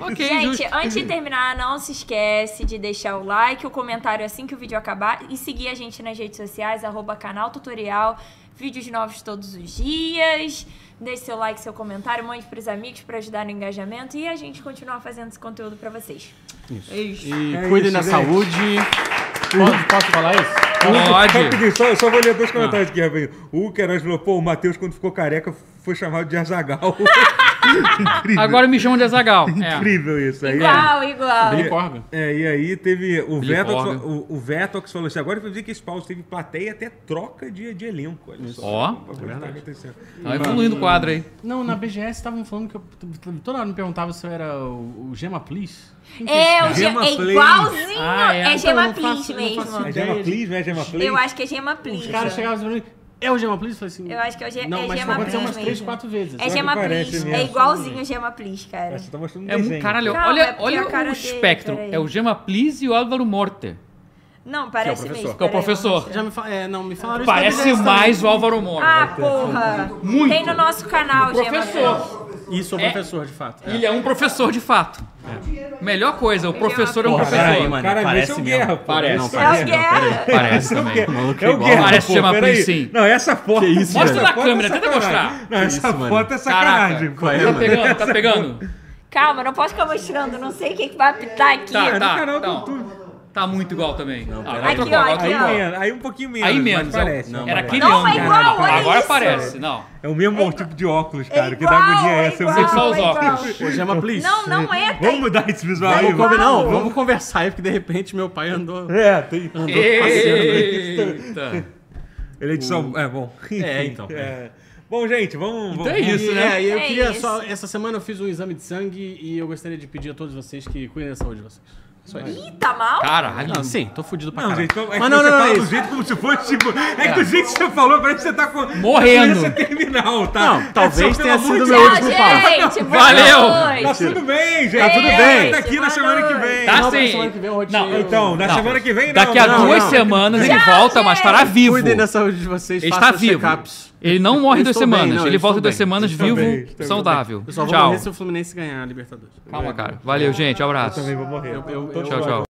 Speaker 4: Ok,
Speaker 3: Gente,
Speaker 4: justo.
Speaker 3: antes de terminar, não se esquece de deixar o like, o comentário assim que o vídeo acabar e seguir a gente nas redes sociais, arroba canal tutorial, vídeos novos todos os dias. Deixe seu like, seu comentário, mande pros amigos pra ajudar no engajamento e a gente continuar fazendo esse conteúdo pra vocês. É isso.
Speaker 2: E
Speaker 1: É
Speaker 2: cuidem
Speaker 1: isso,
Speaker 2: da
Speaker 1: gente.
Speaker 2: saúde. Posso, posso falar isso?
Speaker 4: Pode.
Speaker 1: rapidinho, só, só vou ler dois comentários aqui, rapidinho. O Queiroz falou, pô, o Matheus, quando ficou careca, foi chamado de Azagal.
Speaker 4: Agora me chamam de Azagal. É.
Speaker 1: Incrível isso aí.
Speaker 3: Igual, igual.
Speaker 2: Billy Corgan.
Speaker 1: É, e aí teve o
Speaker 4: Billy
Speaker 1: Vetox,
Speaker 4: Corgan.
Speaker 1: o, o Vetox falou assim, agora eu vou dizer que esse pause teve plateia até troca de, de elenco. Olha só.
Speaker 4: Ó,
Speaker 2: é
Speaker 1: Pra ver o que tá acontecendo.
Speaker 4: Tá evoluindo o quadro aí.
Speaker 2: Não, na BGS estavam falando que eu toda hora me perguntava se eu era o, o Gema Please.
Speaker 3: É,
Speaker 1: Gema
Speaker 3: o Gema é
Speaker 1: Please.
Speaker 3: igualzinho.
Speaker 2: Ah, é.
Speaker 3: é
Speaker 2: Então, eu
Speaker 3: Gema
Speaker 2: não faço-
Speaker 3: Please
Speaker 2: eu não faço
Speaker 3: mesmo.
Speaker 1: É Gema Please, não é Gema Please?
Speaker 3: Eu acho que é Gema Please.
Speaker 2: Os caras chegavam e falavam, é o Gema Please? Eu falei assim,
Speaker 3: Eu acho que é o Ge-
Speaker 2: Não,
Speaker 3: é
Speaker 2: mas
Speaker 3: Gema
Speaker 2: aconteceu
Speaker 3: Please
Speaker 2: umas três,
Speaker 3: mesmo.
Speaker 2: quatro vezes.
Speaker 3: É
Speaker 1: que
Speaker 3: Gema
Speaker 1: parece
Speaker 3: Please.
Speaker 1: mesmo.
Speaker 3: É igualzinho o Gema Please, cara.
Speaker 1: Você tá mostrando um
Speaker 4: É muito
Speaker 1: desenho.
Speaker 4: caralho.
Speaker 3: Calma,
Speaker 4: olha
Speaker 3: é porque
Speaker 4: olha
Speaker 3: a cara
Speaker 4: o
Speaker 3: dele,
Speaker 4: espectro.
Speaker 3: peraí.
Speaker 4: É o Gema Please e o Álvaro Morte.
Speaker 3: Não, parece
Speaker 2: Que é o
Speaker 3: mesmo.
Speaker 4: Que é o
Speaker 2: professor.
Speaker 3: peraí, eu vou
Speaker 4: professor.
Speaker 3: mostrar.
Speaker 2: Já me fa- é, não, me falaram isso na
Speaker 4: Parece
Speaker 2: BGS também.
Speaker 4: mais o Álvaro Morte.
Speaker 3: Ah, porra! Tem no nosso canal, Gema Please.
Speaker 4: professor.
Speaker 2: Isso, o professor, de fato. É.
Speaker 4: Ele é um professor de fato. Melhor coisa, o professor é um
Speaker 2: Porra,
Speaker 1: Caralho,
Speaker 2: aí,
Speaker 4: professor.
Speaker 2: mano,
Speaker 1: Cara, esse é
Speaker 2: parece
Speaker 1: o
Speaker 2: mesmo.
Speaker 1: Guerra, pô.
Speaker 2: Parece.
Speaker 1: Esse
Speaker 2: Não,
Speaker 1: o
Speaker 3: É
Speaker 2: parece.
Speaker 3: o
Speaker 1: Guerra.
Speaker 3: Guerra!
Speaker 4: Parece também.
Speaker 2: maluco
Speaker 1: É o Guerra,
Speaker 4: Parece
Speaker 1: pô,
Speaker 4: chamar
Speaker 1: peraí.
Speaker 4: Priscim.
Speaker 1: Não, essa foto...
Speaker 2: Que isso,
Speaker 1: essa
Speaker 2: mano?
Speaker 4: Mostra na
Speaker 1: foto é
Speaker 4: câmera, tenta
Speaker 1: sacanagem.
Speaker 4: mostrar.
Speaker 1: Não, essa
Speaker 2: isso, mano?
Speaker 1: foto é sacanagem, pô.
Speaker 2: Qual é,
Speaker 4: Tá
Speaker 2: mano?
Speaker 4: pegando, tá pegando.
Speaker 3: Calma, não posso ficar mostrando, não sei quem que vai apitar aqui.
Speaker 4: Tá,
Speaker 1: É no
Speaker 4: tá.
Speaker 1: canal do
Speaker 4: não.
Speaker 1: YouTube.
Speaker 4: Tá muito igual também. Ah, agora
Speaker 3: Aqui,
Speaker 4: trocou,
Speaker 3: ó,
Speaker 4: agora
Speaker 3: aqui,
Speaker 1: Aí,
Speaker 4: trocou.
Speaker 3: ó.
Speaker 1: menos, aí um pouquinho menos,
Speaker 4: Aí
Speaker 1: mas
Speaker 4: menos. é o-
Speaker 1: parece.
Speaker 2: não,
Speaker 4: Era
Speaker 2: parece.
Speaker 4: aquele
Speaker 3: Não, é
Speaker 4: ângulo.
Speaker 3: igual, olha
Speaker 4: Agora
Speaker 3: isso.
Speaker 4: parece. Não.
Speaker 1: É o mesmo tipo de óculos, cara.
Speaker 3: é
Speaker 1: que dá agonia
Speaker 3: igual,
Speaker 1: é
Speaker 3: é
Speaker 1: essa. Eu
Speaker 3: igual.
Speaker 4: Só os
Speaker 3: Não,
Speaker 4: óculos.
Speaker 2: O Gema Please.
Speaker 3: Não, não é.
Speaker 1: vou- Vamos
Speaker 3: Tem...
Speaker 1: mudar esse visual aí.
Speaker 2: Vamos combinar,
Speaker 3: Uau.
Speaker 2: não, vamos conversar aí, porque de repente meu pai andou.
Speaker 1: É, tem...
Speaker 4: Eita.
Speaker 1: Ele é de São... É, bom.
Speaker 2: É, então,
Speaker 1: É. Bom, gente, vamos.
Speaker 2: Então
Speaker 1: vamos-
Speaker 2: é isso, né? eu
Speaker 3: É
Speaker 2: queria
Speaker 3: isso.
Speaker 2: só. Essa semana eu fiz um exame de sangue e eu gostaria de pedir a todos vocês que cuidem da saúde de vocês. Só isso.
Speaker 3: Ih, tá mal?
Speaker 4: Caralho.
Speaker 2: ah, Não, sim, tô fudido pra
Speaker 1: Não,
Speaker 2: caralho.
Speaker 1: gente, então, é que
Speaker 2: Mas não,
Speaker 1: você
Speaker 2: não, não,
Speaker 1: fala
Speaker 2: é
Speaker 1: do
Speaker 2: isso.
Speaker 1: jeito como se fosse, tipo... É, que do jeito que você falou, parece que você tá com...
Speaker 4: Morrendo.
Speaker 1: Doença terminal, tá?
Speaker 2: Não,
Speaker 1: É,
Speaker 2: talvez
Speaker 1: só,
Speaker 2: tenha
Speaker 1: pelo amor
Speaker 2: sido
Speaker 1: de
Speaker 2: meu
Speaker 1: Deus,
Speaker 2: último
Speaker 3: Tchau, gente. boa
Speaker 4: Valeu.
Speaker 3: noite.
Speaker 1: Tá tudo bem, gente.
Speaker 3: Tá tudo bem.
Speaker 1: Tá aqui na
Speaker 3: Boa
Speaker 1: semana que
Speaker 3: noite.
Speaker 1: vem.
Speaker 4: Tá
Speaker 2: Não, pra
Speaker 4: sim.
Speaker 2: semana que vem eu
Speaker 4: Não,
Speaker 2: roteiro.
Speaker 1: Então, na
Speaker 4: Não.
Speaker 1: semana que vem, não.
Speaker 4: Daqui a
Speaker 1: não,
Speaker 4: duas
Speaker 1: não.
Speaker 4: semanas ele
Speaker 3: Tchau,
Speaker 4: volta, mas estará
Speaker 3: gente.
Speaker 4: vivo.
Speaker 2: Cuidem da saúde de vocês,
Speaker 4: Ele
Speaker 2: façam
Speaker 4: está vivo.
Speaker 2: check-ups.
Speaker 4: Ele não morre
Speaker 2: Eu
Speaker 4: em duas
Speaker 2: estou bem,
Speaker 4: semanas.
Speaker 2: não, eu
Speaker 4: ele volta
Speaker 2: estou
Speaker 4: em duas
Speaker 2: bem.
Speaker 4: semanas
Speaker 1: Estou
Speaker 4: vivo,
Speaker 1: bem, estou
Speaker 4: saudável.
Speaker 2: Eu só vou
Speaker 4: Tchau.
Speaker 2: morrer se o Fluminense ganhar a Libertadores.
Speaker 4: Calma, cara. Valeu, gente. Abraço.
Speaker 1: Também vou morrer.
Speaker 2: Eu- eu-
Speaker 1: Tô
Speaker 2: eu-
Speaker 4: Tchau, tchau.